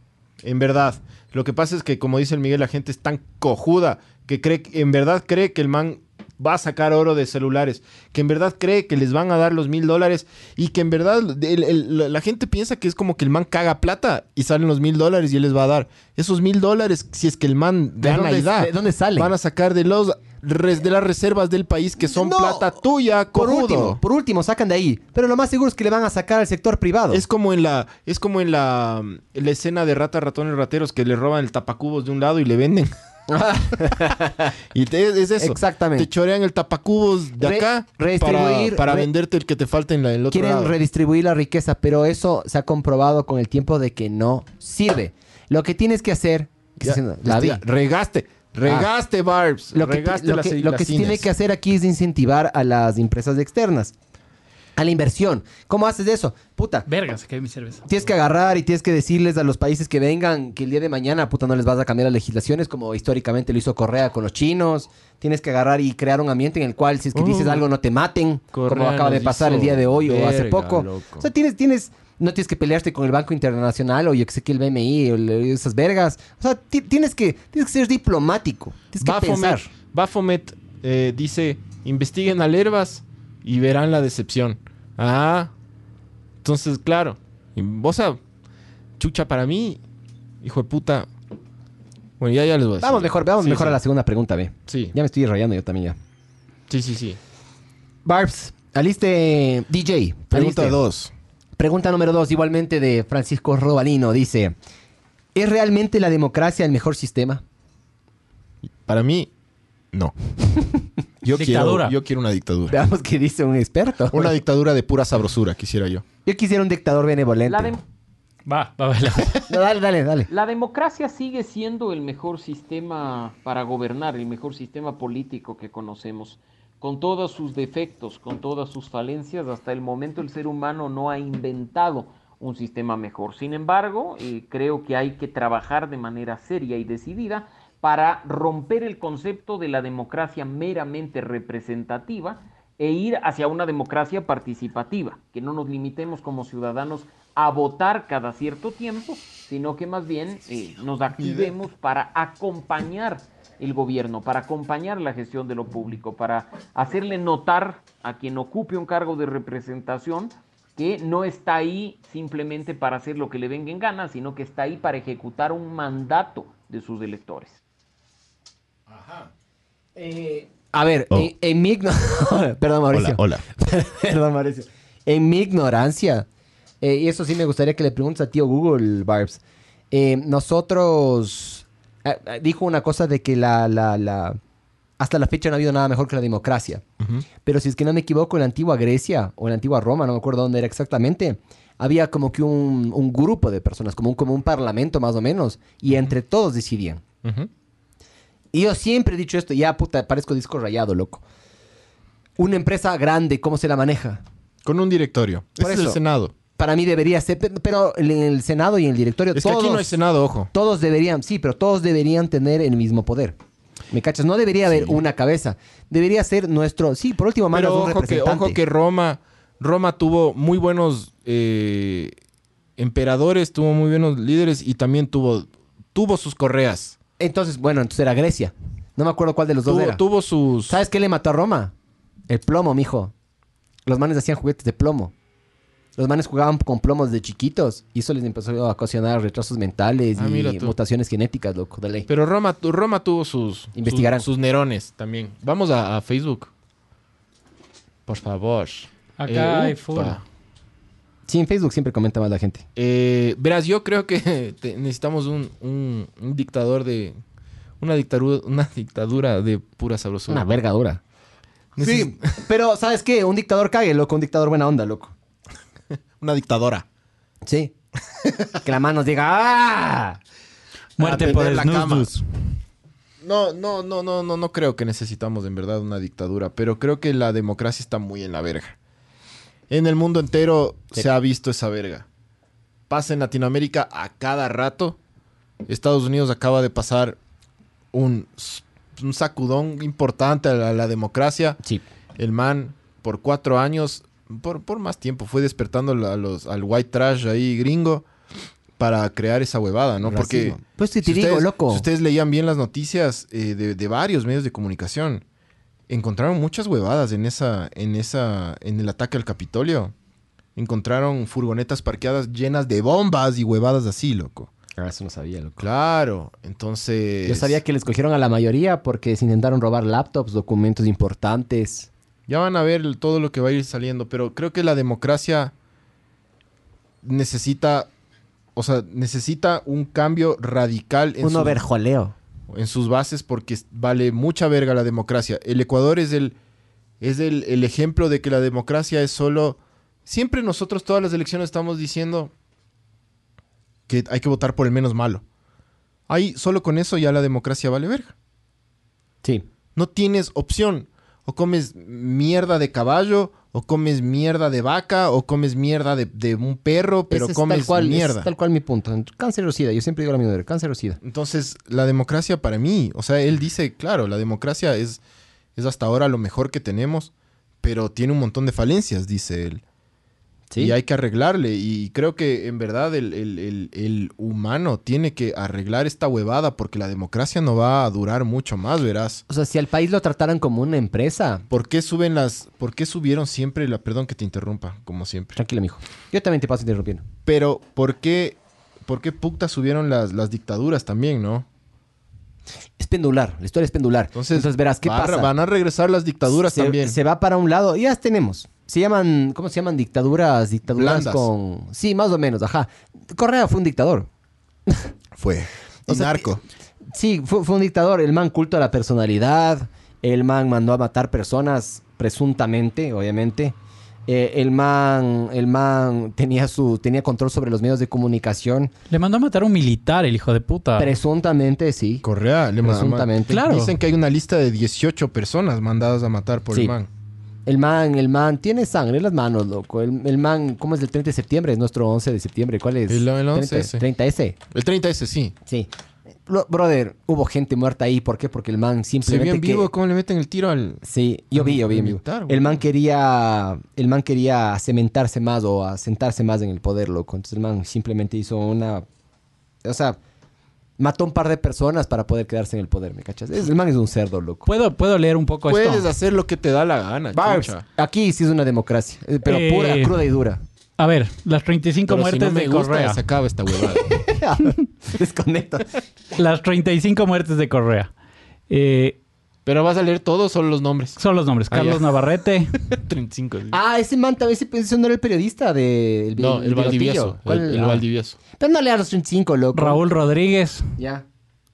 Speaker 2: En verdad. Lo que pasa es que, como dice el Miguel, la gente es tan cojuda que cree, que- en verdad cree que el man va a sacar oro de celulares, que en verdad cree que les van a dar los mil dólares y que en verdad el- el- la- la gente piensa que es como que el man caga plata y salen los mil dólares y él les va a dar. Esos mil dólares, si es que el man
Speaker 3: ¿De
Speaker 2: gana
Speaker 3: dónde-
Speaker 2: y da,
Speaker 3: de dónde salen? Mm,
Speaker 2: van a sacar de los res- de las reservas del país que son
Speaker 3: No,
Speaker 2: plata tuya,
Speaker 3: Por
Speaker 2: cojudo.
Speaker 3: último, por último, sacan de ahí. Pero lo más seguro es que le van a sacar al sector privado.
Speaker 2: Es como en la es como en la, en la escena de ratas, ratones, rateros que le roban el tapacubos de un lado y le venden. y te- es eso.
Speaker 3: Exactamente.
Speaker 2: Te chorean el tapacubos de
Speaker 3: Re-
Speaker 2: acá
Speaker 3: redistribuir,
Speaker 2: para, para
Speaker 3: re-
Speaker 2: venderte el que te falta en la, el otro
Speaker 3: Quieren
Speaker 2: lado.
Speaker 3: redistribuir la riqueza, pero eso se ha comprobado con el tiempo de que no sirve. Lo que tienes que hacer... ¿qué
Speaker 2: Ya,
Speaker 3: estoy haciendo? La
Speaker 2: este,
Speaker 3: vi. Ah.
Speaker 2: regaste, regaste, Barbs.
Speaker 3: Lo que,
Speaker 2: regaste
Speaker 3: lo
Speaker 2: las-
Speaker 3: que- lo
Speaker 2: las
Speaker 3: que se tiene
Speaker 2: cines.
Speaker 3: que hacer aquí es incentivar a las empresas externas, a la inversión. ¿Cómo haces eso? Puta,
Speaker 4: Verga, se cae mi cerveza.
Speaker 3: tienes que agarrar y tienes que decirles a los países que vengan que el día de mañana, puta, no les vas a cambiar las legislaciones como históricamente lo hizo Correa con los chinos. Tienes que agarrar y crear un ambiente en el cual si es que
Speaker 2: Uh,
Speaker 3: dices algo no te maten, como
Speaker 2: Correa
Speaker 3: acaba de
Speaker 2: nos
Speaker 3: pasar el
Speaker 2: hizo
Speaker 3: día de hoy o hace
Speaker 2: verga,
Speaker 3: poco.
Speaker 2: loco.
Speaker 3: O sea, tienes, tienes... No tienes que pelearte con el Banco Internacional o yo que sé que el BMI o el- esas vergas. O sea, ti- tienes que, tienes que ser diplomático. Tienes que
Speaker 2: Baphomet,
Speaker 3: pensar.
Speaker 2: Baphomet, eh, dice, investiguen al Herbas y verán la decepción. Ah, entonces, claro. Y, O sea, chucha para mí, hijo de puta. Bueno, ya, ya les voy a decir.
Speaker 3: Vamos mejor, vamos
Speaker 2: Sí,
Speaker 3: mejor
Speaker 2: sí.
Speaker 3: a la segunda pregunta, ve.
Speaker 2: Sí,
Speaker 3: Ya me estoy rayando yo también ya.
Speaker 2: sí, sí, sí.
Speaker 3: Barbs, aliste DJ. aliste.
Speaker 2: 2.
Speaker 3: Pregunta número dos, igualmente de Francisco Robalino. Dice, ¿es realmente la democracia el mejor sistema?
Speaker 2: Para mí, no. Yo
Speaker 4: Dictadura.
Speaker 2: quiero, yo quiero una dictadura.
Speaker 3: Veamos qué dice un experto.
Speaker 2: Una dictadura de pura sabrosura quisiera yo.
Speaker 3: Yo quisiera un dictador benevolente.
Speaker 5: La, dem-
Speaker 4: Va, va, va. la-
Speaker 3: No, dale, dale, dale.
Speaker 5: la democracia sigue siendo el mejor sistema para gobernar, el mejor sistema político que conocemos, con todos sus defectos, con todas sus falencias. Hasta el momento el ser humano no ha inventado un sistema mejor. Sin embargo, eh, creo que hay que trabajar de manera seria y decidida para romper el concepto de la democracia meramente representativa e ir hacia una democracia participativa, que no nos limitemos como ciudadanos a votar cada cierto tiempo, sino que más bien eh, nos activemos para acompañar el gobierno, para acompañar la gestión de lo público, para hacerle notar a quien ocupe un cargo de representación que no está ahí simplemente para hacer lo que le venga en gana, sino que está ahí para ejecutar un mandato de sus electores.
Speaker 3: A ver,
Speaker 2: Oh.
Speaker 3: en, en mi ignorancia. Perdón, Mauricio.
Speaker 2: Hola,
Speaker 3: Perdón, Mauricio. En mi ignorancia, eh, y eso sí me gustaría que le preguntes a tío Google, Barbs. eh, nosotros. eh, eh, dijo una cosa de que la, la- la- Hasta la fecha no ha habido nada mejor que la democracia. Pero si es que no me equivoco, en la antigua Grecia o en la antigua Roma, no me acuerdo dónde era exactamente, había como que un, un grupo de personas, como un, como un parlamento más o menos, y entre todos decidían.
Speaker 2: Ujú.
Speaker 3: Y yo siempre he dicho esto, ya puta, parezco disco rayado, loco. Una empresa grande, ¿cómo se la maneja?
Speaker 2: Con un directorio.
Speaker 3: Por
Speaker 2: Ese es el
Speaker 3: eso.
Speaker 2: Senado.
Speaker 3: Para mí debería ser, pe- pero en el Senado y en el directorio
Speaker 2: Es que
Speaker 3: todos,
Speaker 2: aquí no hay Senado, ojo.
Speaker 3: todos deberían, sí, pero todos deberían tener el mismo poder. ¿Me cachas? No debería haber una cabeza. Debería ser nuestro, sí, por último, mandas
Speaker 2: Pero
Speaker 3: un
Speaker 2: ojo que,
Speaker 3: representante.
Speaker 2: ojo que Roma, Roma tuvo muy buenos eh, emperadores, tuvo muy buenos líderes y también tuvo, tuvo sus correas.
Speaker 3: Entonces, bueno, entonces era Grecia. No me acuerdo cuál de los dos
Speaker 2: Tuvo,
Speaker 3: era.
Speaker 2: tuvo sus...
Speaker 3: ¿Sabes qué le mató a Roma? El plomo, mijo. Los manes hacían juguetes de plomo. Los manes jugaban con plomos de chiquitos. Y eso les empezó a ocasionar retrasos mentales
Speaker 2: Ah, mira
Speaker 3: y
Speaker 2: tú.
Speaker 3: mutaciones genéticas, loco, de ley.
Speaker 2: Pero Roma, tu- Roma tuvo sus...
Speaker 3: Investigarán.
Speaker 2: Sus, sus nerones también. Vamos a, a Facebook. Por favor. Eh,
Speaker 4: Acá hay
Speaker 2: upa.
Speaker 4: full.
Speaker 3: Sí, en Facebook siempre comenta más la gente.
Speaker 2: Eh, verás, yo creo que te- necesitamos un, un- un dictador de... Una dictadura, una dictadura de pura
Speaker 3: Es
Speaker 2: sabrosura.
Speaker 3: una verga dura.
Speaker 2: Neces-
Speaker 3: Sí, pero ¿sabes qué? Un dictador cague, loco. Un dictador buena onda, loco.
Speaker 2: Una dictadora.
Speaker 3: Sí. que la mano diga ¡Ah!
Speaker 4: Muerte
Speaker 2: A
Speaker 4: por
Speaker 2: tender la cama.
Speaker 4: Snusdus.
Speaker 2: No, no, no, no, no, no creo que necesitamos en verdad una dictadura, pero creo que la democracia está muy en la verga. En el mundo entero se ha visto esa verga. Pasa en Latinoamérica a cada rato. Estados Unidos acaba de pasar un, s- un sacudón importante a la, a la democracia.
Speaker 3: Sí.
Speaker 2: El man, por cuatro años, por, por más tiempo, fue despertando a los, al white trash ahí gringo para crear esa huevada, ¿no? Porque...
Speaker 3: Racismo. Pues sí, te digo,
Speaker 2: ustedes,
Speaker 3: loco.
Speaker 2: si ustedes leían bien las noticias eh, de, de varios medios de comunicación, encontraron muchas huevadas en esa, en esa, en el ataque al Capitolio. Encontraron furgonetas parqueadas llenas de bombas y huevadas así, loco.
Speaker 3: Ah, eso no sabía, loco.
Speaker 2: Claro, entonces.
Speaker 3: Yo sabía que les cogieron a la mayoría porque se intentaron robar laptops, documentos importantes.
Speaker 2: Ya van a ver el- todo lo que va a ir saliendo, pero creo que la democracia necesita, o sea, necesita un cambio radical en
Speaker 3: Un
Speaker 2: sus
Speaker 3: overjoleo.
Speaker 2: en sus bases porque es- vale mucha verga la democracia. El Ecuador es el es el, el ejemplo de que la democracia es solo siempre nosotros todas las elecciones estamos diciendo que hay que votar por el menos malo. Ahí solo con eso ya la democracia vale verga.
Speaker 3: Sí.
Speaker 2: No tienes opción. O comes mierda de caballo, o comes mierda de vaca, o comes mierda de, de un perro, pero
Speaker 3: Ese es
Speaker 2: comes
Speaker 3: tal cual, ese
Speaker 2: mierda.
Speaker 3: Es tal cual mi punto. Cáncer o sida. Yo siempre digo la misma, cáncer o sida.
Speaker 2: Entonces, la democracia para mí, o sea, él dice, claro, la democracia es, es hasta ahora lo mejor que tenemos, pero tiene un montón de falencias, dice él. Y hay que arreglarle. Y creo que en verdad el, el- el- el humano tiene que arreglar esta huevada porque la democracia no va a durar mucho más, verás.
Speaker 3: O sea, si al país lo trataran como una empresa,
Speaker 2: ¿Por qué suben las... ¿Por qué subieron siempre la... Perdón que te interrumpa, como siempre.
Speaker 3: pues, tranquilo, mijo. Yo también te paso interrumpiendo.
Speaker 2: Pero ¿por qué... ¿Por qué puta subieron las, las dictaduras también, no?
Speaker 3: Es pendular. La historia es pendular. Entonces,
Speaker 2: Entonces,
Speaker 3: verás qué
Speaker 2: va a-
Speaker 3: pasa.
Speaker 2: Van a regresar las dictaduras
Speaker 3: se,
Speaker 2: también.
Speaker 3: Se va para un lado. Ya las tenemos. Se llaman, ¿cómo se llaman? Dictaduras, dictaduras
Speaker 2: Blandas.
Speaker 3: con... Sí, más o menos, ajá. Correa fue un dictador.
Speaker 2: Fue.
Speaker 3: O
Speaker 2: Y
Speaker 3: sea,
Speaker 2: narco.
Speaker 3: Sí, fue, fue un dictador. El man culto a la personalidad. El man mandó a matar personas, presuntamente, obviamente. Eh, el man, el man tenía su, tenía control sobre los medios de comunicación.
Speaker 4: Le mandó a matar a un militar, el hijo de
Speaker 2: Ah.
Speaker 4: puta.
Speaker 3: Presuntamente, sí.
Speaker 2: Correa, le
Speaker 3: Presuntamente.
Speaker 4: Claro.
Speaker 2: Dicen que hay una lista de 18 personas mandadas a matar por
Speaker 3: Sí.
Speaker 2: el man.
Speaker 3: El man, el man, tiene sangre en las manos, loco. El, el man, ¿cómo es el 30 de septiembre? Es nuestro 11 de septiembre. ¿Cuál es?
Speaker 2: El- el 11
Speaker 3: 30,
Speaker 2: ese.
Speaker 3: 30S.
Speaker 2: El 30 ese sí.
Speaker 3: Sí. Lo- brother, hubo gente muerta ahí. ¿Por qué? Porque el man
Speaker 2: Se
Speaker 3: simplemente...
Speaker 2: vio en
Speaker 3: que-
Speaker 2: vivo cómo le meten el tiro al...
Speaker 3: Sí, yo vi, yo vi. en vivo.
Speaker 2: Militar, güey.
Speaker 3: el man quería, el man quería cementarse más o asentarse más en el poder, loco. Entonces el man simplemente hizo una, o sea, mató un par de personas para poder quedarse en el poder, ¿me cachas? Es- el man es un cerdo, loco.
Speaker 4: ¿Puedo, puedo leer un poco
Speaker 2: Puedes
Speaker 4: esto?
Speaker 2: hacer lo que te da la gana,
Speaker 3: Barbs,
Speaker 2: chucha.
Speaker 3: aquí sí es una democracia, eh, pero
Speaker 4: Eh,
Speaker 3: pura, cruda y dura.
Speaker 4: A ver, las 35
Speaker 2: Pero si
Speaker 4: muertes
Speaker 2: no me
Speaker 4: de
Speaker 2: gusta,
Speaker 4: Correa.
Speaker 2: se acaba esta huevada.
Speaker 3: Desconecta.
Speaker 4: Las 35 muertes de Correa. Eh,
Speaker 2: Pero vas a leer todos solo los nombres.
Speaker 4: son los nombres.
Speaker 2: Ah, ya.
Speaker 4: Carlos Navarrete.
Speaker 2: 35. sí.
Speaker 3: Ah, ese man, tal vez ese, ese no era el periodista del Ah,
Speaker 2: no, el, Valdivieso. El, el Valdivieso.
Speaker 3: Pero no le a los 35, loco.
Speaker 4: Raúl Rodríguez,
Speaker 3: Ya.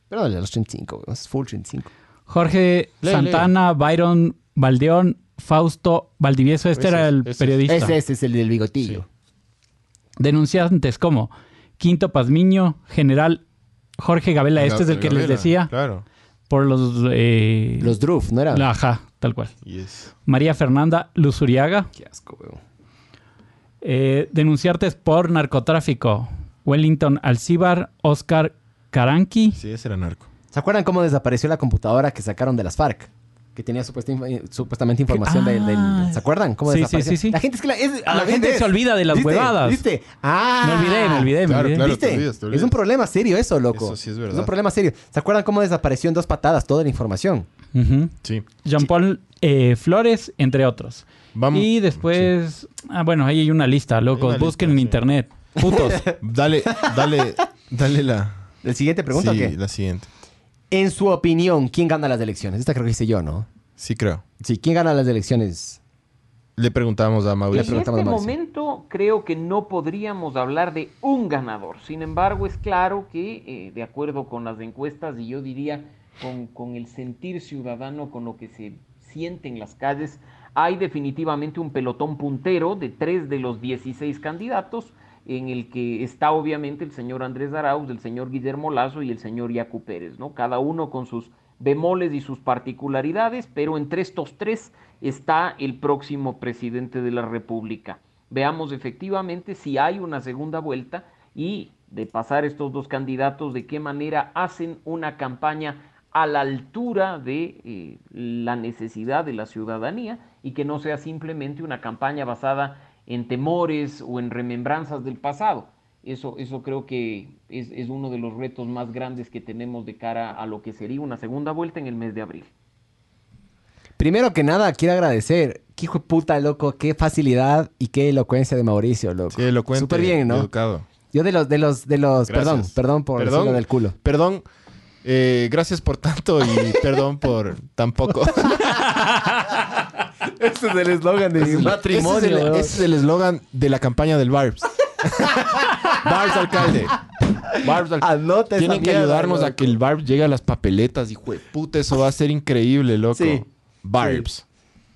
Speaker 3: Pero no le a los 35, weón, es full 35.
Speaker 4: Jorge
Speaker 2: Lee,
Speaker 4: Santana, Byron Valdeón, Fausto Valdivieso. Este
Speaker 2: Ese
Speaker 4: era
Speaker 2: es,
Speaker 4: el
Speaker 2: ese es.
Speaker 4: periodista.
Speaker 3: Ese, ese es el del bigotillo.
Speaker 4: Denunciantes como Quinto Pazmiño, General Jorge Gabela. Este es el que les
Speaker 2: Gabriela,
Speaker 4: decía
Speaker 2: Claro.
Speaker 4: por los... eh,
Speaker 3: Los Druf, ¿no era?
Speaker 4: la- ajá, tal cual.
Speaker 2: Yes.
Speaker 4: María Fernanda Luzuriaga.
Speaker 3: Qué asco, weón.
Speaker 4: Eh, denunciantes por narcotráfico. Wellington Alcíbar, Oscar Caranqui.
Speaker 2: Sí, ese era narco.
Speaker 3: ¿Se acuerdan cómo desapareció la computadora que sacaron de las FARC? Que tenía supuesta inf- eh, supuestamente información
Speaker 4: Ah.
Speaker 3: del, del- ¿Se acuerdan? ¿Cómo
Speaker 4: Sí, sí,
Speaker 3: desapareció?
Speaker 4: sí, sí.
Speaker 3: La gente es que la, es- a
Speaker 4: La gente
Speaker 3: es-
Speaker 4: se olvida de las
Speaker 3: ¿Viste?
Speaker 4: huevadas.
Speaker 3: ¿Viste? Ah.
Speaker 4: Me olvidé, me olvidé, me
Speaker 2: Claro,
Speaker 4: olvidé.
Speaker 2: claro.
Speaker 3: ¿Viste?
Speaker 2: te olvidas, te olvidas.
Speaker 3: Es un problema serio eso, loco.
Speaker 2: Eso sí es verdad.
Speaker 3: un problema serio. ¿Se acuerdan cómo desapareció en dos patadas toda la información?
Speaker 4: Ujú.
Speaker 2: Sí.
Speaker 4: Jean Paul eh, Flores, entre otros.
Speaker 2: Vamos.
Speaker 4: Y después, ah, bueno, ahí hay una lista, locos.
Speaker 2: Hay una
Speaker 4: Busquen
Speaker 2: lista,
Speaker 4: en
Speaker 2: sí.
Speaker 4: internet. Putos.
Speaker 2: Dale, dale, dale la.
Speaker 3: ¿La siguiente pregunta
Speaker 2: sí,
Speaker 3: o qué?
Speaker 2: la siguiente.
Speaker 3: En su opinión, ¿quién gana las elecciones? Esta creo que hice yo, ¿no?
Speaker 2: Sí, creo.
Speaker 3: Sí, ¿quién gana las elecciones?
Speaker 2: Le preguntábamos a
Speaker 5: En
Speaker 3: Le
Speaker 2: Mauricio.
Speaker 5: este
Speaker 3: preguntamos a Mauricio.
Speaker 5: momento creo que no podríamos hablar de un ganador. Sin embargo, es claro que, eh, de acuerdo con las encuestas, y yo diría con, con el sentir ciudadano, con lo que se siente en las calles, hay definitivamente un pelotón puntero de tres de los 16 candidatos, en el que está obviamente el señor Andrés Arauz, el señor Guillermo Lazo y el señor Yacu Pérez, ¿no? Cada uno con sus bemoles y sus particularidades, pero entre estos tres está el próximo presidente de la República. Veamos efectivamente si hay una segunda vuelta y de pasar estos dos candidatos, de qué manera hacen una campaña a la altura de eh, la necesidad de la ciudadanía y que no sea simplemente una campaña basada en temores o en remembranzas del pasado. Eso, eso creo que es, es uno de los retos más grandes que tenemos de cara a lo que sería una segunda vuelta en el mes de abril.
Speaker 3: Primero que nada, quiero agradecer. Qué hijo de puta, loco. Qué facilidad y qué elocuencia de Mauricio, loco.
Speaker 2: Sí, elocuente.
Speaker 3: Súper bien, ¿no?
Speaker 2: Educado.
Speaker 3: Yo de los, de los, de los...
Speaker 2: Gracias.
Speaker 3: Perdón, perdón por
Speaker 2: Perdón.
Speaker 3: decirlo del culo.
Speaker 2: Perdón. eh, gracias por tanto y perdón por tampoco.
Speaker 3: Ese es el eslogan de mi
Speaker 2: Ese es el- Ese es el eslogan de la campaña del Barbs. Barbs alcalde. Barbs alcalde.
Speaker 3: Anota esa
Speaker 2: Tienen que
Speaker 3: mierda,
Speaker 2: ayudarnos a
Speaker 3: loco.
Speaker 2: que el Barbs llegue a las papeletas, hijo de puta. Eso va a ser increíble, loco.
Speaker 3: Sí.
Speaker 2: Barbs.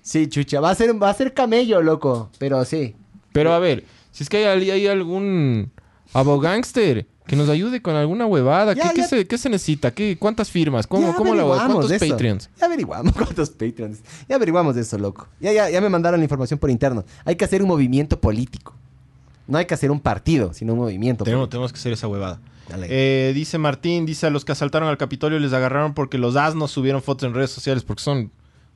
Speaker 3: Sí, chucha. Va a ser, va a ser camello, loco. Pero sí.
Speaker 2: Pero a ver, si es que hay, al- hay algún abogánster que nos ayude con alguna huevada,
Speaker 3: Ya,
Speaker 2: ¿qué, qué
Speaker 3: ya.
Speaker 2: se, qué se necesita? ¿Qué, ¿Cuántas firmas? ¿Cómo,
Speaker 3: Ya
Speaker 2: cómo la huevada?
Speaker 3: averiguamos
Speaker 2: ¿Cuántos
Speaker 3: eso.
Speaker 2: Patreons?
Speaker 3: Ya averiguamos cuántos Patreons. Ya averiguamos eso, loco. Ya, ya, ya me mandaron la información por interno. Hay que hacer un movimiento político. No hay que hacer un partido, sino un movimiento.
Speaker 2: Tenemos,
Speaker 3: político.
Speaker 2: tenemos que hacer esa huevada.
Speaker 3: Dale.
Speaker 2: Eh, dice Martín, dice a los que asaltaron al Capitolio les agarraron porque los asnos subieron fotos en redes sociales porque son,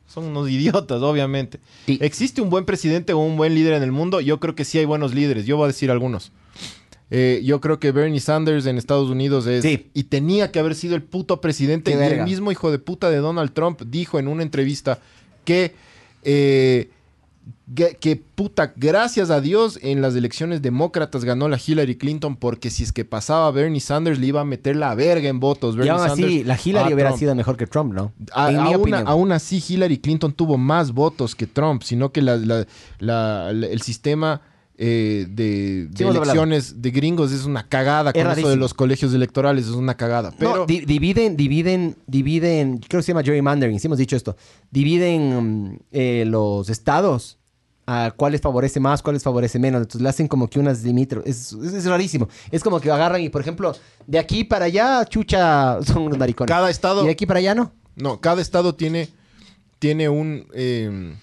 Speaker 2: son unos idiotas, obviamente.
Speaker 3: Sí.
Speaker 2: ¿Existe un buen presidente o un buen líder en el mundo? Yo creo que sí hay buenos líderes. Yo voy a decir algunos. Eh, yo creo que Bernie Sanders en Estados Unidos es...
Speaker 3: Sí.
Speaker 2: Y tenía que haber sido el puto presidente.
Speaker 3: Qué
Speaker 2: Y el
Speaker 3: verga.
Speaker 2: mismo hijo de puta de Donald Trump dijo en una entrevista que... eh, que, que puta, gracias a Dios en las elecciones demócratas ganó la Hillary Clinton porque si es que pasaba Bernie Sanders le iba a meter la verga en votos.
Speaker 3: y
Speaker 2: Bernie
Speaker 3: aún así,
Speaker 2: Sanders
Speaker 3: la Hillary
Speaker 2: a
Speaker 3: hubiera
Speaker 2: Trump.
Speaker 3: sido mejor que Trump, ¿no?
Speaker 2: A-
Speaker 3: en mi
Speaker 2: aún,
Speaker 3: opinión.
Speaker 2: aún así, Hillary Clinton tuvo más votos que Trump, sino que la- la- la- la- el sistema eh, de, de
Speaker 3: hemos hablado.
Speaker 2: elecciones de gringos es una cagada. Con
Speaker 3: Es
Speaker 2: eso de
Speaker 3: rarísimo.
Speaker 2: los colegios electorales es una cagada. Pero
Speaker 3: No, di- dividen, dividen, dividen, creo que se llama gerrymandering, sí hemos dicho esto. Dividen mm, eh, los estados a cuáles favorece más, cuáles favorece menos. Entonces le hacen como que unas limítrofes. Es, es- es rarísimo. Es como que agarran y, por ejemplo, de aquí para allá, chucha, son unos maricones.
Speaker 2: cada estado...
Speaker 3: Y de aquí para allá, ¿no?
Speaker 2: No, cada estado tiene, tiene un, eh,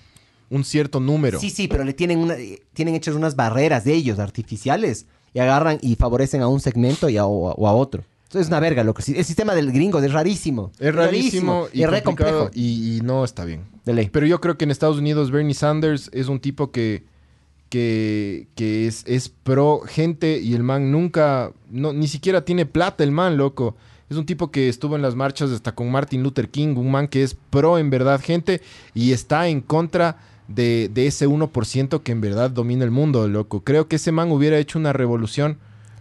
Speaker 2: un cierto número.
Speaker 3: Sí, sí, pero le tienen, una, eh, tienen hechas unas barreras de ellos, artificiales. Y agarran y favorecen a un segmento y a, o, a- o a otro. Entonces es una verga, loco. El sistema del gringo es rarísimo.
Speaker 2: Es rarísimo y,
Speaker 3: es re
Speaker 2: complicado
Speaker 3: complejo.
Speaker 2: Y, y no está bien.
Speaker 3: De ley.
Speaker 2: Pero yo creo que en Estados Unidos Bernie Sanders es un tipo que, que, que es, es pro gente y el man nunca, no, ni siquiera tiene plata el man, loco. Es un tipo que estuvo en las marchas hasta con Martin Luther King, un man que es pro en verdad, gente, y está en contra de, de ese 1% que en verdad domina el mundo, loco. Creo que ese man hubiera hecho una revolución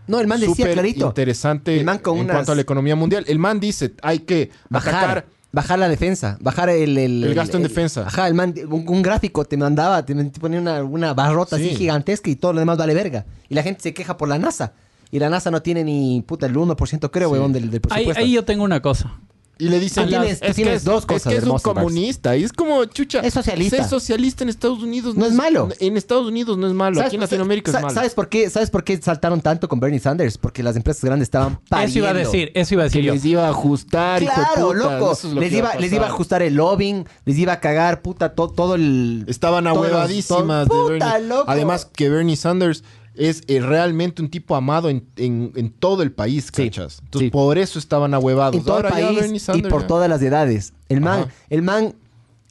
Speaker 3: No, el man decía
Speaker 2: súper
Speaker 3: clarito.
Speaker 2: interesante
Speaker 3: El man con
Speaker 2: en
Speaker 3: unas-
Speaker 2: cuanto a la economía mundial. El man dice, hay que
Speaker 3: Bajar,
Speaker 2: atacar
Speaker 3: bajar la defensa, bajar el... El,
Speaker 2: El gasto en defensa.
Speaker 3: Ajá, el man, un, un gráfico te mandaba, te men- te ponía una, una barrota así
Speaker 2: Sí.
Speaker 3: gigantesca y todo lo demás vale verga. Y la gente se queja por la NASA. Y la NASA no tiene ni puta el 1% creo, weón, del, del
Speaker 4: Ahí,
Speaker 3: presupuesto.
Speaker 4: ahí yo tengo una cosa.
Speaker 2: Y le dicen,
Speaker 3: Tú tienes- tú tienes dos cosas
Speaker 2: es que es un
Speaker 3: hermosas, Max.
Speaker 2: comunista. Y es como, chucha.
Speaker 3: Es socialista.
Speaker 2: Ser socialista en Estados Unidos
Speaker 3: No es malo.
Speaker 2: En Estados Unidos no es malo. Aquí en Latinoamérica es
Speaker 3: sa-
Speaker 2: malo.
Speaker 3: ¿sabes por, qué, ¿Sabes por qué saltaron tanto con Bernie Sanders? Porque las empresas grandes estaban pariendo.
Speaker 4: Eso iba a decir, eso iba a
Speaker 2: Que
Speaker 4: decir yo.
Speaker 2: les iba a ajustar, "Ah, hijo de
Speaker 3: Claro,
Speaker 2: puta,
Speaker 3: loco.
Speaker 2: eso es lo
Speaker 3: les,
Speaker 2: que
Speaker 3: iba,
Speaker 2: va a
Speaker 3: les iba a
Speaker 2: pasar.
Speaker 3: ajustar el lobbying, les iba a cagar, puta, to- todo el...
Speaker 2: Estaban
Speaker 3: todos los-
Speaker 2: ahuevadísimas
Speaker 3: todo-
Speaker 2: de Bernie.
Speaker 3: Puta, loco.
Speaker 2: Además que Bernie Sanders es eh, realmente un tipo amado en, en- en todo el país, cachas. Entonces
Speaker 3: sí.
Speaker 2: por eso estaban ahuevados.
Speaker 3: en todo el
Speaker 2: Ahora ya Bernie
Speaker 3: país y
Speaker 2: Sanders
Speaker 3: por
Speaker 2: ya-
Speaker 3: todas las edades. El man,
Speaker 2: Ajá.
Speaker 3: el man,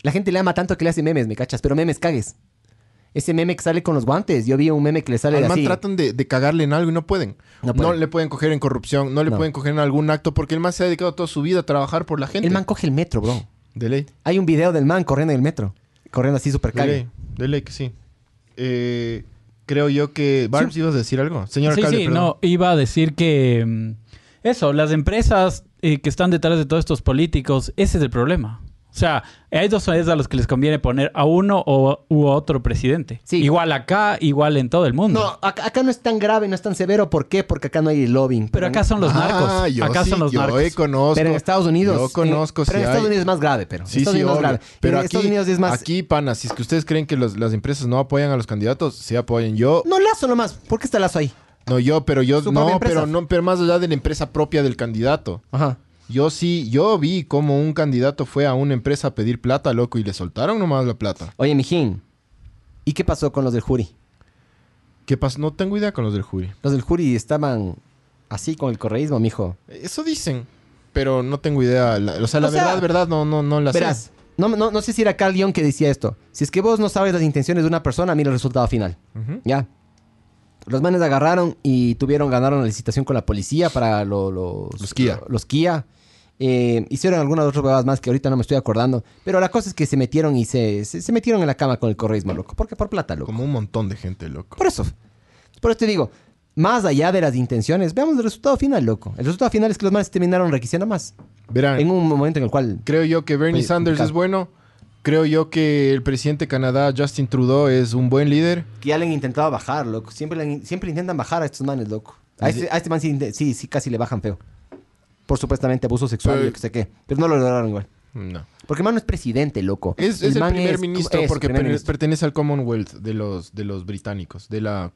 Speaker 3: la gente le ama tanto que le hace memes, me cachas, pero memes cagues. Ese meme que sale con los guantes, yo vi un meme que le sale
Speaker 2: Al man
Speaker 3: así.
Speaker 2: tratan de, de cagarle en algo y no pueden. No,
Speaker 3: No pueden.
Speaker 2: le pueden coger en corrupción, no le
Speaker 3: No.
Speaker 2: pueden coger en algún acto porque el man se ha dedicado toda su vida a trabajar por la gente.
Speaker 3: El man coge el metro, bro.
Speaker 2: De ley.
Speaker 3: Hay un video del man corriendo en el metro, corriendo así súper
Speaker 2: De
Speaker 3: cague.
Speaker 2: ley, de ley que sí. Eh, creo yo que... Barbs, ¿ibas a decir algo? Señor
Speaker 4: Sí,
Speaker 2: alcalde,
Speaker 4: sí,
Speaker 2: perdón.
Speaker 4: no, iba a decir que mm, eso, las empresas eh, que están detrás de todos estos políticos, ese es el problema. O sea, hay dos es a los que les conviene poner a uno o u otro presidente.
Speaker 3: Sí.
Speaker 4: Igual acá, igual en todo el mundo.
Speaker 3: No, acá, acá no es tan grave, no es tan severo. ¿Por qué? Porque acá no hay lobbying.
Speaker 4: Pero acá son los narcos.
Speaker 2: Ah, yo
Speaker 4: acá
Speaker 2: sí,
Speaker 4: son los
Speaker 2: yo
Speaker 4: narcos.
Speaker 2: eh, conozco.
Speaker 3: Pero en Estados Unidos.
Speaker 2: Yo conozco,
Speaker 3: en- Pero en
Speaker 2: sí
Speaker 3: Estados
Speaker 2: hay.
Speaker 3: Unidos es más grave, pero. en
Speaker 2: Sí,
Speaker 3: Estados
Speaker 2: sí,
Speaker 3: Unidos
Speaker 2: obvio.
Speaker 3: es grave.
Speaker 2: Pero
Speaker 3: en
Speaker 2: aquí,
Speaker 3: Estados Unidos es más.
Speaker 2: aquí, pana, si es que ustedes creen que los- las empresas no apoyan a los candidatos, sí apoyan. Yo, no,
Speaker 3: No, lazo nomás. ¿Por qué está lazo ahí?
Speaker 2: yo, pero yo,
Speaker 3: Su
Speaker 2: no,
Speaker 3: propia
Speaker 2: pero
Speaker 3: empresa.
Speaker 2: no, pero más allá de la empresa propia del candidato.
Speaker 3: Ajá.
Speaker 2: Yo sí, yo vi como un candidato fue a una empresa a pedir plata, loco, y le soltaron nomás la plata.
Speaker 3: Oye, mijín. ¿Y qué pasó con los del jury?
Speaker 2: ¿Qué pasa? No tengo idea con los del jury.
Speaker 3: Los del jury estaban así con el correísmo, mijo.
Speaker 2: Eso dicen, pero no tengo idea. La- o sea, la
Speaker 3: O sea,
Speaker 2: verdad, verdad, no, no, no la sé.
Speaker 3: Verás, no, no, no sé si era Carl Jung que decía esto. Si es que vos no sabes las intenciones de una persona, mira el resultado final. Ya. Los manes agarraron y tuvieron, ganaron la licitación con la policía para lo- los...
Speaker 2: Los Kia.
Speaker 3: Los Kia. Eh, hicieron algunas otras huevadas más que ahorita no me estoy acordando. Pero la cosa es que se metieron y se, se, se metieron en la cama con el correísmo, loco. Porque por plata, loco.
Speaker 2: Como un montón de gente, loco.
Speaker 3: Por eso. Por eso te digo, más allá de las intenciones, veamos el resultado final, loco. El resultado final es que los manes terminaron requisando más.
Speaker 2: Verán,
Speaker 3: En un momento en el cual...
Speaker 2: Creo yo que Bernie
Speaker 3: Oye,
Speaker 2: Sanders
Speaker 3: complicado.
Speaker 2: es bueno. Creo yo que el presidente de Canadá, Justin Trudeau, es un buen líder.
Speaker 3: Que ya le han intentado bajar, loco. Siempre, le han- siempre intentan bajar a estos manes, loco. A
Speaker 2: Sí.
Speaker 3: este, a este man sí, inte- sí, sí, casi le bajan feo. Por supuestamente abuso sexual
Speaker 2: Pero-
Speaker 3: y yo que sé qué. Pero no lo lograron igual.
Speaker 2: No.
Speaker 3: Porque el man no es presidente, loco.
Speaker 2: Es es el,
Speaker 3: man
Speaker 2: primer
Speaker 3: es-
Speaker 2: ministro
Speaker 3: es
Speaker 2: porque
Speaker 3: primer
Speaker 2: per-
Speaker 3: ministro.
Speaker 2: pertenece al Commonwealth de los, de los británicos, de la,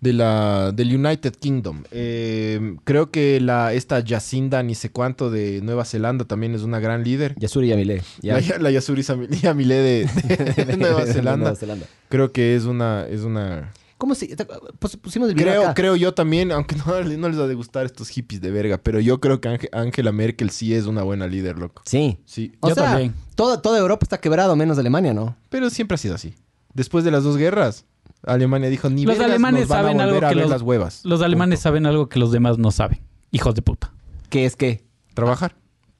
Speaker 2: de la, del United Kingdom. Eh, creo que la, esta Jacinda, ni sé cuánto, de Nueva Zelanda también es una gran líder.
Speaker 3: Yasuri Yamile. Ya.
Speaker 2: La, la Yasuri Sami- Yamile de, de- de Nueva Zelanda.
Speaker 3: Nueva Zelanda.
Speaker 2: Creo que es una... Es una
Speaker 3: ¿Cómo se...? te- pus- Pusimos el video
Speaker 2: Creo,
Speaker 3: acá.
Speaker 2: creo yo también, aunque no, no les ha de gustar estos hippies de verga, pero yo creo que Ángel- Angela Merkel sí es una buena líder, loco.
Speaker 3: Sí.
Speaker 2: Sí.
Speaker 3: O
Speaker 4: Yo
Speaker 3: sea,
Speaker 4: también.
Speaker 3: Toda, toda Europa está quebrado, menos Alemania, ¿no?
Speaker 2: Pero siempre ha sido así. Después de las dos guerras, Alemania dijo, ni
Speaker 4: Los
Speaker 2: vergas
Speaker 4: alemanes
Speaker 2: nos van
Speaker 4: saben
Speaker 2: a
Speaker 4: algo
Speaker 2: volver a
Speaker 4: que
Speaker 2: ver
Speaker 4: los-
Speaker 2: las huevas.
Speaker 4: Los alemanes saben algo que los demás no saben. Hijos de puta.
Speaker 3: Que es que
Speaker 2: Trabajar,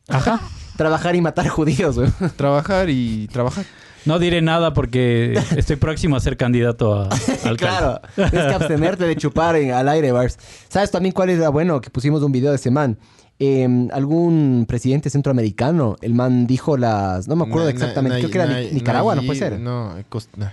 Speaker 4: Ajá.
Speaker 3: trabajar y matar judíos, güey.
Speaker 2: trabajar y trabajar.
Speaker 4: No diré nada porque estoy próximo a ser candidato a alcalde.
Speaker 3: Claro, tienes que abstenerte de chupar en- al aire, Bars. ¿Sabes también cuál era bueno? Que pusimos un video de ese man. Eh, algún presidente centroamericano, el man dijo las. No me acuerdo
Speaker 2: Na-
Speaker 3: exactamente,
Speaker 2: na-
Speaker 3: creo que era
Speaker 2: na-
Speaker 3: Ni- Nicaragua,
Speaker 2: Nayib-
Speaker 3: ¿no puede ser?
Speaker 2: No, eh, cost- nah.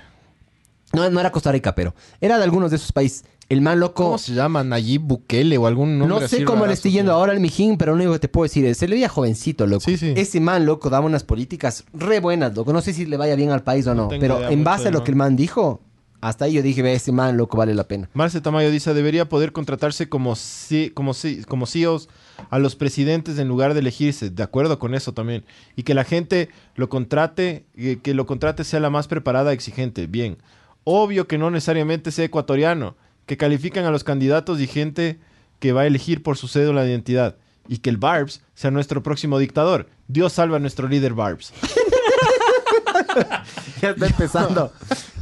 Speaker 3: No, no era Costa Rica, pero era de algunos de esos países. El man loco.
Speaker 2: ¿Cómo se llama? Nayib Bukele o algún nombre
Speaker 3: No
Speaker 2: así
Speaker 3: sé cómo le
Speaker 2: rarazo,
Speaker 3: estoy yendo
Speaker 2: ¿no?
Speaker 3: ahora al mijín, pero lo único que te puedo decir es, se le veía jovencito, loco.
Speaker 2: Sí, sí.
Speaker 3: Ese man, loco, daba unas políticas re buenas, loco. No sé si le vaya bien al país o
Speaker 2: No
Speaker 3: no,
Speaker 2: tengo
Speaker 3: pero
Speaker 2: idea
Speaker 3: en
Speaker 2: mucho
Speaker 3: base a
Speaker 2: del
Speaker 3: lo
Speaker 2: man.
Speaker 3: que el man dijo, hasta ahí yo dije, ve, ese man, loco, vale la pena.
Speaker 2: Marce Tamayo dice, debería poder contratarse como, C- como, C- como CEOs a los presidentes en lugar de elegirse. De acuerdo con eso también. Y que la gente lo contrate, eh, que lo contrate sea la más preparada, exigente. Bien. Obvio que no necesariamente sea ecuatoriano. Que califican a los candidatos y gente que va a elegir por su cédula de identidad. Y que el Barbs sea nuestro próximo dictador. Dios salva a nuestro líder Barbs.
Speaker 3: Ya está empezando.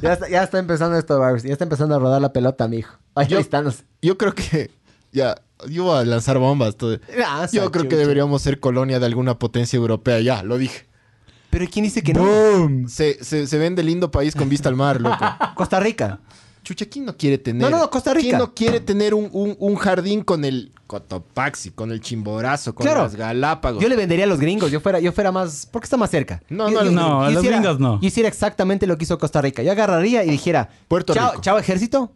Speaker 3: ya, está, ya está empezando esto, Barbs. Ya está empezando a rodar la pelota, mijo. Ahí
Speaker 2: Yo-
Speaker 3: están los-
Speaker 2: Yo creo que ya yo voy a lanzar bombas. todo.
Speaker 3: Ah,
Speaker 2: Yo creo que
Speaker 3: chucha.
Speaker 2: deberíamos ser colonia de alguna potencia europea. Ya, lo dije.
Speaker 3: Pero ¿quién dice que no?
Speaker 2: ¡Boom! Se, se, se vende lindo país con vista al mar, loco.
Speaker 3: Costa Rica.
Speaker 2: Chucha, ¿quién no quiere tener?
Speaker 3: No, no, no, Costa Rica.
Speaker 2: ¿Quién no quiere tener un, un- un jardín con el Cotopaxi, con el Chimborazo, con
Speaker 3: Claro.
Speaker 2: las Galápagos?
Speaker 3: Yo le vendería a los gringos. Yo fuera, yo fuera más. Porque está más cerca.
Speaker 2: No,
Speaker 3: Yo-
Speaker 2: no,
Speaker 3: yo-
Speaker 2: no,
Speaker 3: yo
Speaker 4: a los
Speaker 3: hiciera-
Speaker 4: gringos no.
Speaker 3: Yo hiciera exactamente lo que hizo Costa Rica. Yo agarraría y dijera.
Speaker 2: Puerto
Speaker 3: chao,
Speaker 2: Rico.
Speaker 3: Chao, ejército.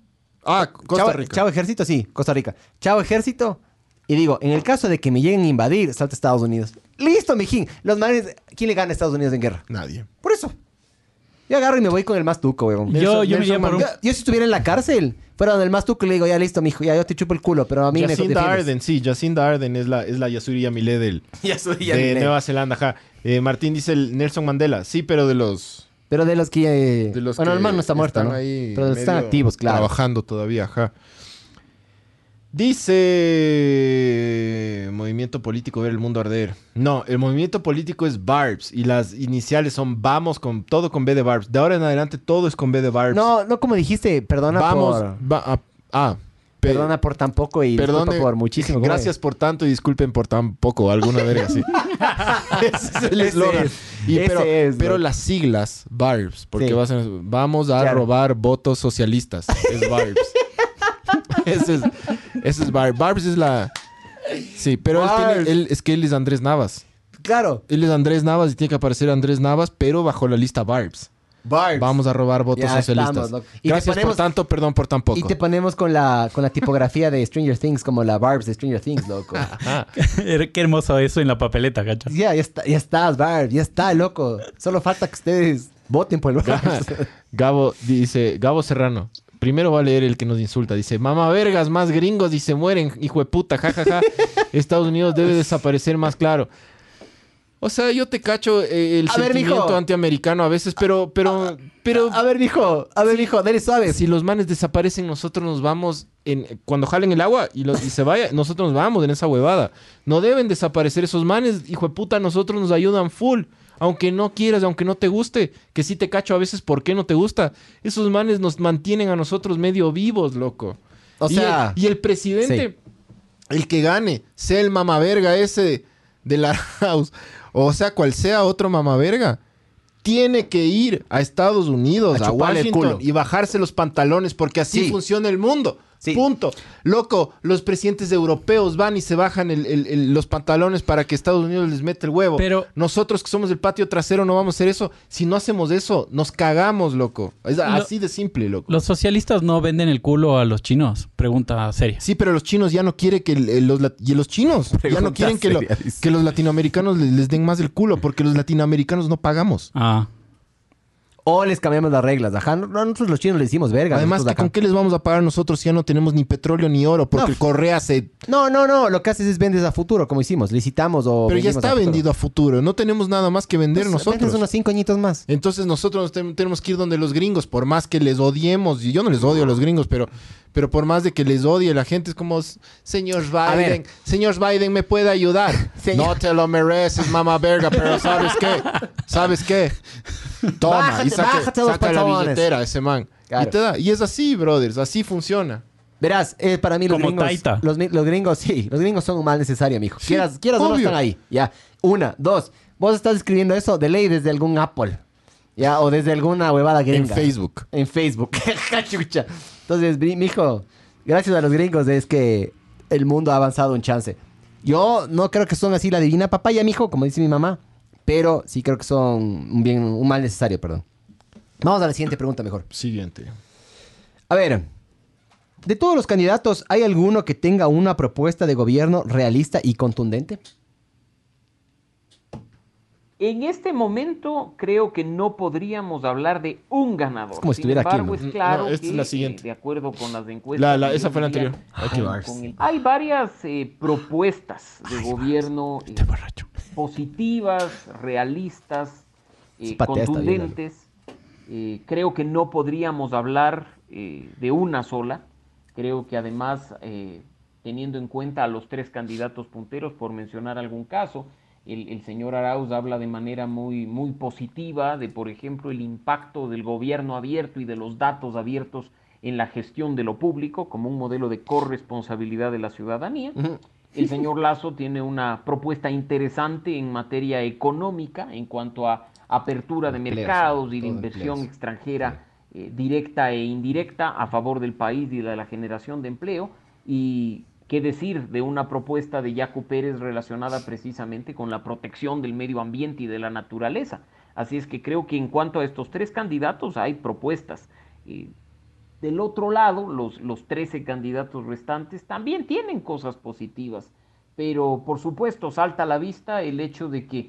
Speaker 2: Ah, Costa
Speaker 3: chao,
Speaker 2: Rica.
Speaker 3: chao, ejército, sí, Costa Rica. Chao, ejército. Y digo, en el caso de que me lleguen a invadir, salta Estados Unidos. Listo, mijín. Los manes, ¿quién le gana a Estados Unidos en guerra?
Speaker 2: Nadie.
Speaker 3: Por eso. Yo agarro y me voy con el más tuco, weón. Yo,
Speaker 4: Yo, yo me
Speaker 2: Nelson
Speaker 4: iría por un...
Speaker 2: Mandela.
Speaker 3: yo si estuviera en la cárcel, fuera donde el más tuco, le digo, ya listo, mijo, ya yo te chupo el culo, pero a mí me
Speaker 2: Jacinda
Speaker 3: defiendes.
Speaker 2: Arden, sí, Jacinda Arden es la, es la Yasuri Yamile del,
Speaker 3: Ya soy
Speaker 2: de
Speaker 3: ya mi ley.
Speaker 2: Nueva Zelanda. ajá. Eh, Martín dice el Nelson Mandela, sí, pero de los,
Speaker 3: Pero de los que...
Speaker 2: de los
Speaker 3: bueno,
Speaker 2: que
Speaker 3: el man no está muerto,
Speaker 2: están
Speaker 3: ¿no?
Speaker 2: ahí
Speaker 3: pero de los que están
Speaker 2: medio
Speaker 3: activos, claro.
Speaker 2: Trabajando todavía, ajá. Dice Movimiento Político Ver el Mundo Arder. No, el movimiento político es Barbs y las iniciales son Vamos con todo con B de Barbs. De ahora en adelante todo es con B de Barbs.
Speaker 3: No, no como dijiste, perdona
Speaker 2: Vamos.
Speaker 3: por...
Speaker 2: va- ah, ah, pe-
Speaker 3: Perdona por tan poco y disculpa
Speaker 2: Perdone,
Speaker 3: por muchísimo. ¿cómo
Speaker 2: Gracias por tanto y disculpen por tan poco. Alguna verga así. Ese es el
Speaker 3: Ese
Speaker 2: eslogan.
Speaker 3: es,
Speaker 2: Y
Speaker 3: ese
Speaker 2: Pero,
Speaker 3: es,
Speaker 2: pero
Speaker 3: loco.
Speaker 2: las siglas, BARBS, porque
Speaker 3: Sí.
Speaker 2: vas a- vamos a
Speaker 3: Claro.
Speaker 2: robar votos socialistas. Es BARBS. ese es, ese es BARBS. BARBS es la... Sí, pero él tiene-
Speaker 3: Barbs.
Speaker 2: él- es que él es Andrés Navas.
Speaker 3: es? Claro.
Speaker 2: Él es Andrés Navas y tiene que aparecer Andrés Navas, pero bajo la lista BARBS. Vamos a robar votos
Speaker 3: Ya estamos,
Speaker 2: socialistas.
Speaker 3: loco. Y te
Speaker 2: Gracias por
Speaker 3: ponemos-
Speaker 2: tanto, perdón por tan poco.
Speaker 3: Y te ponemos con la, con la tipografía de Stranger Things, como la Barbs de Stranger Things, loco.
Speaker 4: er, Qué hermoso eso en la papeleta, cacha.
Speaker 3: ya, ya, está, ya estás, Barbs, ya está, loco. Solo falta que ustedes voten por el Barbs.
Speaker 2: Gabo dice, Gabo Serrano. Primero va a leer el que nos insulta. Dice, mamá vergas, más gringos y se mueren, hijo de puta, jajaja. Estados Unidos debe desaparecer más claro. O sea, yo te cacho eh, el
Speaker 3: A ver,
Speaker 2: sentimiento
Speaker 3: mijo.
Speaker 2: antiamericano a veces, pero, pero, pero
Speaker 3: a ver, mijo, a ver, mijo, dale suave.
Speaker 2: si los manes desaparecen, nosotros nos vamos en cuando jalen el agua y, los- y se vaya, nosotros nos vamos en esa huevada. No deben desaparecer esos manes, hijo de puta, nosotros nos ayudan full. Aunque no quieras, aunque no te guste, que sí te cacho a veces por qué no te gusta. Esos manes nos mantienen a nosotros medio vivos, loco.
Speaker 3: O
Speaker 2: Y
Speaker 3: sea,
Speaker 2: el- y el presidente el que gane, sea el mamaverga ese de la house, o sea, cual sea otro mamaverga, tiene que ir a Estados Unidos,
Speaker 3: A
Speaker 2: a,
Speaker 3: chuparle el
Speaker 2: Washington,
Speaker 3: culo.
Speaker 2: y bajarse los pantalones, porque así
Speaker 3: Sí.
Speaker 2: funciona el mundo.
Speaker 3: Sí.
Speaker 2: Punto. Loco, los presidentes europeos van y se bajan el- el- el- los pantalones para que Estados Unidos les meta el huevo.
Speaker 4: Pero-
Speaker 2: nosotros que somos el patio trasero no vamos a hacer eso. Si no hacemos eso, nos cagamos, loco. Es así de simple, loco.
Speaker 4: Los socialistas no venden el culo a los chinos. Pregunta seria.
Speaker 2: Sí, pero los chinos ya no quieren que el- el- los, lat- y los chinos ya no
Speaker 3: Pregunta
Speaker 2: quieren que, lo-
Speaker 3: seria, dice.
Speaker 2: que los latinoamericanos le- les, den más el culo porque los latinoamericanos no pagamos.
Speaker 4: Ah,
Speaker 3: o les cambiamos las reglas, ajá. No, no, nosotros los chinos le decimos verga.
Speaker 2: Además,
Speaker 3: nosotros
Speaker 2: que
Speaker 3: acá.
Speaker 2: ¿con qué les vamos a pagar nosotros si ya no tenemos ni petróleo ni oro? Porque
Speaker 3: No.
Speaker 2: el Correa se...
Speaker 3: No, no, no, lo que haces es vendes a futuro, como hicimos, licitamos o...
Speaker 2: Pero ya
Speaker 3: vendimos a
Speaker 2: está
Speaker 3: futuro.
Speaker 2: vendido a futuro. No tenemos nada más que vender
Speaker 3: Pues, vendes
Speaker 2: nosotros.
Speaker 3: unos cinco añitos más.
Speaker 2: Entonces nosotros nos ten- tenemos que ir donde los gringos, por más que les odiemos, y yo no les odio a los gringos, pero, pero por más de que les odie, la gente es como, "S- señor
Speaker 3: A ver.
Speaker 2: Biden, señor Biden, ¿me puede ayudar?
Speaker 3: Señor-
Speaker 2: No te lo mereces, mamá verga, pero ¿sabes qué? ¿Sabes qué? Toma,
Speaker 3: Bájate-
Speaker 2: y saca,
Speaker 3: bájate los
Speaker 2: saca la
Speaker 3: pantalones.
Speaker 2: billetera ese man.
Speaker 3: Claro.
Speaker 2: Y, te da. y es así, brothers, así funciona.
Speaker 3: Verás, eh, para mí los
Speaker 4: Como
Speaker 3: gringos,
Speaker 4: Taita.
Speaker 3: los, mi- los gringos, sí, los gringos son un mal necesario, mijo. quieras, quieras o no
Speaker 2: obvio.
Speaker 3: están ahí. Ya, una, dos. Vos estás escribiendo eso de ley desde algún Apple, ya, o desde alguna huevada
Speaker 2: En
Speaker 3: gringa.
Speaker 2: Facebook.
Speaker 3: En Facebook. Chucha. Entonces, bri- mijo, gracias a los gringos es que el mundo ha avanzado un chance. Yo no creo que son así la divina papaya, mijo, como dice mi mamá, pero sí creo que son un bien, un mal necesario, perdón. Vamos a la siguiente pregunta mejor.
Speaker 2: Siguiente.
Speaker 3: A ver, de todos los candidatos, ¿hay alguno que tenga una propuesta de gobierno realista y contundente?
Speaker 5: En este momento creo que no podríamos hablar de un ganador.
Speaker 3: Es como si estuviera
Speaker 5: Sin
Speaker 3: aquí,
Speaker 5: embargo,
Speaker 3: man.
Speaker 5: es claro
Speaker 2: No, esta
Speaker 5: que,
Speaker 2: es la siguiente.
Speaker 5: eh, de acuerdo con las encuestas...
Speaker 2: La- la-
Speaker 5: que
Speaker 2: esa
Speaker 5: yo
Speaker 2: fue la
Speaker 5: diría,
Speaker 2: anterior. Aquí
Speaker 5: con-
Speaker 2: va.
Speaker 5: con el- hay varias eh, propuestas de gobierno eh,
Speaker 4: estoy borracho.
Speaker 5: positivas, realistas, eh,
Speaker 3: Es patea esta vieja,
Speaker 5: contundentes. Eh, creo que no podríamos hablar eh, de una sola. Creo que además, eh, teniendo en cuenta a los tres candidatos punteros, por mencionar algún caso, el, el señor Arauz habla de manera muy, muy positiva de, por ejemplo, el impacto del gobierno abierto y de los datos abiertos en la gestión de lo público como un modelo de corresponsabilidad de la ciudadanía.
Speaker 3: Ujú.
Speaker 5: El señor Lazo tiene una propuesta interesante en materia económica en cuanto a apertura de
Speaker 3: Empleos,
Speaker 5: mercados y de
Speaker 3: todo
Speaker 5: inversión
Speaker 3: empleos.
Speaker 5: extranjera eh, directa e indirecta a favor del país y de la generación de empleo. Y qué decir de una propuesta de Yacu Pérez relacionada precisamente con la protección del medio ambiente y de la naturaleza. Así es que creo que en cuanto a estos tres candidatos hay propuestas. eh, del otro lado, los, los 13 candidatos restantes también tienen cosas positivas, pero por supuesto salta a la vista el hecho de que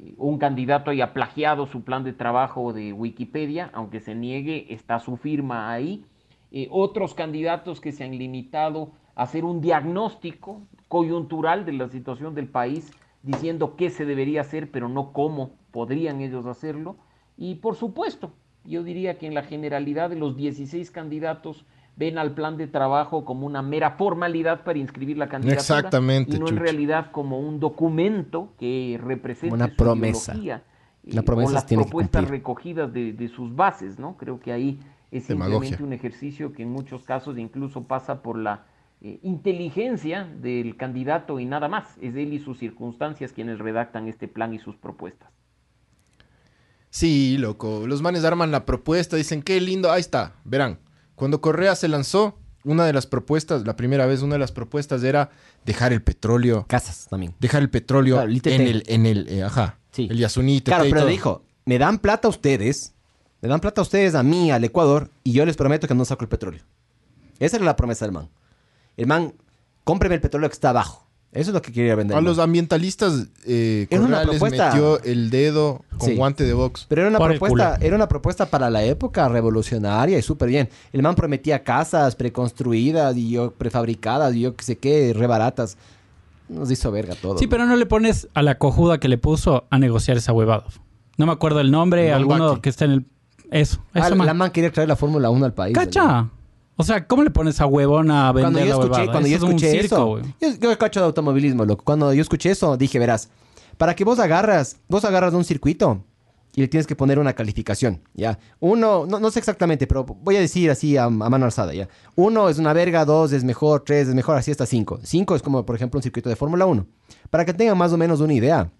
Speaker 5: eh, un candidato haya plagiado su plan de trabajo de Wikipedia, aunque se niegue, está su firma ahí. Eh, otros candidatos que se han limitado a hacer un diagnóstico coyuntural de la situación del país, diciendo qué se debería hacer, pero no cómo podrían ellos hacerlo. Y por supuesto, yo diría que en la generalidad de los 16 candidatos ven al plan de trabajo como una mera formalidad para inscribir la candidatura
Speaker 2: Exactamente,
Speaker 5: y no en
Speaker 2: Chucho.
Speaker 5: realidad como un documento que represente
Speaker 3: Una
Speaker 5: su
Speaker 3: promesa.
Speaker 5: ideología, eh,
Speaker 3: La promesa
Speaker 5: o
Speaker 3: se
Speaker 5: las
Speaker 3: tiene que
Speaker 5: propuestas
Speaker 3: cumplir.
Speaker 5: recogidas de, de sus bases, ¿no? Creo que ahí es
Speaker 2: Demagogia.
Speaker 5: simplemente un ejercicio que en muchos casos incluso pasa por la eh, inteligencia del candidato y nada más. Es él y sus circunstancias quienes redactan este plan y sus propuestas.
Speaker 2: Sí, loco. Los manes arman la propuesta, dicen, qué lindo, ahí está. Verán, cuando Correa se lanzó, una de las propuestas, la primera vez, una de las propuestas era dejar el petróleo.
Speaker 3: Casas también.
Speaker 2: Dejar el petróleo
Speaker 3: Claro, el ITT.
Speaker 2: en el, en el, eh, ajá,
Speaker 3: Sí.
Speaker 2: el Yasuní,
Speaker 3: Claro,
Speaker 2: TT y
Speaker 3: pero
Speaker 2: todo.
Speaker 3: dijo, me dan plata a ustedes, me dan plata a ustedes, a mí, al Ecuador, y yo les prometo que no saco el petróleo. Esa era la promesa del man. El man, cómpreme el petróleo que está abajo. Eso es lo que quería vender.
Speaker 2: A
Speaker 3: el man.
Speaker 2: los ambientalistas, eh,
Speaker 3: Era una
Speaker 2: Correa les
Speaker 3: propuesta-
Speaker 2: metió el dedo con
Speaker 3: Sí.
Speaker 2: guante de box.
Speaker 3: Pero era una,
Speaker 4: Por el
Speaker 3: propuesta,
Speaker 4: culo.
Speaker 3: era una propuesta para la época revolucionaria y súper bien. El man prometía casas preconstruidas y yo prefabricadas y yo qué sé qué, rebaratas. Nos hizo verga todo.
Speaker 4: Sí, pero no le pones a la cojuda que le puso a negociar esa huevada. No me acuerdo el nombre,
Speaker 2: Malvaki.
Speaker 4: alguno que está en el... Eso,
Speaker 3: Ah,
Speaker 4: eso
Speaker 3: la-
Speaker 4: más.
Speaker 3: la man quería traer la Fórmula 1 al país. ¿verdad?
Speaker 4: ¡Cacha! O sea, ¿cómo le pones a huevona a vender
Speaker 3: Cuando yo
Speaker 4: la
Speaker 3: escuché,
Speaker 4: huevada?
Speaker 3: cuando yo
Speaker 4: Eso es un
Speaker 3: escuché
Speaker 4: circo,
Speaker 3: eso,
Speaker 4: güey.
Speaker 3: yo, yo cacho de automovilismo, loco. Cuando yo escuché eso, dije, verás, para que vos agarras, vos agarras un circuito y le tienes que poner una calificación, ¿ya? Uno, no, no sé exactamente, pero voy a decir así a, a mano alzada, ¿ya? Uno es una verga, dos es mejor, tres es mejor, así hasta cinco. Cinco es como, por ejemplo, un circuito de Fórmula 1. Para que tengan más o menos una idea,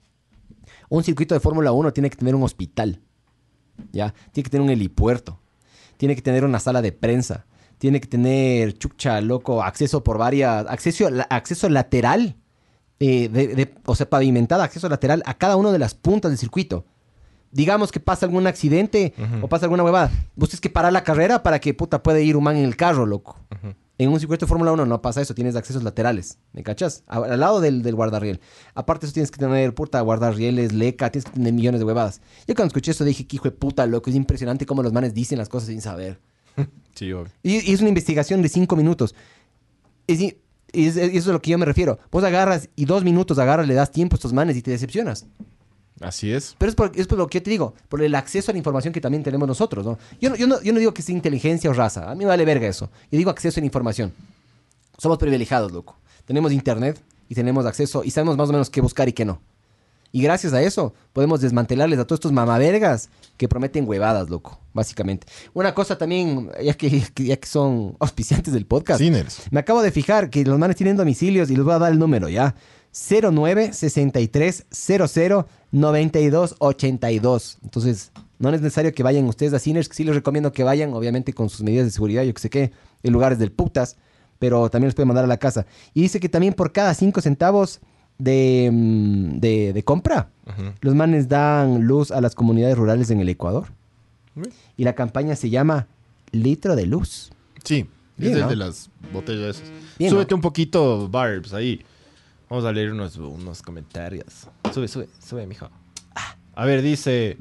Speaker 3: un circuito de Fórmula 1 tiene que tener un hospital, ¿ya? Tiene que tener un helipuerto, tiene que tener una sala de prensa, tiene que tener chucha, loco, acceso por varias, acceso, la- acceso lateral, eh, de- de- o sea, pavimentada, acceso lateral a cada una de las puntas del circuito. Digamos que pasa algún accidente o pasa alguna huevada. Vos tienes que parar la carrera para que puta puede ir un man en el carro, loco. En un circuito de Fórmula 1 no pasa eso, tienes accesos laterales, ¿me cachas? A- al lado del, del guardarriel. Aparte eso tienes que tener, puta, guardarrieles, leca, tienes que tener millones de huevadas. Yo cuando escuché eso dije, que hijo de puta, loco, es impresionante cómo los manes dicen las cosas sin saber.
Speaker 2: Sí, obvio.
Speaker 3: Y, y es una investigación de cinco minutos. Es, i- es- es- eso es a lo que yo me refiero. Vos agarras y dos minutos agarras, le das tiempo a estos manes y te decepcionas.
Speaker 2: Así es.
Speaker 3: Pero es por, es por lo que yo te digo, por el acceso a la información que también tenemos nosotros, ¿no? Yo no, yo no, yo no digo que sea inteligencia o raza, a mí me vale verga eso. Yo digo acceso a la información. Somos privilegiados, loco. Tenemos internet y tenemos acceso y sabemos más o menos qué buscar y qué no. Y gracias a eso podemos desmantelarles a todos estos mamavergas que prometen huevadas, loco, básicamente. Una cosa también, ya que, que- ya que son auspiciantes del podcast.
Speaker 2: Sinners.
Speaker 3: Me acabo de fijar que los manes tienen domicilios y les voy a dar el número ya. 09 63 00 92 82. Entonces, no es necesario que vayan ustedes a Cines, que sí les recomiendo que vayan, obviamente con sus medidas de seguridad, yo que sé qué, el lugar es del putas, pero también les pueden mandar a la casa. Y dice que también por cada 5 centavos de, mm, de, de compra, los manes dan luz a las comunidades rurales en el Ecuador.
Speaker 2: Bien.
Speaker 3: Y la campaña se llama Litro de Luz.
Speaker 2: Sí,
Speaker 3: Bien,
Speaker 2: es el
Speaker 3: ¿no?
Speaker 2: de las botellas esas.
Speaker 3: Bien,
Speaker 2: Súbete
Speaker 3: ¿no?
Speaker 2: un poquito, Barbs, ahí. Vamos a leer unos, unos comentarios. Sube, sube, sube, mijo. A ver, dice...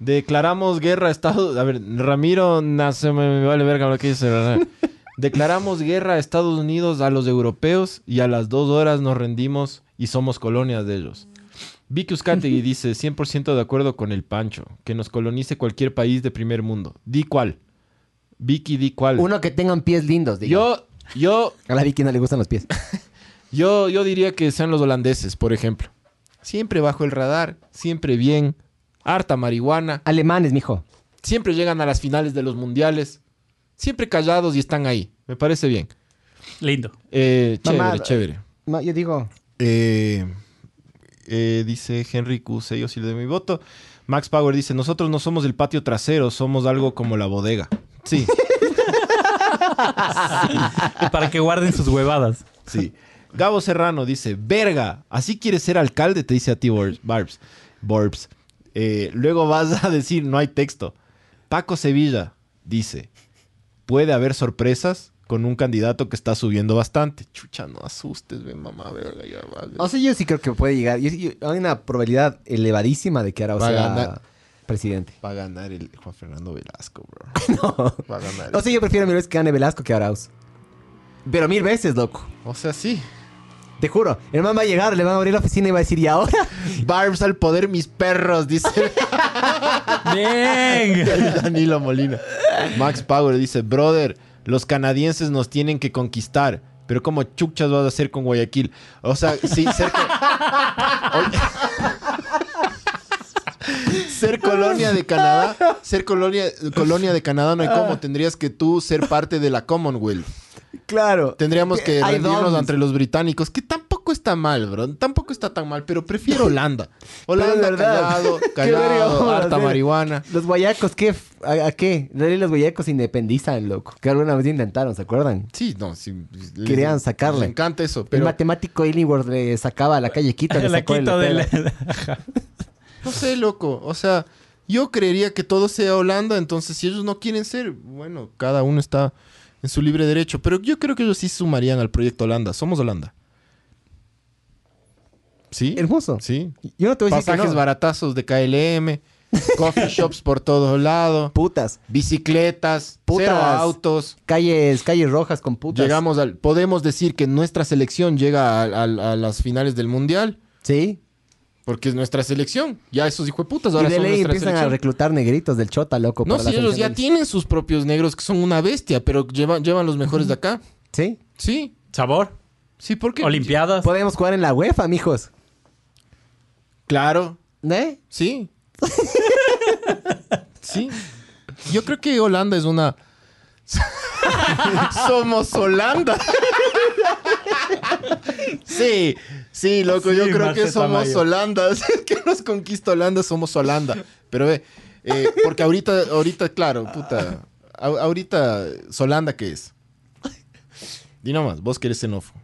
Speaker 2: Declaramos guerra a Estados... A ver, Ramiro... na- se me, me vale verga lo que dice. ¿verdad? Declaramos guerra a Estados Unidos, a los europeos, y a las dos horas nos rendimos y somos colonias de ellos. Vicky Uzcategui dice, 100% de acuerdo con el Pancho, que nos colonice cualquier país de primer mundo. Di cuál. Vicky, di cuál.
Speaker 3: Uno que tengan pies lindos, digo.
Speaker 2: Yo, yo,
Speaker 3: A la Vicky no le gustan los pies.
Speaker 2: yo, yo diría que sean los holandeses, por ejemplo. Siempre bajo el radar, siempre bien, harta marihuana,
Speaker 3: Alemanes, mijo.
Speaker 2: siempre llegan a las finales de los mundiales, Siempre callados y están ahí. Me parece bien.
Speaker 4: Lindo.
Speaker 2: Eh, chévere,
Speaker 3: Mamá,
Speaker 2: chévere.
Speaker 3: Ma- Yo digo,
Speaker 2: Eh, eh, dice Henry Q, sello y de mi voto. Max Power dice, nosotros no somos el patio trasero, somos algo como la bodega. Sí,
Speaker 4: Y para que guarden sus huevadas.
Speaker 2: sí. Gabo Serrano dice, verga, así quieres ser alcalde, te dice a ti Bor- Barbs. Borbs. Eh, luego vas a decir, no hay texto. Paco Sevilla dice, puede haber sorpresas con un candidato que está subiendo bastante. Chucha, no asustes, ve mamá, verga. ya vale.
Speaker 3: o sea, yo sí creo que puede llegar. Yo- yo- hay una probabilidad elevadísima de que Arau
Speaker 2: Va a
Speaker 3: sea
Speaker 2: ganar.
Speaker 3: presidente.
Speaker 2: Va a ganar el Juan Fernando Velasco, bro. Va a ganar.
Speaker 3: O sea, yo prefiero mil veces que gane Velasco que Arauz. Pero mil veces, loco.
Speaker 2: O sea, sí.
Speaker 3: Te juro, el man va a llegar, le van a abrir la oficina y va a decir, ¿y ahora?
Speaker 2: Barbs al poder, mis perros, dice
Speaker 4: ¡Bien!
Speaker 2: Danilo Molina. Max Power dice, brother, los canadienses nos tienen que conquistar. Pero como chuchas vas a hacer con Guayaquil. O sea, sí, ser... co- Oye. ser colonia de Canadá, ser colonia, colonia de Canadá no hay cómo. Tendrías que tú ser parte de la Commonwealth.
Speaker 3: Claro.
Speaker 2: Tendríamos que
Speaker 3: Hay
Speaker 2: rendirnos
Speaker 3: dons.
Speaker 2: entre los británicos, que tampoco está mal, bro. Tampoco está tan mal, pero prefiero Holanda. Holanda,
Speaker 3: verdad.
Speaker 2: callado,
Speaker 3: Qué verga
Speaker 2: callado,
Speaker 3: vamos a
Speaker 2: harta
Speaker 3: hacer.
Speaker 2: marihuana.
Speaker 3: Los guayacos, ¿qué? f- ¿A, a qué? En realidad los guayacos se independizan, loco. Que alguna vez intentaron, ¿se acuerdan?
Speaker 2: Sí, no, sí. les-
Speaker 3: Querían sacarle.
Speaker 2: les encanta eso,
Speaker 3: El
Speaker 2: pero
Speaker 3: matemático Illingworth le sacaba a la calle Quito. le
Speaker 4: La
Speaker 3: sacó el
Speaker 4: quito del...
Speaker 3: hotel.
Speaker 2: no sé, loco. O sea, yo creería que todo sea Holanda, entonces si ellos no quieren ser, bueno, cada uno está en su libre derecho. Pero yo creo que ellos sí sumarían al proyecto Holanda. Somos Holanda. ¿Sí?
Speaker 3: Hermoso.
Speaker 2: Sí.
Speaker 3: Yo no te voy a decir que
Speaker 2: Pasajes
Speaker 3: no.
Speaker 2: Pues baratazos de KLM, coffee shops por todos lados,
Speaker 3: Putas.
Speaker 2: bicicletas,
Speaker 3: Putas.
Speaker 2: cero autos.
Speaker 3: Calles, calles rojas con putas.
Speaker 2: Llegamos al. Podemos decir que nuestra selección llega al- al- a, las finales del mundial
Speaker 3: Sí.
Speaker 2: porque es nuestra selección. Ya esos hijueputas
Speaker 3: Y
Speaker 2: ahora
Speaker 3: de
Speaker 2: son
Speaker 3: ley
Speaker 2: nuestra
Speaker 3: empiezan a
Speaker 2: selección.
Speaker 3: reclutar negritos del chota, loco.
Speaker 2: No,
Speaker 3: para la
Speaker 2: si ellos
Speaker 3: selección
Speaker 2: ya
Speaker 3: del-
Speaker 2: tienen sus propios negros que son una bestia, pero llevan, llevan los mejores de acá.
Speaker 3: Sí.
Speaker 2: Sí,
Speaker 4: ¿Sabor?
Speaker 2: sí, porque.
Speaker 4: ¿Olimpiadas?
Speaker 3: Podemos jugar en la UEFA, mijos.
Speaker 2: Claro,
Speaker 3: ¿Eh?
Speaker 2: Sí. sí. Yo creo que Holanda es una. Somos Holanda. sí, sí, loco. Pues, yo
Speaker 4: Sí,
Speaker 2: creo que
Speaker 4: Marceta
Speaker 2: somos
Speaker 4: Mayo.
Speaker 2: Holanda. El que nos conquista Holanda, somos Holanda. Pero ve, eh, porque ahorita, ahorita, claro, puta. a- ahorita, ¿Holanda qué es? Di nomás, vos querés xenófobo.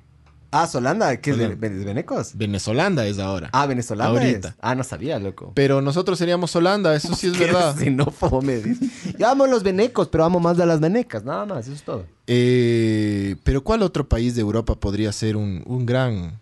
Speaker 3: Ah, Solanda, que es de
Speaker 2: Solanda.
Speaker 3: de- de Venecos.
Speaker 2: Venezolanda es ahora.
Speaker 3: Ah, venezolano es.
Speaker 2: Ahorita.
Speaker 3: Ah, no sabía, loco.
Speaker 2: Pero nosotros seríamos Holanda, eso sí es
Speaker 3: Qué
Speaker 2: verdad.
Speaker 3: xenófobo me dices. Yo amo los venecos, pero amo más a las venecas, nada más, eso es todo.
Speaker 2: Eh, pero ¿cuál otro país de Europa podría ser un, un gran...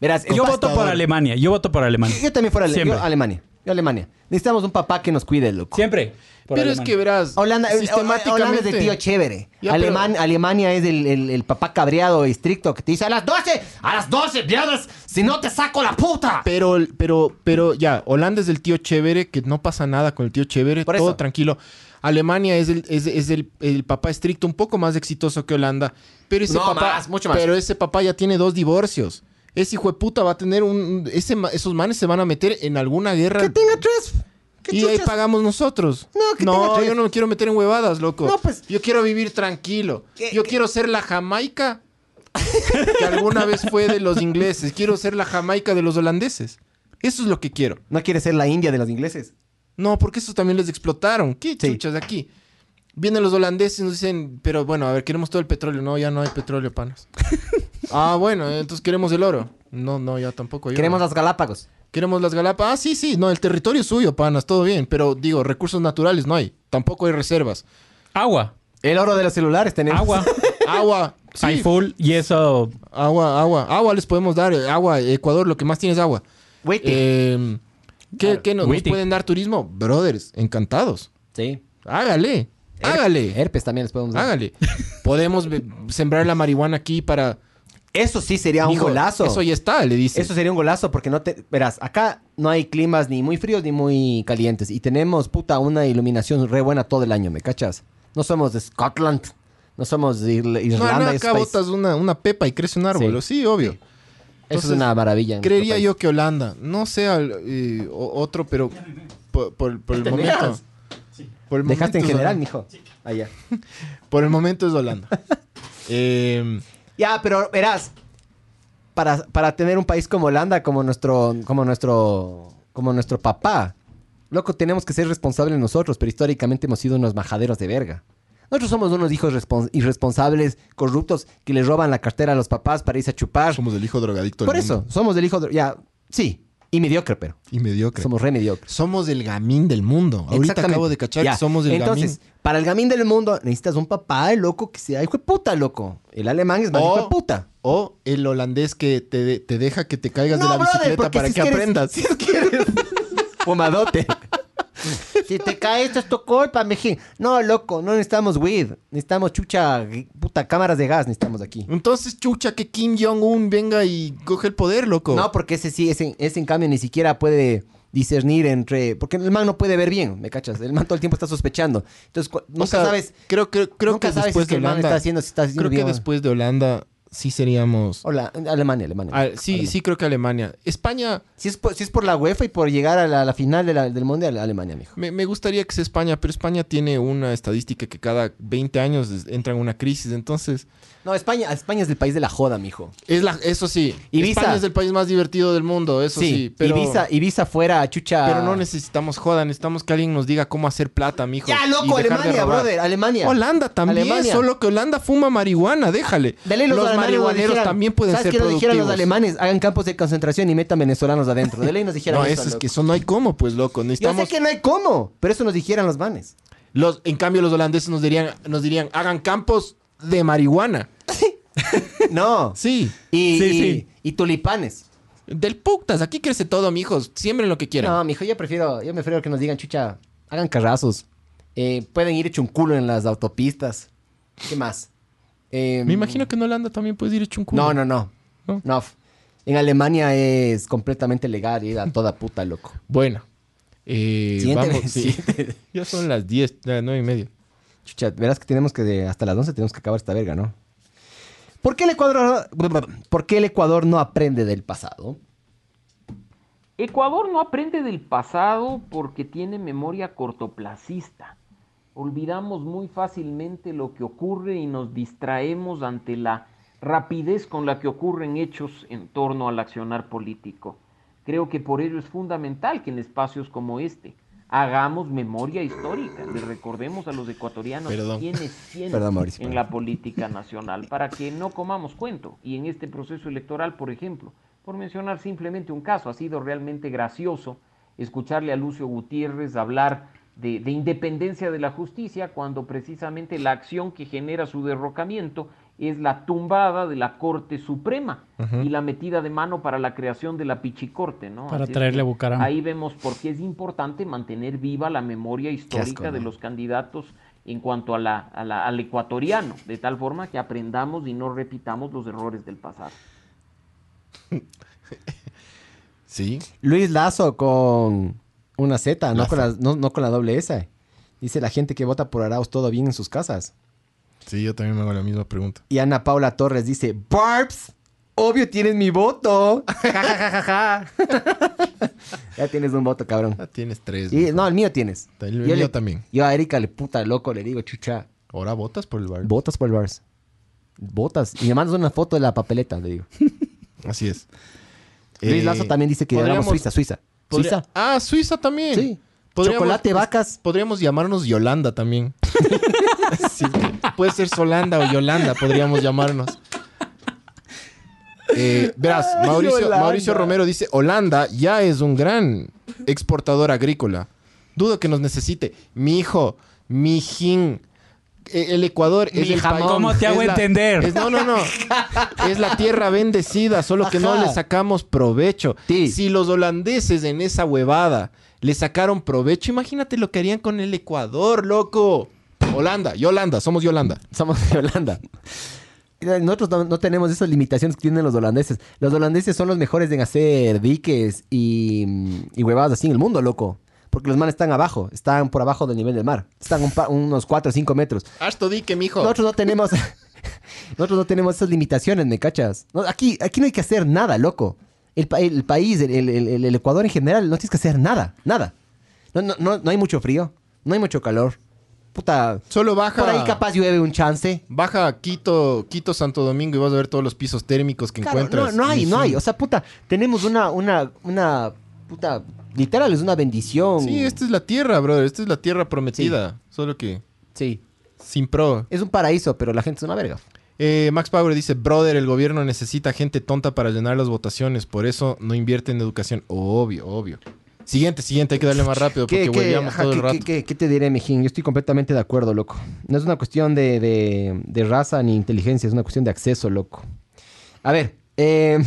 Speaker 3: Verás,
Speaker 4: Yo voto por
Speaker 3: Alemania.
Speaker 4: Alemania. Yo voto por Alemania.
Speaker 3: Yo también fuera
Speaker 4: Siempre.
Speaker 3: Alemania. Yo Alemania. Necesitamos un papá que nos cuide, loco.
Speaker 4: Siempre. por
Speaker 2: pero es
Speaker 4: Alemania.
Speaker 2: que verás,
Speaker 3: Holanda, eh,
Speaker 2: sistemáticamente...
Speaker 3: Holanda es de tío chévere.
Speaker 2: Ya,
Speaker 3: Alemán-
Speaker 2: pero-
Speaker 3: Alemania es el, el- el papá cabreado y estricto que te dice a las 12, a las 12, mierdas, si no te saco la puta.
Speaker 2: Pero, pero, pero ya, Holanda es el tío chévere, que no pasa nada con el tío chévere,
Speaker 3: Por
Speaker 2: todo
Speaker 3: eso.
Speaker 2: tranquilo. Alemania es, el, es, es el, el papá estricto, un poco más exitoso que Holanda. Pero ese
Speaker 3: No,
Speaker 2: papá,
Speaker 3: más, mucho más.
Speaker 2: Pero ese papá ya tiene dos divorcios. Ese hijo de puta va a tener un... Ese, ma- esos manes se van a meter en alguna guerra.
Speaker 3: Que tenga tres. ¿Qué
Speaker 2: Y ahí
Speaker 3: chuchas?
Speaker 2: pagamos nosotros.
Speaker 3: No, que tenga
Speaker 2: no
Speaker 3: tres.
Speaker 2: yo no me quiero meter en huevadas, loco.
Speaker 3: No, pues-
Speaker 2: Yo quiero vivir tranquilo.
Speaker 3: ¿Qué-
Speaker 2: yo
Speaker 3: qué?
Speaker 2: quiero ser la Jamaica que alguna vez fue de los ingleses. Quiero ser la Jamaica de los holandeses. Eso es lo que quiero.
Speaker 3: No quiere ser la India de los ingleses.
Speaker 2: No, porque esos también les explotaron. ¿Qué
Speaker 3: Sí.
Speaker 2: chuchas de aquí? Vienen los holandeses y nos dicen, pero bueno, a ver, queremos todo el petróleo. No, ya no hay petróleo, panas. ah, bueno, entonces queremos el oro. No, no, ya tampoco. yo.
Speaker 3: Queremos las Galápagos.
Speaker 2: Queremos las Galápagos. Ah, sí, sí. No, el territorio es suyo, panas. Todo bien. Pero digo, recursos naturales no hay. Tampoco hay reservas.
Speaker 4: Agua.
Speaker 3: El oro de los celulares tenemos.
Speaker 4: Agua.
Speaker 2: Agua. sí.
Speaker 4: Hay full y eso...
Speaker 2: Agua, agua. Agua les podemos dar. eh, Agua. Ecuador, lo que más tiene es agua.
Speaker 3: Güey, te-
Speaker 2: Eh, ¿Qué, qué nos, nos
Speaker 4: Witty.
Speaker 2: pueden dar turismo? Brothers, encantados.
Speaker 3: Sí.
Speaker 2: Hágale. Hágale.
Speaker 3: Herpes también les podemos dar.
Speaker 2: Hágale. Podemos be- sembrar la marihuana aquí para...
Speaker 3: Eso sí sería un
Speaker 2: Hijo,
Speaker 3: golazo.
Speaker 2: Eso ya está, le dice.
Speaker 3: Eso sería un golazo porque no te... Verás, acá no hay climas ni muy fríos ni muy calientes. Y tenemos, puta, una iluminación re buena todo el año, ¿me cachas? No somos de Scotland. No somos de Irl-
Speaker 2: no,
Speaker 3: Irlanda.
Speaker 2: no,
Speaker 3: este esos
Speaker 2: acá
Speaker 3: países.
Speaker 2: botas una, una pepa y crece un árbol. Sí, obvio.
Speaker 3: Eso es
Speaker 2: Entonces,
Speaker 3: una maravilla. en
Speaker 2: Creería
Speaker 3: nuestro
Speaker 2: yo que Holanda, no sea eh, o- otro, pero por, por- por el
Speaker 3: ¿Te
Speaker 2: momento.
Speaker 3: negas?
Speaker 2: Por el
Speaker 3: país. Dejaste en
Speaker 2: momento,
Speaker 3: general,
Speaker 2: Holanda.
Speaker 3: mijo. Allá.
Speaker 2: Por el momento es Holanda. Eh,
Speaker 3: Ya, pero verás, para, para tener un país como Holanda, como nuestro, como nuestro, como nuestro papá, loco, tenemos que ser responsables nosotros, pero históricamente hemos sido unos majaderos de verga. Nosotros somos unos hijos respons- irresponsables, corruptos, que les roban la cartera a los papás para irse a chupar.
Speaker 2: somos el hijo drogadicto. del
Speaker 3: Por
Speaker 2: mundo.
Speaker 3: eso, somos del hijo de... Ya, sí, y mediocre, pero.
Speaker 2: Y mediocre.
Speaker 3: Somos re mediocres.
Speaker 2: Somos el gamín del mundo. Ahorita
Speaker 3: Exactamente.
Speaker 2: acabo de cachar
Speaker 3: Ya.
Speaker 2: que somos el
Speaker 3: Entonces, para el gamín del mundo necesitas un papá loco que sea hijo de puta, loco. El alemán es más
Speaker 2: O-
Speaker 3: hijo de puta.
Speaker 2: gamín. O el holandés que te, te deja que te caigas de la
Speaker 3: brother,
Speaker 2: bicicleta
Speaker 3: porque
Speaker 2: para
Speaker 3: si
Speaker 2: que
Speaker 3: es eres-
Speaker 2: aprendas.
Speaker 3: si es que eres fumadote. si te caes, esto es tu culpa, mejín. No, loco, no necesitamos weed. Necesitamos chucha, gui- puta, cámaras de gas necesitamos aquí.
Speaker 2: Entonces, chucha, que Kim Jong-un venga y coge el poder, loco.
Speaker 3: No, pues, porque ese sí, ese, ese en cambio ni siquiera puede discernir entre... Porque el man no puede ver bien, ¿me cachas? El man todo el tiempo está sospechando. Entonces, cu- nunca
Speaker 2: O sea,
Speaker 3: sabes...
Speaker 2: Creo, creo, creo
Speaker 3: nunca
Speaker 2: que
Speaker 3: sabes
Speaker 2: después
Speaker 3: si es que
Speaker 2: de
Speaker 3: el man
Speaker 2: Holanda.
Speaker 3: está haciendo, si está haciendo
Speaker 2: creo
Speaker 3: bien
Speaker 2: que
Speaker 3: o mal.
Speaker 2: después de Holanda sí seríamos.
Speaker 3: Hola, Alemania, Alemania.
Speaker 2: Ah, sí,
Speaker 3: Alemania.
Speaker 2: sí, creo que Alemania. España,
Speaker 3: Si es, por, si es por la UEFA y por llegar a la, la final de la- del Mundial, Alemania, mijo.
Speaker 2: me, me gustaría que sea España, pero España tiene una estadística que cada 20 años es- entra en una crisis. Entonces,
Speaker 3: No, España, España es el país de la joda, mijo.
Speaker 2: es la, eso sí,
Speaker 3: Ibiza.
Speaker 2: España es el país más divertido del mundo, eso sí.
Speaker 3: Sí,
Speaker 2: pero,
Speaker 3: Ibiza, Ibiza fuera, chucha.
Speaker 2: pero no necesitamos joda, necesitamos que alguien nos diga cómo hacer plata, mijo.
Speaker 3: Ya,
Speaker 2: y
Speaker 3: loco,
Speaker 2: dejar de
Speaker 3: Alemania,
Speaker 2: robar.
Speaker 3: brother, Alemania.
Speaker 2: Holanda también,
Speaker 3: Alemania.
Speaker 2: solo que Holanda fuma marihuana, déjale.
Speaker 3: Dale los, alemanes nos
Speaker 2: marihuaneros
Speaker 3: dijeran-
Speaker 2: también pueden
Speaker 3: ¿sabes
Speaker 2: ser
Speaker 3: qué nos dijeran
Speaker 2: productivos.
Speaker 3: los alemanes? Hagan campos de concentración y metan venezolanos adentro. De ley nos dijeran
Speaker 2: No,
Speaker 3: eso,
Speaker 2: eso es
Speaker 3: loco.
Speaker 2: que eso no hay cómo, pues, loco.
Speaker 3: Yo
Speaker 2: Necesitamos
Speaker 3: sé que no hay cómo, pero eso nos dijeran los manes.
Speaker 2: Los, en cambio, los holandeses nos dirían, nos dirían, hagan campos de marihuana.
Speaker 3: No.
Speaker 2: Sí.
Speaker 3: Y,
Speaker 4: Sí,
Speaker 3: y-
Speaker 4: sí.
Speaker 3: y tulipanes.
Speaker 2: Del putas, aquí crece todo, mijos. Siembren lo que quieran.
Speaker 3: No, mijo, yo prefiero, yo prefiero que nos digan, chucha, hagan carrazos. Eh, pueden ir hecho un culo en las autopistas. ¿Qué más? Eh,
Speaker 2: Me imagino que en Holanda también puedes ir hecho un culo.
Speaker 3: No, no, no.
Speaker 2: ¿No?
Speaker 3: No. f- En Alemania es completamente legal ir a toda puta, loco.
Speaker 2: Bueno. eh,
Speaker 3: Siguiente,
Speaker 2: vamos, sí.
Speaker 3: siguiente.
Speaker 2: Ya son las 10, las 9 y media.
Speaker 3: Chucha, verás que tenemos que de- hasta las 11 tenemos que acabar esta verga, ¿no? ¿Por qué el Ecuador, ¿por qué el Ecuador no aprende del pasado?
Speaker 5: Ecuador no aprende del pasado porque tiene memoria cortoplacista. Olvidamos muy fácilmente lo que ocurre y nos distraemos ante la rapidez con la que ocurren hechos en torno al accionar político. Creo que por ello es fundamental que en espacios como este hagamos memoria histórica, le recordemos a los ecuatorianos
Speaker 2: Perdón.
Speaker 5: quiénes tienen
Speaker 3: Perdón, Mauricio,
Speaker 5: en
Speaker 3: perdón.
Speaker 5: la política nacional para que no comamos cuento. Y en este proceso electoral, por ejemplo, por mencionar simplemente un caso, ha sido realmente gracioso escucharle a Lucio Gutiérrez hablar de, de independencia de la justicia cuando precisamente la acción que genera su derrocamiento es la tumbada de la Corte Suprema y la metida de mano para la creación de la Pichicorte, ¿no?
Speaker 4: Para
Speaker 5: es
Speaker 4: traerle
Speaker 5: que
Speaker 4: a Bucaram.
Speaker 5: Ahí vemos por qué es importante mantener viva la memoria histórica
Speaker 3: asco,
Speaker 5: de
Speaker 3: ¿no?
Speaker 5: los candidatos en cuanto a la, a la- al ecuatoriano, de tal forma que aprendamos y no repitamos los errores del pasado.
Speaker 2: Sí.
Speaker 3: Luis Lazo con una Z, no
Speaker 2: Lazo.
Speaker 3: con, la, no, no con la doble S. Dice la gente que vota por Arauz todo bien en sus casas.
Speaker 2: Sí, yo también me hago la misma pregunta.
Speaker 3: Y Ana Paula Torres dice, Barbs, obvio tienes mi voto. Ja, ja, ja, ja, ja. ya tienes un voto, cabrón.
Speaker 2: Ah, tienes tres.
Speaker 3: Y-
Speaker 2: mijo.
Speaker 3: no, el mío tienes.
Speaker 2: El
Speaker 3: Yo
Speaker 2: mío
Speaker 3: le-
Speaker 2: también.
Speaker 3: Yo a Erika le puta loco le digo, chucha,
Speaker 2: Ahora votas por el bar.
Speaker 3: votas por el Barbs. Votas. Y me mandas una foto de la papeleta, le digo.
Speaker 2: Así es.
Speaker 3: Luis
Speaker 2: Eh,
Speaker 3: Lazo también dice que
Speaker 2: podríamos-
Speaker 3: hablamos Suiza, Suiza.
Speaker 2: podría- pues-
Speaker 3: Suiza.
Speaker 2: Ah, Suiza también.
Speaker 3: Sí. Chocolate, vacas.
Speaker 2: Podríamos llamarnos Yolanda también. Sí, puede ser Solanda o Yolanda, podríamos llamarnos. Eh, verás, Mauricio,
Speaker 3: Yolanda.
Speaker 2: Mauricio Romero dice, Holanda ya es un gran exportador agrícola. Dudo que nos necesite. Mi hijo, mi jin. Eh, El Ecuador es
Speaker 4: Mi
Speaker 2: el
Speaker 4: jamón.
Speaker 2: país-
Speaker 4: ¿Cómo te
Speaker 2: es
Speaker 4: hago
Speaker 2: la-
Speaker 4: entender?
Speaker 2: es- no, no, no. Es la tierra bendecida, solo que no
Speaker 3: Ajá.
Speaker 2: le sacamos provecho.
Speaker 3: Sí.
Speaker 2: Si los holandeses en esa huevada le sacaron provecho, imagínate lo que harían con el Ecuador, loco. Holanda, Yolanda, somos Yolanda.
Speaker 3: Somos de Holanda. Nosotros no, no tenemos esas limitaciones que tienen los holandeses. Los holandeses son los mejores en hacer diques y, mm, y huevadas así en el mundo, loco. Porque los manes están abajo, están por abajo del nivel del mar. Están un pa- unos 4 o 5 metros.
Speaker 2: Hasta di que mijo.
Speaker 3: Nosotros no tenemos. nosotros no tenemos esas limitaciones, ¿me cachas? No, aquí, aquí no hay que hacer nada, loco. El, pa- el país, el, el- el- el Ecuador en general, no tienes que hacer nada, nada. No, no, no, no hay mucho frío, no hay mucho calor. puta,
Speaker 2: Solo baja.
Speaker 3: por ahí capaz llueve un chance.
Speaker 2: Baja a Quito, Quito, Santo Domingo y vas a ver todos los pisos térmicos que
Speaker 3: Claro,
Speaker 2: encuentras.
Speaker 3: No, no hay,
Speaker 2: Y
Speaker 3: no
Speaker 2: sí.
Speaker 3: hay. O sea, puta, tenemos una, una, una, puta, literal, es una bendición.
Speaker 2: Sí, este- esta es la tierra, brother. Esta es la tierra prometida. Solo que
Speaker 3: Sí.
Speaker 2: sin pro.
Speaker 3: Es un paraíso, pero la gente es una verga.
Speaker 2: Eh, Max Power dice, brother, el gobierno necesita gente tonta para llenar las votaciones. Por eso no invierte en educación. Obvio, obvio. Siguiente, siguiente. Hay que darle más rápido porque
Speaker 3: ¿Qué, qué,
Speaker 2: hueveamos
Speaker 3: ajá,
Speaker 2: todo el
Speaker 3: qué-
Speaker 2: rato.
Speaker 3: qué- qué- qué te diré, Mejín? Yo estoy completamente de acuerdo, loco. No es una cuestión de, de- de raza ni inteligencia, es una cuestión de acceso, loco. A ver, eh,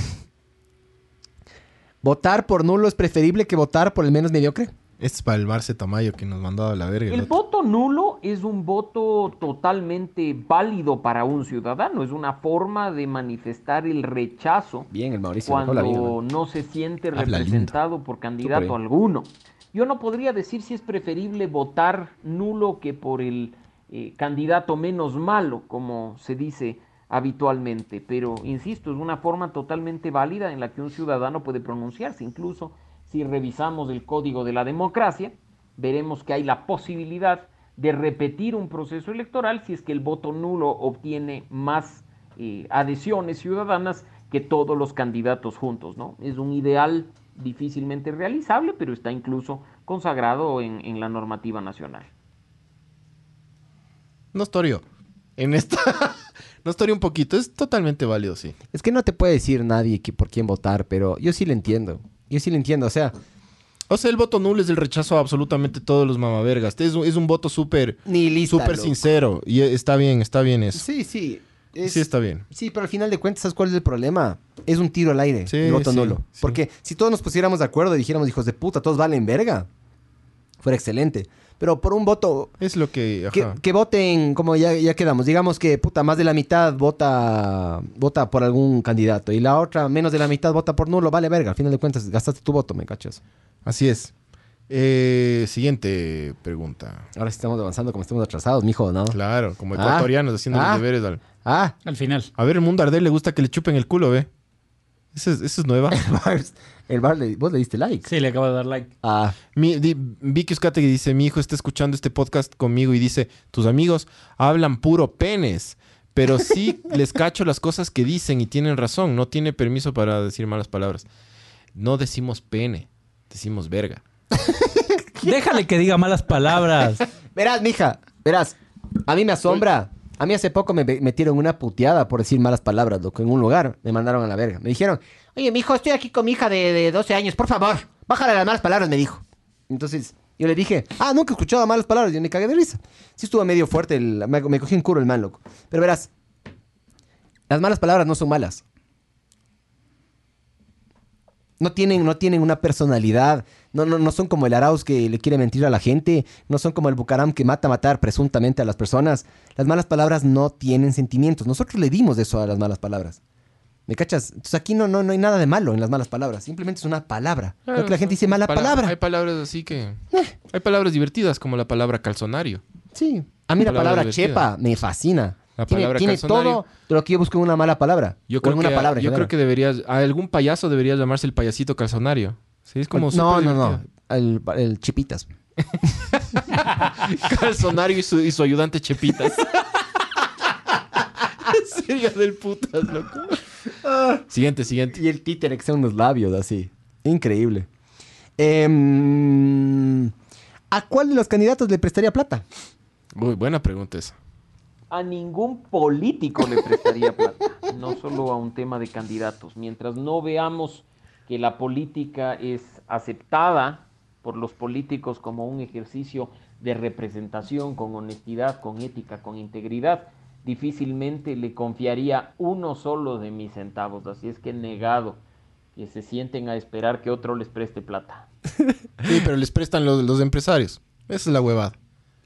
Speaker 3: ¿votar por nulo es preferible que votar por el menos mediocre?
Speaker 2: Este es para el Marce Tamayo que nos mandaba a la verga. el
Speaker 5: El
Speaker 2: otro.
Speaker 5: voto nulo es un voto totalmente válido para un ciudadano, es una forma de manifestar el rechazo
Speaker 3: Bien, el Mauricio.
Speaker 5: cuando
Speaker 3: hola, bien, man.
Speaker 5: no se siente
Speaker 3: Habla
Speaker 5: representado por
Speaker 3: Súper
Speaker 5: candidato
Speaker 3: bien.
Speaker 5: alguno. Yo no podría decir si es preferible votar nulo que por el eh, candidato menos malo, como se dice habitualmente, pero insisto, es una forma totalmente válida en la que un ciudadano puede pronunciarse. Incluso si revisamos el código de la democracia, veremos que hay la posibilidad de repetir un proceso electoral si es que el voto nulo obtiene más eh, adhesiones ciudadanas que todos los candidatos juntos, ¿no? Es un ideal difícilmente realizable, pero está incluso consagrado en, en la normativa nacional.
Speaker 2: No estorio. En esta... no estorio un poquito. Es totalmente válido, sí.
Speaker 3: Es que no te puede decir nadie que- por quién votar, pero yo sí le entiendo. Yo sí le entiendo, o sea,
Speaker 2: O sea, el voto nulo es el rechazo a absolutamente todos los mamavergas. Es un, es un voto súper...
Speaker 3: ni listo.
Speaker 2: Súper sincero. Y eh, está bien, está bien eso.
Speaker 3: Sí, sí. es-
Speaker 2: Sí, está bien.
Speaker 3: Sí, pero al final de cuentas, ¿sabes cuál es el problema? Es un tiro al aire,
Speaker 2: Sí,
Speaker 3: el voto
Speaker 2: sí,
Speaker 3: nulo.
Speaker 2: sí.
Speaker 3: Porque si todos nos pusiéramos de acuerdo y dijéramos, hijos de puta, todos valen verga, fuera excelente. Pero por un voto,
Speaker 2: Es lo que...
Speaker 3: que,
Speaker 2: ajá.
Speaker 3: que voten, como ya, ya quedamos, digamos que puta, más de la mitad vota, vota por algún candidato y la otra, menos de la mitad vota por nulo, vale verga. Al final de cuentas, gastaste tu voto, ¿me cachas?
Speaker 2: Así es. Eh, siguiente pregunta.
Speaker 3: Ahora sí estamos avanzando como estamos atrasados, mijo, ¿no?
Speaker 2: Claro, como
Speaker 3: Ah,
Speaker 2: ecuatorianos haciendo
Speaker 3: ah.
Speaker 2: los deberes. al-
Speaker 3: Ah,
Speaker 4: Al final.
Speaker 2: A ver, el mundo arder le gusta que le chupen el culo, ¿ve? Esa es, esa es nueva.
Speaker 3: Bars, el bar, le- vos le diste like.
Speaker 4: Sí, le acabo de dar like.
Speaker 3: Ah,
Speaker 2: Mi, di- Vicky Uzcategui dice, mi hijo está escuchando este podcast conmigo y dice, tus amigos hablan puro penes, pero sí les cacho las cosas que dicen y tienen razón, no tiene permiso para decir malas palabras. No decimos pene, decimos verga.
Speaker 4: Déjale que diga malas palabras.
Speaker 3: Verás, mija, verás. A mí me asombra. A mí hace poco me me metieron una puteada por decir malas palabras, loco, en un lugar. Me mandaron a la verga. Me dijeron, oye, mijo, estoy aquí con mi hija de, de 12 años, por favor, bájale las malas palabras, me dijo. Entonces, yo le dije, ah, nunca he escuchado malas palabras. Yo me cagué de risa. Sí estuvo medio fuerte, el- me, me cogí en culo el man, loco. Pero verás, las malas palabras no son malas. No tienen, no tienen una personalidad. No, no, no son como el Arauz que le quiere mentir a la gente. No son como el Bucaram que mata a matar presuntamente a las personas. Las malas palabras no tienen sentimientos. Nosotros le dimos eso a las malas palabras. ¿Me cachas? Entonces aquí no, no, no hay nada de malo en las malas palabras. Simplemente es una palabra. Lo que la gente dice mala
Speaker 2: Pala-
Speaker 3: palabra. Eh.
Speaker 2: Hay palabras así que... Hay palabras divertidas como la palabra calzonario.
Speaker 3: Sí. A mí la
Speaker 2: Palabra
Speaker 3: palabra,
Speaker 2: divertida.
Speaker 3: chepa me fascina.
Speaker 2: La
Speaker 3: tiene
Speaker 2: palabra
Speaker 3: tiene
Speaker 2: calzonario.
Speaker 3: todo lo que yo busco en una mala palabra.
Speaker 2: Yo
Speaker 3: O
Speaker 2: creo,
Speaker 3: en una
Speaker 2: que,
Speaker 3: palabra en
Speaker 2: yo creo
Speaker 3: general.
Speaker 2: que deberías... A algún payaso debería llamarse el payasito calzonario. Sí, es como...
Speaker 3: Pues, No,
Speaker 2: súper
Speaker 3: no, no.
Speaker 2: divertido.
Speaker 3: El, el chipitas.
Speaker 2: Calzonario y su, y su ayudante Chepitas. Sería del putas, loco.
Speaker 3: Ah.
Speaker 2: Siguiente, siguiente.
Speaker 3: Y el títere que sea unos labios así. Increíble. Em, ¿A cuál de los candidatos le prestaría plata?
Speaker 2: Uy, buena pregunta esa.
Speaker 5: A ningún político le prestaría plata, no solo a un tema de candidatos. Mientras no veamos que la política es aceptada por los políticos como un ejercicio de representación con honestidad, con ética, con integridad, difícilmente le confiaría uno solo de mis centavos. Así es que negado que se sienten a esperar que otro les preste plata.
Speaker 2: Sí, pero les prestan los, los empresarios. Esa es la huevada.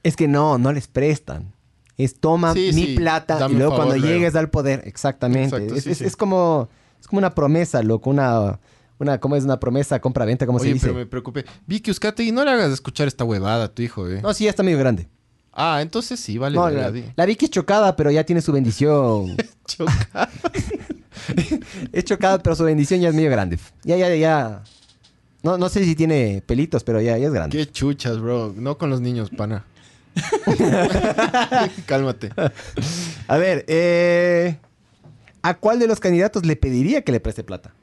Speaker 3: Es que no, no les prestan. Es toma
Speaker 2: Sí,
Speaker 3: mi
Speaker 2: sí,
Speaker 3: plata
Speaker 2: dame
Speaker 3: y
Speaker 2: un
Speaker 3: luego
Speaker 2: favor,
Speaker 3: cuando
Speaker 2: luego.
Speaker 3: llegues al poder. Exactamente.
Speaker 2: Exacto,
Speaker 3: es,
Speaker 2: sí,
Speaker 3: es-
Speaker 2: sí.
Speaker 3: es como, es como una promesa, loco. Una, una, ¿cómo es una promesa? Compra-venta, ¿cómo se
Speaker 2: Oye,
Speaker 3: dice?
Speaker 2: pero me preocupé. Vicky Uzcategui, no le hagas escuchar esta huevada a tu hijo, eh.
Speaker 3: No, sí, ya está medio grande.
Speaker 2: Ah, entonces sí, vale.
Speaker 3: No,
Speaker 2: verga,
Speaker 3: la,
Speaker 2: di.
Speaker 3: la Vicky es chocada, pero ya tiene su bendición.
Speaker 2: Choca.
Speaker 3: es chocada, pero su bendición ya es medio grande. Ya, ya, ya. No, no sé si tiene pelitos, pero ya, ya es grande.
Speaker 2: Qué chuchas, bro. No con los niños, pana. Cálmate.
Speaker 3: A ver, eh, ¿a cuál de los candidatos le pediría que le preste plata?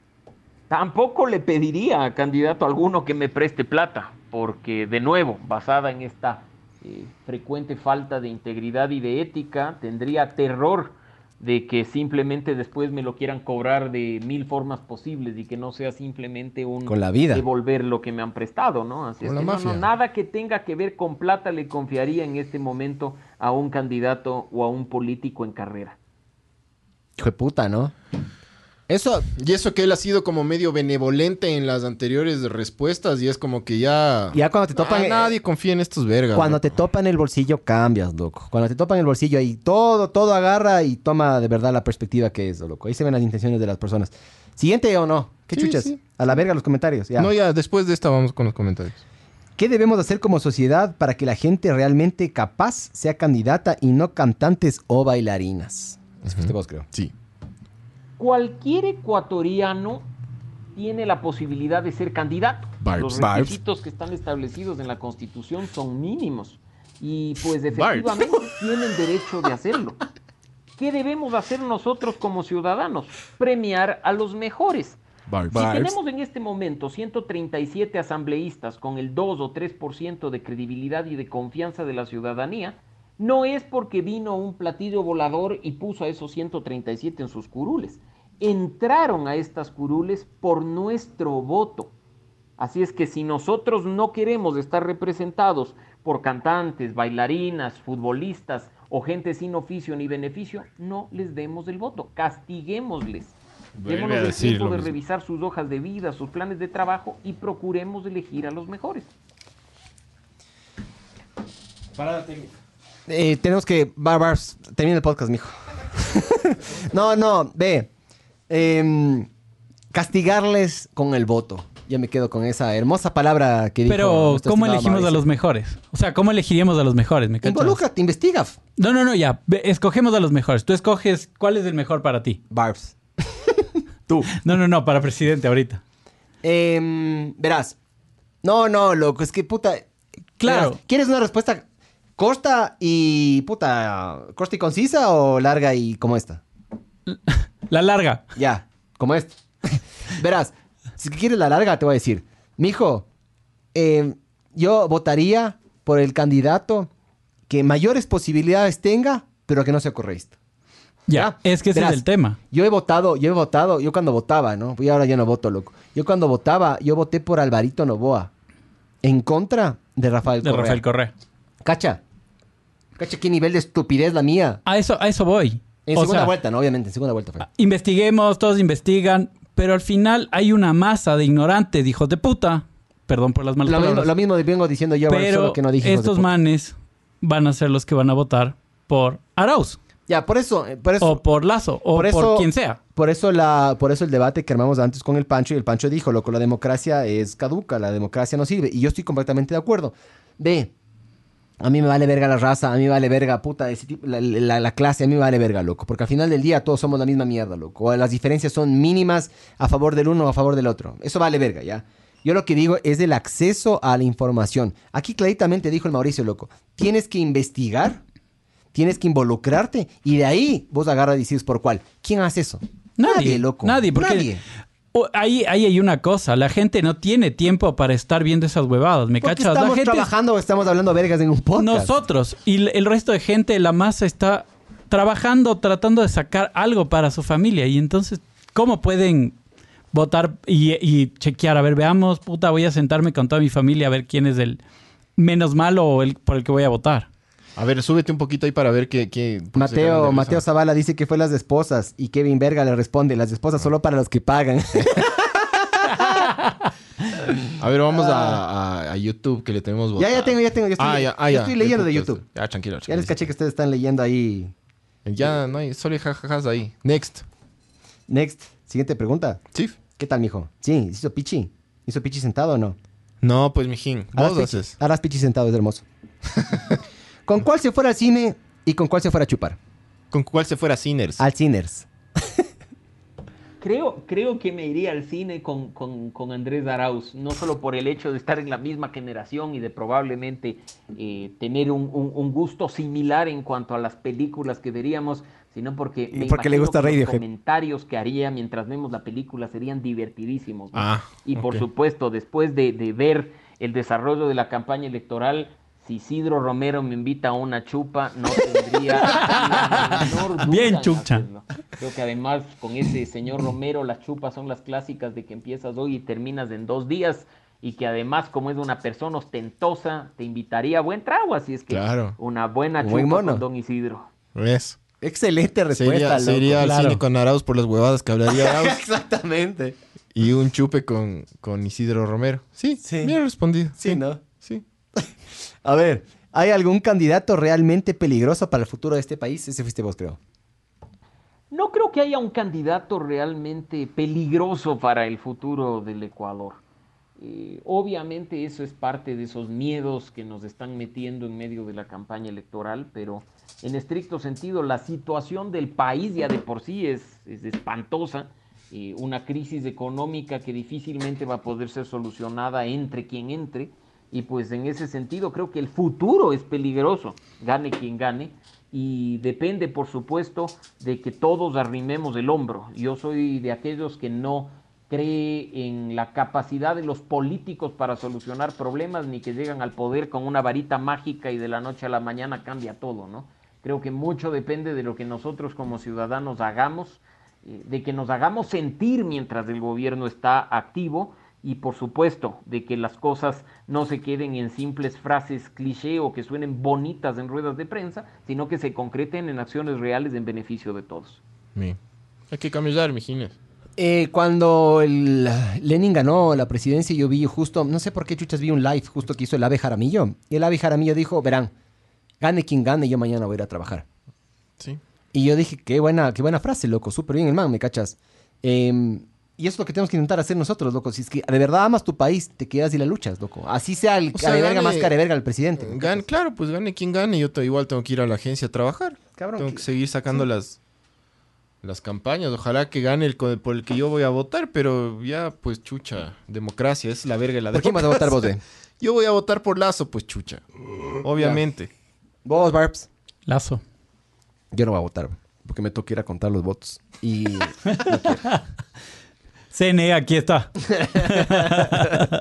Speaker 5: Tampoco le pediría a candidato alguno que me preste plata, porque de nuevo, basada en esta eh, frecuente falta de integridad y de ética, tendría terror de que simplemente después me lo quieran cobrar de mil formas posibles y que no sea simplemente un
Speaker 3: Con la vida.
Speaker 5: devolver lo que me han prestado, ¿no? Así es
Speaker 2: Con la
Speaker 5: que no, no,
Speaker 2: mafia.
Speaker 5: nada que tenga que ver con plata le confiaría en este momento a un candidato o a un político en carrera.
Speaker 3: Hijo de puta, ¿no? Eso,
Speaker 2: Y eso que él ha sido como medio benevolente en las anteriores respuestas y es como que ya...
Speaker 3: ya cuando te topan...
Speaker 2: Ah,
Speaker 3: eh,
Speaker 2: nadie confía en estos vergas.
Speaker 3: Cuando
Speaker 2: loco.
Speaker 3: te topan el bolsillo cambias, loco. Cuando te topan el bolsillo ahí todo, todo agarra y toma de verdad la perspectiva que es, loco. Ahí se ven las intenciones de las personas. Siguiente o no. ¿Qué
Speaker 2: Sí,
Speaker 3: chuchas?
Speaker 2: sí.
Speaker 3: A la verga los comentarios. ya.
Speaker 2: No, ya, después de esta vamos con los comentarios.
Speaker 3: ¿Qué debemos hacer como sociedad para que la gente realmente capaz sea candidata y no cantantes o bailarinas? Es que vos creo.
Speaker 2: Sí.
Speaker 5: cualquier ecuatoriano tiene la posibilidad de ser candidato.
Speaker 2: Barbs,
Speaker 5: Los
Speaker 2: barbs.
Speaker 5: requisitos que están establecidos en la Constitución son mínimos y pues efectivamente tienen derecho de hacerlo. ¿Qué debemos hacer nosotros como ciudadanos? Premiar a los mejores. Si tenemos en este momento 137 asambleístas con el 2 o 3% de credibilidad y de confianza de la ciudadanía, no es porque vino un platillo volador y puso a esos 137 en sus curules. Entraron a estas curules por nuestro voto. Así es que si nosotros no queremos estar representados por cantantes, bailarinas, futbolistas o gente sin oficio ni beneficio, no les demos el voto, castiguémosles.
Speaker 2: Vuelve
Speaker 5: Démonos
Speaker 2: a
Speaker 5: el
Speaker 2: decir
Speaker 5: tiempo
Speaker 2: lo
Speaker 5: de
Speaker 2: mismo.
Speaker 5: revisar sus hojas de vida, sus planes de trabajo y procuremos elegir a los mejores.
Speaker 3: Eh, tenemos que... Bar, barbs, termina el podcast, mijo. no, no, ve. Em, castigarles con el voto. Ya me quedo con esa hermosa palabra que dijo
Speaker 4: Pero,
Speaker 3: nuestro
Speaker 4: ¿cómo
Speaker 3: estimado
Speaker 4: elegimos a
Speaker 3: Mauricio.
Speaker 4: los mejores? O sea, ¿cómo elegiríamos a los mejores? ¿Me cachas?
Speaker 3: Involúcrate, investiga. f-
Speaker 4: No, no, no, ya. Ve, Escogemos a los mejores. Tú escoges cuál es el mejor para ti.
Speaker 3: Barbs. Tú.
Speaker 4: No, no, no, para presidente ahorita.
Speaker 3: Em, verás. No, no, loco, es que puta.
Speaker 4: Claro.
Speaker 3: Verás, ¿Quieres una respuesta corta y puta, corta y concisa o larga y como esta?
Speaker 4: La larga.
Speaker 3: Ya, como esta. verás, si es que quieres la larga, te voy a decir. Mijo, em, yo votaría por el candidato que mayores posibilidades tenga, pero que no sea correísta.
Speaker 4: Ya.
Speaker 3: Ya.
Speaker 4: Es que ese
Speaker 3: Verás.
Speaker 4: es el tema.
Speaker 3: Yo he votado, yo he votado, yo cuando votaba, ¿no? Yo ahora ya no voto, loco. Yo cuando votaba, yo voté por Alvarito Novoa. En contra de Rafael
Speaker 4: De
Speaker 3: Correa.
Speaker 4: Rafael Correa.
Speaker 3: Cacha. Cacha, qué nivel de estupidez la mía.
Speaker 4: A eso, a eso voy.
Speaker 3: En
Speaker 4: O
Speaker 3: segunda
Speaker 4: sea, ah,
Speaker 3: vuelta, ¿no? Obviamente, en segunda vuelta fue.
Speaker 4: investiguemos, todos investigan, pero al final hay una masa de ignorantes, hijos de puta. Perdón por las malas
Speaker 3: Lo mismo,
Speaker 4: palabras.
Speaker 3: lo mismo vengo diciendo yo, bueno,
Speaker 4: pero
Speaker 3: solo que no dije. hijos de
Speaker 4: estos
Speaker 3: puta.
Speaker 4: manes van a ser los que van a votar por Arauz
Speaker 3: Ya, por eso, eh, por eso.
Speaker 4: o por Lazo o
Speaker 3: por
Speaker 4: por,
Speaker 3: eso-
Speaker 4: quien sea.
Speaker 3: Por eso, la, por eso el debate que armamos antes con el Pancho, y el Pancho dijo, loco, la democracia es caduca, la democracia no sirve. Y yo estoy completamente de acuerdo. Ve, a mí me vale verga la raza, a mí me vale verga, puta, ese tipo- la, la- la clase, a mí me vale verga, loco. Porque al final del día todos somos la misma mierda, loco. O Las diferencias son mínimas a favor del uno o a favor del otro. Eso vale verga, ¿ya? Yo lo que digo es el acceso a la información. Aquí claramente dijo el Mauricio, loco, tienes que investigar, tienes que involucrarte y de ahí vos agarras y dices por cuál. ¿Quién hace eso?
Speaker 4: Nadie,
Speaker 3: loco.
Speaker 4: Nadie, porque
Speaker 3: Nadie.
Speaker 4: o- ahí, ahí hay una cosa. La gente no tiene tiempo para estar viendo esas huevadas. ¿Me
Speaker 3: Porque
Speaker 4: cachas? La
Speaker 3: estamos
Speaker 4: gente es-
Speaker 3: trabajando o estamos hablando vergas en un podcast.
Speaker 4: Nosotros y l- el resto de gente, la masa está trabajando, tratando de sacar algo para su familia. Y entonces, ¿cómo pueden votar y, y chequear? A ver, veamos, puta, voy a sentarme con toda mi familia a ver quién es el menos malo o el por el que voy a votar.
Speaker 2: A ver, súbete un poquito ahí para ver qué... qué por si sacaron de
Speaker 3: Mateo,
Speaker 2: risa.
Speaker 3: Mateo Zavala dice que fue las de esposas y Kevin Verga le responde, las de esposas
Speaker 2: Ah.
Speaker 3: solo para los que pagan.
Speaker 2: A ver, vamos a, a- a YouTube que le tenemos
Speaker 3: Ah. ya,
Speaker 2: votado.
Speaker 3: ya tengo, ya tengo. Yo estoy,
Speaker 2: ah, ya, ah,
Speaker 3: yo
Speaker 2: ya.
Speaker 3: estoy leyendo de YouTube.
Speaker 2: pues. Ah, tranquilo,
Speaker 3: Ya
Speaker 2: tranquilo.
Speaker 3: les caché que ustedes están leyendo ahí.
Speaker 2: Ya no hay, solo hay jajajas ahí. Next.
Speaker 3: Next, siguiente pregunta.
Speaker 2: Sí.
Speaker 3: ¿Qué tal, mijo? Sí, hizo pichi. ¿Hizo pichi sentado o no?
Speaker 2: No, pues mijín,
Speaker 3: Harás
Speaker 2: vos
Speaker 3: pichi-
Speaker 2: haces.
Speaker 3: Harás pichi sentado, es hermoso. ¿Con cuál se fuera al cine y con cuál se fuera a chupar? Ah,
Speaker 2: ¿Con cuál se fuera Sinners?
Speaker 3: Al Ciners.
Speaker 5: Creo, creo que me iría al cine con, con- con Andrés Arauz, no solo por el hecho de estar en la misma generación y de probablemente eh, tener un, un- un gusto similar en cuanto a las películas que veríamos, sino porque
Speaker 6: Y porque le
Speaker 5: imagino
Speaker 6: gusta
Speaker 5: que los
Speaker 6: Radiohead.
Speaker 5: comentarios que haría mientras vemos la película serían divertidísimos. ¿no?
Speaker 2: Ah,
Speaker 5: Y por
Speaker 2: ok.
Speaker 5: supuesto, después de, de ver el desarrollo de la campaña electoral, si Isidro Romero me invita a una chupa, no tendría la menor duda
Speaker 4: Bien
Speaker 5: en
Speaker 4: chucha.
Speaker 5: hacerlo. Creo que además con ese señor Romero las chupas son las clásicas de que empiezas hoy y terminas en dos días y que además como es una persona ostentosa te invitaría a buen trago, así es que
Speaker 2: Claro.
Speaker 5: una buena
Speaker 3: Buen
Speaker 5: chupa
Speaker 3: mono.
Speaker 5: con Don Isidro.
Speaker 2: ¿Ves?
Speaker 3: Excelente respuesta,
Speaker 2: Sería,
Speaker 3: loco.
Speaker 2: sería al
Speaker 4: Claro.
Speaker 2: cine con Arauz por las huevadas que hablaría Arauz
Speaker 3: Exactamente.
Speaker 2: y un chupe con, con Isidro Romero. Sí,
Speaker 6: Sí.
Speaker 2: bien respondido.
Speaker 6: Sí, ¿no?
Speaker 2: Sí.
Speaker 3: A ver, ¿hay algún candidato realmente peligroso para el futuro de este país? Ese fuiste vos, creo.
Speaker 5: No creo que haya un candidato realmente peligroso para el futuro del Ecuador. Eh, obviamente eso es parte de esos miedos que nos están metiendo en medio de la campaña electoral, pero en estricto sentido la situación del país ya de por sí es, es espantosa. Eh, una crisis económica que difícilmente va a poder ser solucionada entre quien entre. Y pues en ese sentido creo que el futuro es peligroso, gane quien gane. Y depende, por supuesto, de que todos arrimemos el hombro. Yo soy de aquellos que no cree en la capacidad de los políticos para solucionar problemas ni que llegan al poder con una varita mágica y de la noche a la mañana cambia todo, ¿no? Creo que mucho depende de lo que nosotros como ciudadanos hagamos, eh, de que nos hagamos sentir mientras el gobierno está activo y por supuesto de que las cosas no se queden en simples frases cliché o que suenen bonitas en ruedas de prensa, sino que se concreten en acciones reales en beneficio de todos.
Speaker 2: Mi. Hay que cambiar, mijines.
Speaker 3: Eh, cuando el Lenin ganó la presidencia, yo vi justo, no sé por qué chuchas, vi un live justo que hizo el Ave Jaramillo. Y el Ave Jaramillo dijo, verán, gane quien gane, yo mañana voy a ir a trabajar.
Speaker 2: Sí.
Speaker 3: Y yo dije, qué buena, qué buena frase, loco, súper bien el man, ¿me cachas? Em, y eso es lo que tenemos que intentar hacer nosotros, loco. Si es que de verdad amas tu país, te quedas y la luchas, loco. Así sea el
Speaker 2: O sea,
Speaker 3: careverga
Speaker 2: gane-
Speaker 3: más careverga el presidente. ¿me
Speaker 2: Gan-
Speaker 3: cachas?
Speaker 2: claro, pues gane quien gane. Yo te- igual tengo que ir a la agencia a trabajar.
Speaker 3: Cabrón,
Speaker 2: tengo
Speaker 3: que-
Speaker 2: que seguir sacando las, las campañas. Ojalá que gane el co- por el que yo voy a votar, pero ya, pues chucha. Democracia es la verga y la
Speaker 3: ¿Por quién vas a votar vos, eh? de?
Speaker 1: eh?
Speaker 2: Yo voy a votar por Lazo, pues chucha. Obviamente.
Speaker 3: Vos, Barbs.
Speaker 4: Lazo.
Speaker 3: Yo no voy a votar, porque me toca ir a contar los votos. Y
Speaker 4: CNE, E aquí está.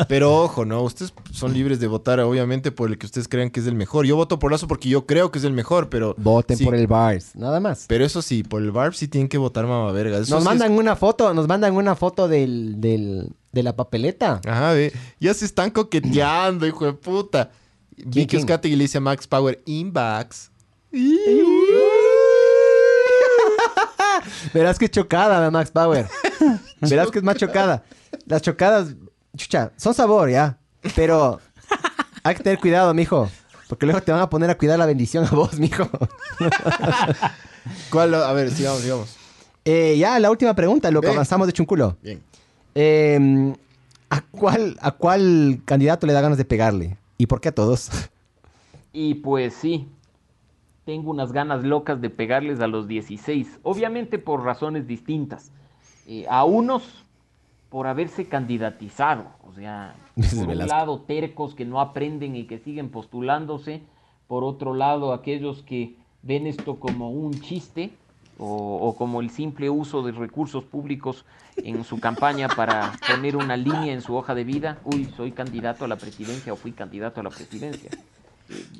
Speaker 2: Pero ojo, ¿no? Ustedes son libres de votar, obviamente, por el que ustedes crean que es el mejor. Yo voto por Lazo porque yo creo que es el mejor, pero.
Speaker 3: voten
Speaker 2: sí,
Speaker 3: por el Bars, nada más.
Speaker 2: Pero eso sí, por el Barb sí tienen que votar mamá verga. Eso
Speaker 3: Nos
Speaker 2: sí es-
Speaker 3: mandan una foto, nos mandan una foto del, del, de la papeleta.
Speaker 2: Ajá, ve. Ya se están coqueteando, hijo de puta. Vicky
Speaker 3: quién?
Speaker 2: Oscategui le dice a Max Power, inbox.
Speaker 3: Verás que es chocada, Max Power. Verás que es más chocada. Las chocadas, chucha, son sabor, ya. Pero hay que tener cuidado, mijo. Porque luego te van a poner a cuidar la bendición a vos, mijo.
Speaker 2: ¿Cuál? A ver, sigamos, sigamos.
Speaker 3: Eh, ya, la última pregunta, lo que
Speaker 2: Ve.
Speaker 3: avanzamos de chunculo.
Speaker 2: Bien.
Speaker 3: Eh, ¿a, cuál, ¿A cuál candidato le da ganas de pegarle? ¿Y por qué a todos?
Speaker 5: Y pues sí, tengo unas ganas locas de pegarles a los 16, obviamente por razones distintas. Eh, a unos por haberse candidatizado, o sea,
Speaker 3: Ese es
Speaker 5: por un
Speaker 3: Velasco.
Speaker 5: lado tercos que no aprenden y que siguen postulándose, por otro lado aquellos que ven esto como un chiste o, o como el simple uso de recursos públicos en su campaña para poner una línea en su hoja de vida, uy, soy candidato a la presidencia o fui candidato a la presidencia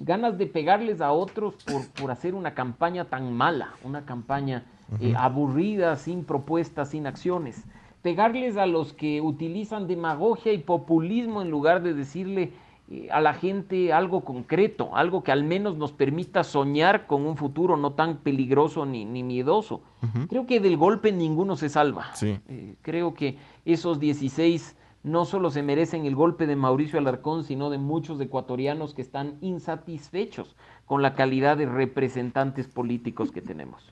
Speaker 5: ganas de pegarles a otros por, por hacer una campaña tan mala, una campaña eh, aburrida, sin propuestas, sin acciones. Pegarles a los que utilizan demagogia y populismo en lugar de decirle eh, a la gente algo concreto, algo que al menos nos permita soñar con un futuro no tan peligroso ni, ni miedoso. Creo que del golpe ninguno se salva.
Speaker 2: Sí.
Speaker 5: Eh, creo que esos 16 no solo se merecen el golpe de Mauricio Alarcón, sino de muchos ecuatorianos que están insatisfechos con la calidad de representantes políticos que tenemos.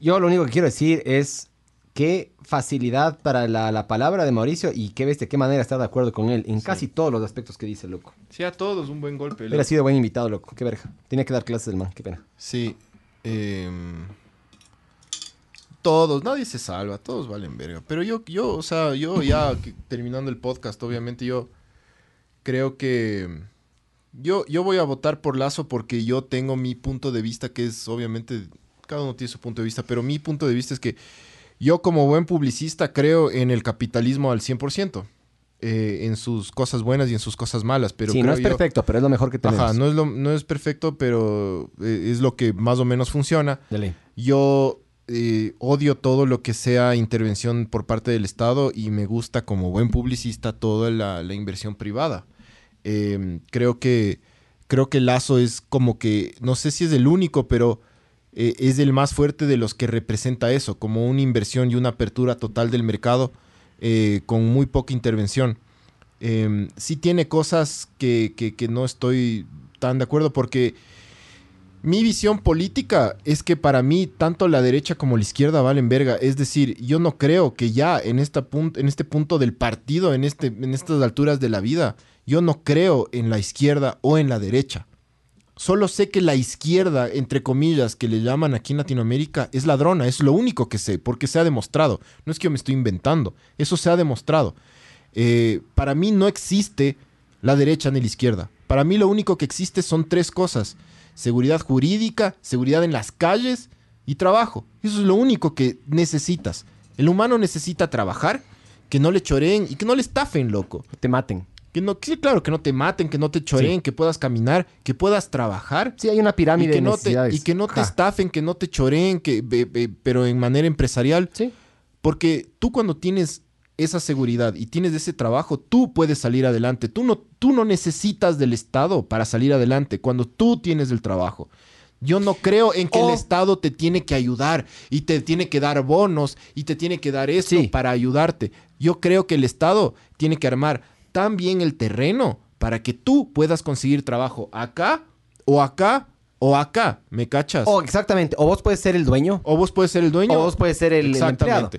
Speaker 3: Yo lo único que quiero decir es qué facilidad para la, la palabra de Mauricio y qué bestia, qué manera estar de acuerdo con él en casi todos los aspectos que dice, loco.
Speaker 2: Sí, a todos un buen golpe.
Speaker 3: Hubiera sido buen invitado, loco. Qué verga. Tenía que dar clases del man, qué pena.
Speaker 2: Sí. em,
Speaker 1: em, todos, nadie se salva, todos valen verga. Pero yo, yo, o sea, yo ya que- terminando el podcast, obviamente yo creo que yo, yo voy a votar por Lazo porque yo tengo mi punto de vista, que es obviamente, cada uno tiene su punto de vista, pero mi punto de vista es que yo como buen publicista creo en el capitalismo al 100%, eh, en sus cosas buenas y en sus cosas malas, pero
Speaker 3: sí, no
Speaker 1: creo
Speaker 3: es
Speaker 1: yo-
Speaker 3: perfecto, pero es lo mejor que tenemos.
Speaker 1: Ajá, no es, lo- no es perfecto, pero eh, es lo que más o menos funciona.
Speaker 3: De ley.
Speaker 1: Yo eh, odio todo lo que sea intervención por parte del Estado y me gusta como buen publicista toda la, la inversión privada. Eh, creo que creo que Lazo es como que no sé si es el único, pero eh, es el más fuerte de los que representa eso, como una inversión y una apertura total del mercado eh, con muy poca intervención. Eh, sí tiene cosas que, que- que no estoy tan de acuerdo porque mi visión política es que para mí tanto la derecha como la izquierda valen verga. Es decir, yo no creo que ya en, esta pun- en este punto del partido, en, este, en estas alturas de la vida, yo no creo en la izquierda o en la derecha. Solo sé que la izquierda, entre comillas, que le llaman aquí en Latinoamérica, es ladrona. Es lo único que sé, porque se ha demostrado. No es que yo me estoy inventando. Eso se ha demostrado. Eh, para mí no existe la derecha ni la izquierda. Para mí lo único que existe son tres cosas. Seguridad jurídica, seguridad en las calles y trabajo. Eso es lo único que necesitas. El humano necesita trabajar, que no le choreen y que no le estafen, loco.
Speaker 3: Que Te maten.
Speaker 1: Que no, que- claro, que no te maten, que no te choreen, que puedas caminar, que puedas trabajar
Speaker 3: Sí, hay una pirámide
Speaker 1: y que
Speaker 3: de
Speaker 1: no te,
Speaker 3: necesidades.
Speaker 1: y que no te
Speaker 3: Ajá.
Speaker 1: estafen, que no te choreen, que, be- be- pero en manera empresarial.
Speaker 3: Sí.
Speaker 1: Porque tú cuando tienes esa seguridad y tienes ese trabajo, tú puedes salir adelante. Tú no, tú no necesitas del Estado para salir adelante cuando tú tienes el trabajo. Yo no creo en que
Speaker 3: O-
Speaker 1: el Estado te tiene que ayudar y te tiene que dar bonos y te tiene que dar esto
Speaker 3: Sí.
Speaker 1: para ayudarte. Yo creo que el Estado tiene que armar tan bien el terreno para que tú puedas conseguir trabajo acá o acá o acá. ¿Me cachas?
Speaker 3: O
Speaker 1: O,
Speaker 3: Oh, exactamente, o vos puedes ser el dueño,
Speaker 1: vos puedes ser el dueño.
Speaker 3: o vos puedes ser el, el empleado.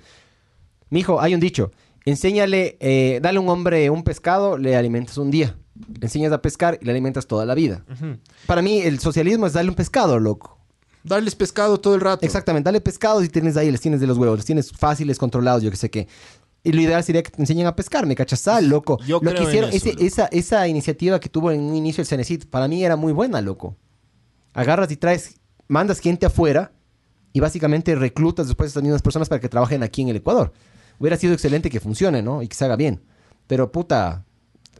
Speaker 3: Mijo, hay un dicho. Enséñale, eh, dale a un hombre un pescado, le alimentas un día. Le enseñas a pescar y le alimentas toda la vida. Para mí, el socialismo es darle un pescado, loco.
Speaker 1: Darles pescado todo el rato.
Speaker 3: Exactamente, dale pescado y tienes ahí, les tienes de los huevos, los tienes fáciles, controlados, yo que sé qué. Y lo ideal sería que te enseñen a pescar, me cachas sal, loco.
Speaker 1: Yo
Speaker 3: lo
Speaker 1: creo
Speaker 3: que hicieron,
Speaker 1: en eso,
Speaker 3: ese-
Speaker 1: loco.
Speaker 3: esa, esa iniciativa que tuvo en un inicio el Cenecit, para mí era muy buena, loco. Agarras y traes, mandas gente afuera y básicamente reclutas después a estas mismas personas para que trabajen aquí en el Ecuador. Hubiera sido excelente que funcione, ¿no? Y que se haga bien. Pero puta,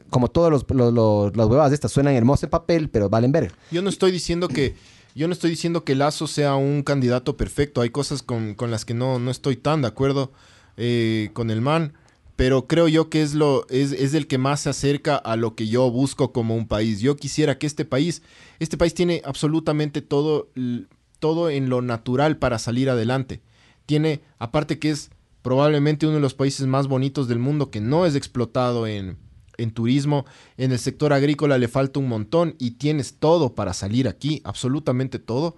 Speaker 3: como todas los, los- los- las huevadas estas suenan hermosas en papel, pero valen verga.
Speaker 1: Yo no estoy diciendo que yo no estoy diciendo que Lazo sea un candidato perfecto. Hay cosas con, con las que no, no estoy tan de acuerdo eh, con el man, pero creo yo que es lo es, es el que más se acerca a lo que yo busco como un país. Yo quisiera que este país este país tiene absolutamente todo l- todo en lo natural para salir adelante. Tiene aparte que es probablemente uno de los países más bonitos del mundo que no es explotado en, en turismo. En el sector agrícola le falta un montón y tienes todo para salir aquí, absolutamente todo.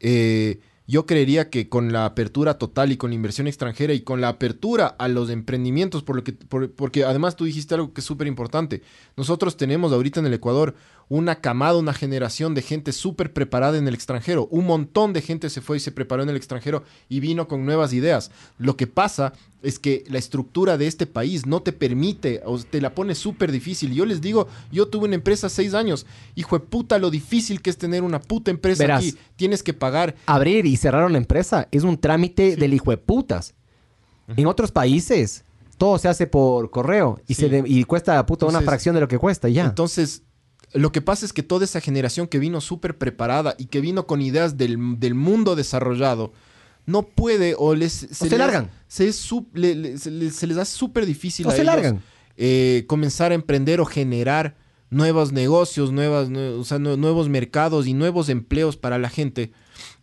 Speaker 1: Eh, yo creería que con la apertura total y con la inversión extranjera y con la apertura a los emprendimientos, por lo que- por- porque además tú dijiste algo que es súper importante. Nosotros tenemos ahorita en el Ecuador una camada, una generación de gente súper preparada en el extranjero. Un montón de gente se fue y se preparó en el extranjero y vino con nuevas ideas. Lo que pasa es que la estructura de este país no te permite, o te la pone súper difícil. Yo les digo, yo tuve una empresa seis años. Hijo de puta, lo difícil que es tener una puta empresa
Speaker 3: Verás.
Speaker 1: aquí. Tienes que pagar
Speaker 3: abrir y cerrar una empresa es un trámite del hijo de putas. En otros países todo se hace por correo y, se
Speaker 1: Sí.
Speaker 3: de- y cuesta puta una
Speaker 1: Entonces-
Speaker 3: fracción de lo que cuesta y ya.
Speaker 1: Entonces, lo que pasa es que toda esa generación que vino súper preparada y que vino con ideas del, del mundo desarrollado, no puede o les...
Speaker 3: se
Speaker 1: les-
Speaker 3: largan.
Speaker 1: Se, es su- le- le- se les, se les da súper difícil
Speaker 3: O
Speaker 1: a
Speaker 3: se
Speaker 1: ellos,
Speaker 3: largan.
Speaker 1: eh, comenzar a emprender o generar nuevos negocios, nuevas, nue- o sea, nue- nuevos mercados y nuevos empleos para la gente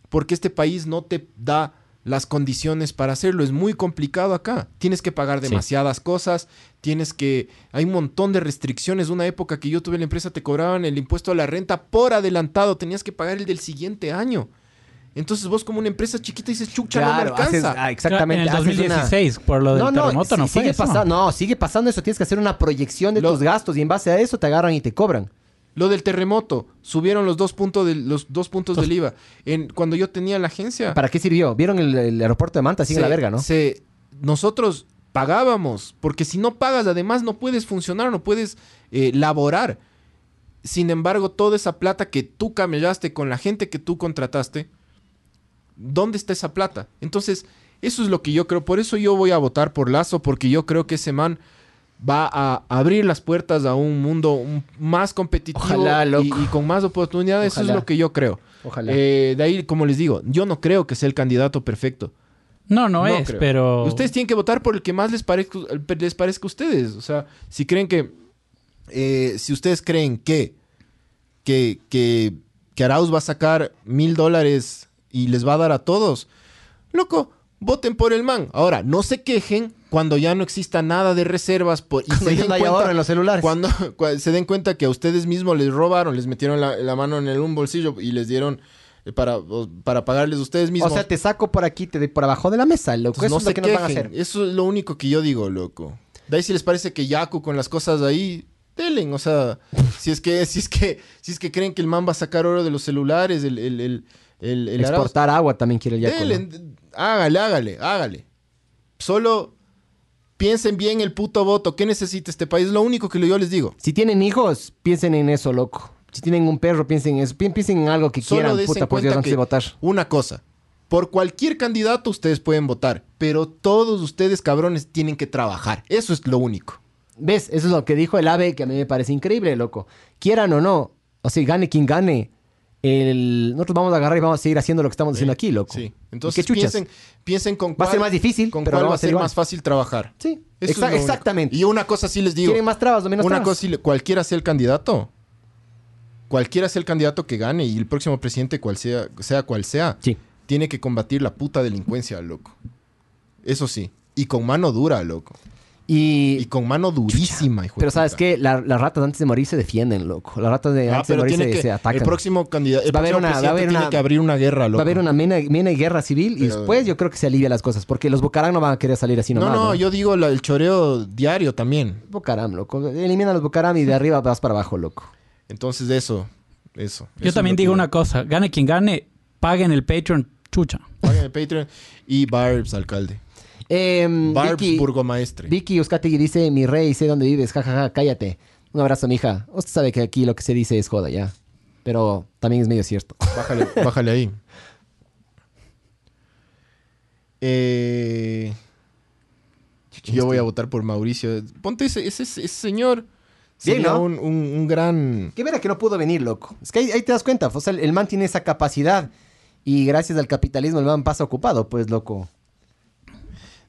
Speaker 1: porque este país no te da las condiciones para hacerlo. Es muy complicado acá. Tienes que pagar demasiadas cosas, tienes que... Hay un montón de restricciones. Una época que yo tuve la empresa te cobraban el impuesto a la renta por adelantado, tenías que pagar el del siguiente año. Entonces vos como una empresa chiquita dices, chucha, no me
Speaker 3: haces-
Speaker 1: alcanza.
Speaker 3: ah, exactamente.
Speaker 4: En el
Speaker 3: haces una-
Speaker 4: 2016, por lo del terremoto, no
Speaker 3: sí-
Speaker 4: fue
Speaker 3: sigue
Speaker 4: eso.
Speaker 3: pasando, no, sigue pasando eso. Tienes que hacer una proyección de
Speaker 1: Lo-
Speaker 3: tus gastos y en base a eso te agarran y te cobran.
Speaker 1: Lo del terremoto, subieron los dos, puntos de, los dos puntos del IVA. En, cuando yo tenía la agencia...
Speaker 3: ¿Para qué sirvió? ¿Vieron el, el aeropuerto de Manta? Sigue
Speaker 1: se-
Speaker 3: la verga, ¿no?
Speaker 1: se- nosotros pagábamos, porque si no pagas, además no puedes funcionar, no puedes eh, laborar. Sin embargo, toda esa plata que tú camellaste con la gente que tú contrataste, ¿dónde está esa plata? Entonces, eso es lo que yo creo. Por eso yo voy a votar por Lazo, porque yo creo que ese man va a abrir las puertas a un mundo un- más competitivo
Speaker 3: Ojalá,
Speaker 1: y-
Speaker 3: loco.
Speaker 1: Y, con más oportunidades. Eso es
Speaker 3: Ojalá.
Speaker 1: lo que yo creo.
Speaker 3: Ojalá.
Speaker 1: Eh, de ahí, como les digo, yo no creo que sea el candidato perfecto.
Speaker 4: No, no, es,
Speaker 1: creo.
Speaker 4: pero...
Speaker 1: Ustedes tienen que votar por el que más les parezca, les parezca a ustedes. O sea, si creen que... eh, si ustedes creen que... Que, que, que Arauz va a sacar mil dólares y les va a dar a todos. Loco, voten por el man. Ahora, no se quejen cuando ya no exista nada de reservas por, y se
Speaker 3: Cuando ya
Speaker 1: den
Speaker 3: no hay
Speaker 1: cuenta-
Speaker 3: ahorro en los celulares.
Speaker 1: Cuando, cua- se den cuenta que a ustedes mismos les robaron, les metieron la, la mano en el, un bolsillo y les dieron eh, para, para pagarles ustedes
Speaker 3: O
Speaker 1: mismos.
Speaker 3: sea, te saco por aquí, te doy por abajo de la mesa,
Speaker 1: Entonces,
Speaker 3: loco. Eso es lo que nos van a
Speaker 1: quejen.
Speaker 3: hacer.
Speaker 1: Eso es lo único que yo digo, loco. De ahí si les parece que Yaku con las cosas ahí, delen, o sea, si es que, si es que, si es que creen que el man va a sacar oro de los celulares, el, el, el, el, el Arauz,
Speaker 3: Exportar agua también quiere el Yaco.
Speaker 1: delen,
Speaker 3: ¿no?
Speaker 1: d- hágale, hágale, hágale. Solo piensen bien el puto voto, ¿qué necesita este país? Es lo único que yo les digo.
Speaker 3: Si tienen hijos, piensen en eso, loco. Si tienen un perro, piensen en eso. Pi- Piensen en algo que
Speaker 1: Solo
Speaker 3: quieran,
Speaker 1: desen
Speaker 3: puta, pues, por
Speaker 1: cuenta
Speaker 3: Dios, antes
Speaker 1: que
Speaker 3: de votar.
Speaker 1: una cosa. Por cualquier candidato ustedes pueden votar, pero todos ustedes cabrones tienen que trabajar. Eso es lo único.
Speaker 3: ¿Ves? Eso es lo que dijo el AVE, que a mí me parece increíble, loco. Quieran o no, o sea, gane quien gane, el... nosotros vamos a agarrar y vamos a seguir haciendo lo que estamos haciendo aquí, loco.
Speaker 1: Eh, Sí.
Speaker 3: ¿Y
Speaker 1: Entonces
Speaker 3: qué chuchas?
Speaker 1: piensen, piensen con
Speaker 3: Va a
Speaker 1: cuál
Speaker 3: ser más difícil,
Speaker 1: con
Speaker 3: pero
Speaker 1: cuál
Speaker 3: no
Speaker 1: va a ser
Speaker 3: igual.
Speaker 1: más fácil trabajar.
Speaker 3: Sí,
Speaker 1: Eso es
Speaker 3: exa-
Speaker 1: lo único.
Speaker 3: exactamente.
Speaker 1: Y una cosa sí les digo.
Speaker 3: ¿Quieren más trabas o menos
Speaker 1: una
Speaker 3: trabas?
Speaker 1: cosa sí le- cualquiera sea el candidato. Cualquiera sea el candidato que gane y el próximo presidente cual sea, sea cual sea,
Speaker 3: Sí.
Speaker 1: tiene que combatir la puta delincuencia, loco. Eso sí. Y con mano dura, loco.
Speaker 3: Y...
Speaker 1: Y con mano durísima, hijo de
Speaker 3: pero ¿sabes
Speaker 1: puta.
Speaker 3: qué? La- las ratas antes de morir se defienden, loco. Las ratas de
Speaker 1: Ah,
Speaker 3: antes de
Speaker 1: pero
Speaker 3: morir
Speaker 1: tiene
Speaker 3: se,
Speaker 1: que,
Speaker 3: se atacan.
Speaker 1: El próximo candidato, el
Speaker 3: Va a haber
Speaker 1: próximo
Speaker 3: una- va a
Speaker 1: presidente
Speaker 3: haber
Speaker 1: tiene
Speaker 3: una-
Speaker 1: que abrir una guerra, loco.
Speaker 3: Va a haber una mena, mena y guerra civil y
Speaker 1: Pero-
Speaker 3: después yo creo que se alivia las cosas porque los Bucaram no van a querer salir así
Speaker 1: no,
Speaker 3: nomás.
Speaker 1: no, yo digo la- el choreo diario también.
Speaker 3: Bucaram, loco. Elimina a los Bucaram y de arriba vas para abajo, loco.
Speaker 1: Entonces, eso, eso. Eso
Speaker 4: Yo
Speaker 1: es
Speaker 4: también
Speaker 1: lo que
Speaker 4: digo
Speaker 1: yo-
Speaker 4: una cosa. Gane quien gane, paguen el Patreon, chucha.
Speaker 1: Paguen el Patreon. Y Barbs, alcalde.
Speaker 3: Em,
Speaker 1: Barbs,
Speaker 3: Vicky-
Speaker 1: burgomaestre.
Speaker 3: Vicky Euskategui dice, mi rey, sé dónde vives, jajaja, cállate. Un abrazo, mija. Usted sabe que aquí lo que se dice es joda, ya. Pero también es medio cierto.
Speaker 1: Bájale, bájale ahí. Eh, yo voy a votar por Mauricio. Ponte ese, ese, ese señor.
Speaker 3: Bien,
Speaker 1: Sería
Speaker 3: ¿no?
Speaker 1: un, un- un gran...
Speaker 3: Qué vera que no pudo venir, loco. Es que ahí, ahí te das cuenta, o sea, el, el man tiene esa capacidad. Y gracias al capitalismo el man pasa ocupado, pues, loco.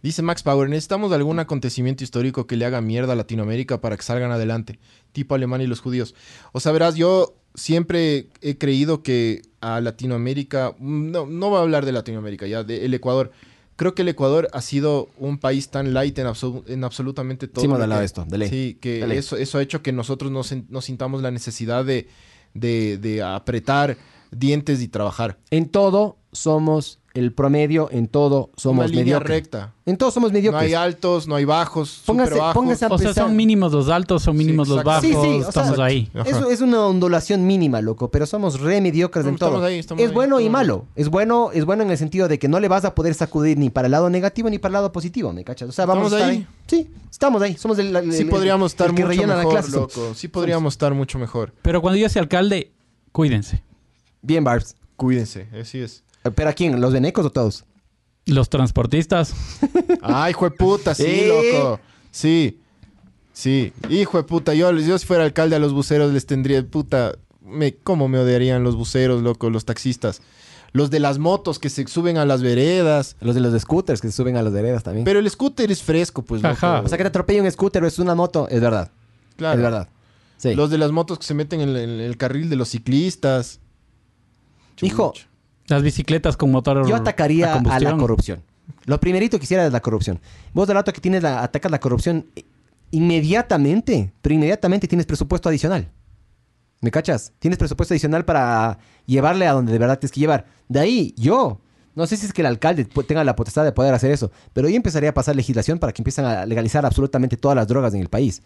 Speaker 1: Dice Max Power, necesitamos algún acontecimiento histórico que le haga mierda a Latinoamérica para que salgan adelante, tipo Alemania y los judíos. O sea, verás, yo siempre he creído que a Latinoamérica, no, no voy a hablar de Latinoamérica, ya del Ecuador. Creo que el Ecuador ha sido un país tan light en, absolu- en absolutamente todo.
Speaker 3: Sí, hemos
Speaker 1: lo
Speaker 3: hablado
Speaker 1: que-
Speaker 3: de esto, de ley.
Speaker 1: Sí, que
Speaker 3: De ley.
Speaker 1: eso, eso ha hecho que nosotros no, sen- no sintamos la necesidad de, de- de apretar dientes y trabajar.
Speaker 3: En todo somos el promedio, en todo
Speaker 1: Una
Speaker 3: somos
Speaker 1: línea
Speaker 3: mediocres.
Speaker 1: recta.
Speaker 3: En todo somos
Speaker 1: No
Speaker 3: mediocres.
Speaker 1: hay altos, no hay bajos,
Speaker 3: Póngase-
Speaker 1: superbajos.
Speaker 3: póngase a
Speaker 4: O sea,
Speaker 3: pensar.
Speaker 4: son mínimos los altos, son mínimos los bajos,
Speaker 1: exacto.
Speaker 3: Sí, sí, o sea,
Speaker 4: estamos ahí.
Speaker 1: Ajá.
Speaker 3: Eso es una ondulación mínima, loco, pero somos re mediocres
Speaker 1: No,
Speaker 3: en
Speaker 1: estamos
Speaker 3: todo.
Speaker 1: ahí, estamos
Speaker 3: es
Speaker 1: ahí,
Speaker 3: bueno y
Speaker 1: estamos ahí.
Speaker 3: malo. Es bueno, es bueno en el sentido de que no le vas a poder sacudir ni para el lado negativo ni para el lado positivo, ¿me cachas? O sea, vamos
Speaker 1: ¿Estamos
Speaker 3: a
Speaker 1: ahí?
Speaker 3: estar ahí. Sí, estamos ahí. Somos el, el-
Speaker 1: Sí
Speaker 3: el-
Speaker 1: podríamos estar
Speaker 3: el que
Speaker 1: mucho
Speaker 3: rellena la
Speaker 1: mejor,
Speaker 3: clase.
Speaker 1: loco. Sí podríamos estar mucho mejor.
Speaker 4: Pero cuando yo sea alcalde, cuídense.
Speaker 3: Bien, Barbs.
Speaker 1: Cuídense, así es.
Speaker 3: ¿Pero a quién? ¿Los venecos o todos?
Speaker 4: Los transportistas,
Speaker 1: Ay, Ah, hijo de puta, sí,
Speaker 3: ¿Eh?
Speaker 1: loco. Sí, sí. Hijo de puta, yo, yo si fuera alcalde a los buceros les tendría, puta, me, cómo me odiarían los buceros, loco, los taxistas. Los de las motos que se suben a las veredas.
Speaker 3: Los de los scooters que se suben a las veredas también.
Speaker 1: Pero el scooter es fresco, pues, loco.
Speaker 4: Ajá.
Speaker 3: o sea, que te atropella un scooter o es una moto. Es verdad.
Speaker 1: Claro.
Speaker 3: Es verdad. Sí.
Speaker 1: Los de las motos que se meten en, el- en el carril de los ciclistas.
Speaker 3: Hijo,
Speaker 1: Chucha.
Speaker 4: las bicicletas con motor
Speaker 3: Yo atacaría a, la
Speaker 4: combustión.
Speaker 3: corrupción. Lo primerito que hiciera es la corrupción. Vos del rato que tienes la, atacas la corrupción, eh, inmediatamente, pero inmediatamente tienes presupuesto adicional. ¿Me cachas? Tienes presupuesto adicional para llevarle a donde de verdad tienes que llevar. De ahí, yo, no sé si es que el alcalde pu- tenga la potestad de poder hacer eso, pero yo empezaría a pasar legislación para que empiecen a legalizar absolutamente todas las drogas en el país,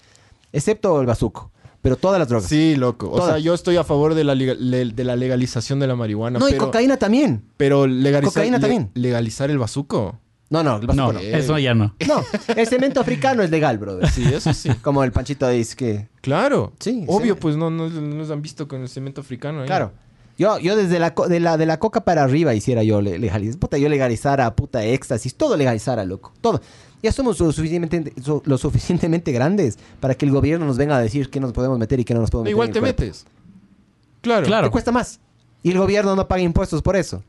Speaker 3: excepto el bazuco. Pero todas las drogas.
Speaker 2: Sí, loco. O
Speaker 3: Todas.
Speaker 2: sea, yo estoy a favor de la, lega- le- de la legalización de la marihuana.
Speaker 3: no, y
Speaker 2: pero,
Speaker 3: cocaína también.
Speaker 2: Pero legalizar,
Speaker 3: Cocaína también.
Speaker 2: legalizar el bazuco.
Speaker 3: No, no, el bazuco
Speaker 4: No,
Speaker 3: no.
Speaker 4: eso ya no.
Speaker 3: No, el cemento africano es legal, brother.
Speaker 2: Sí, eso sí.
Speaker 3: Como el Panchito dice que...
Speaker 2: Claro.
Speaker 3: Sí,
Speaker 2: Obvio,
Speaker 3: sí.
Speaker 2: pues no, no, no los han visto con el cemento africano. ¿eh? ahí.
Speaker 3: Claro. Yo, yo desde la, co- de la, de la coca para arriba hiciera yo le- legaliz- Puta, yo legalizara, puta, éxtasis, todo legalizara, loco. Todo. Ya somos lo suficientemente, su- lo suficientemente grandes para que el gobierno nos venga a decir qué nos podemos meter y qué no nos
Speaker 2: No,
Speaker 3: podemos meter.
Speaker 2: E igual
Speaker 3: en el
Speaker 2: te
Speaker 3: cuerpo.
Speaker 2: metes. Claro.
Speaker 4: Claro.
Speaker 3: Te cuesta más. Y el gobierno no paga impuestos por eso.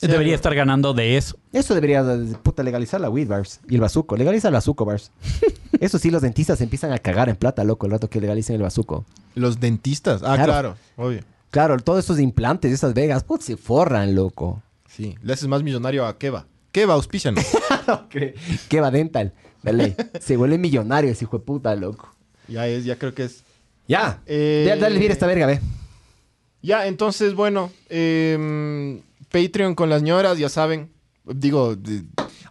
Speaker 4: Debería estar ganando de eso.
Speaker 3: Eso debería, eh, puta, legalizar la weed, Bars. Y el bazuco. Legaliza el bazuco, Bars. eso sí, los dentistas empiezan a cagar en plata, loco, el rato que legalicen el bazuco.
Speaker 2: Los dentistas. Ah,
Speaker 3: Claro.
Speaker 2: claro. Obvio.
Speaker 3: Claro, todos esos implantes, esas vegas, put, se forran, loco.
Speaker 2: Sí. Le haces más millonario a Keva. Keva, auspícianos.
Speaker 3: Que va dental. Dale. Se vuelve millonario ese hijo de puta, loco.
Speaker 2: ya es, ya creo que es.
Speaker 3: Ya.
Speaker 2: Eh,
Speaker 3: Ya, Dale, mira esta verga, ve.
Speaker 2: Ya, entonces, bueno. em, Patreon con las ñoras, ya saben. Digo, de-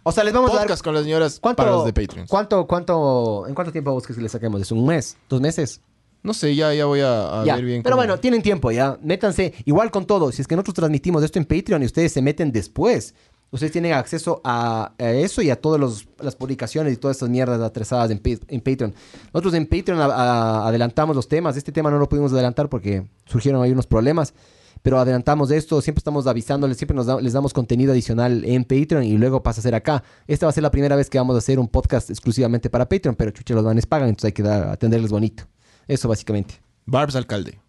Speaker 3: O sea, les vamos a dar.
Speaker 2: podcast con las ñoras
Speaker 3: ¿Cuánto,
Speaker 2: para los de Patreon.
Speaker 3: ¿cuánto, cuánto, ¿En cuánto tiempo busques que le saquemos? ¿Es un mes? ¿Dos meses?
Speaker 2: No sé, ya, ya voy a, a
Speaker 3: ya.
Speaker 2: ver bien.
Speaker 3: Pero
Speaker 2: cómo-
Speaker 3: bueno, tienen tiempo ya. Métanse. Igual con todo. Si es que nosotros transmitimos esto en Patreon y ustedes se meten después, ustedes tienen acceso a, a eso y a todas las publicaciones y todas estas mierdas atrasadas en, Pa- en Patreon. Nosotros en Patreon a- a- adelantamos los temas. Este tema no lo pudimos adelantar porque surgieron ahí unos problemas. Pero adelantamos esto, siempre estamos avisándoles, siempre nos da- les damos contenido adicional en Patreon y luego pasa a ser acá. Esta va a ser la primera vez que vamos a hacer un podcast exclusivamente para Patreon, pero chucha, los manes pagan, entonces hay que dar- atenderles bonito. Eso básicamente.
Speaker 2: Barbs Alcalde.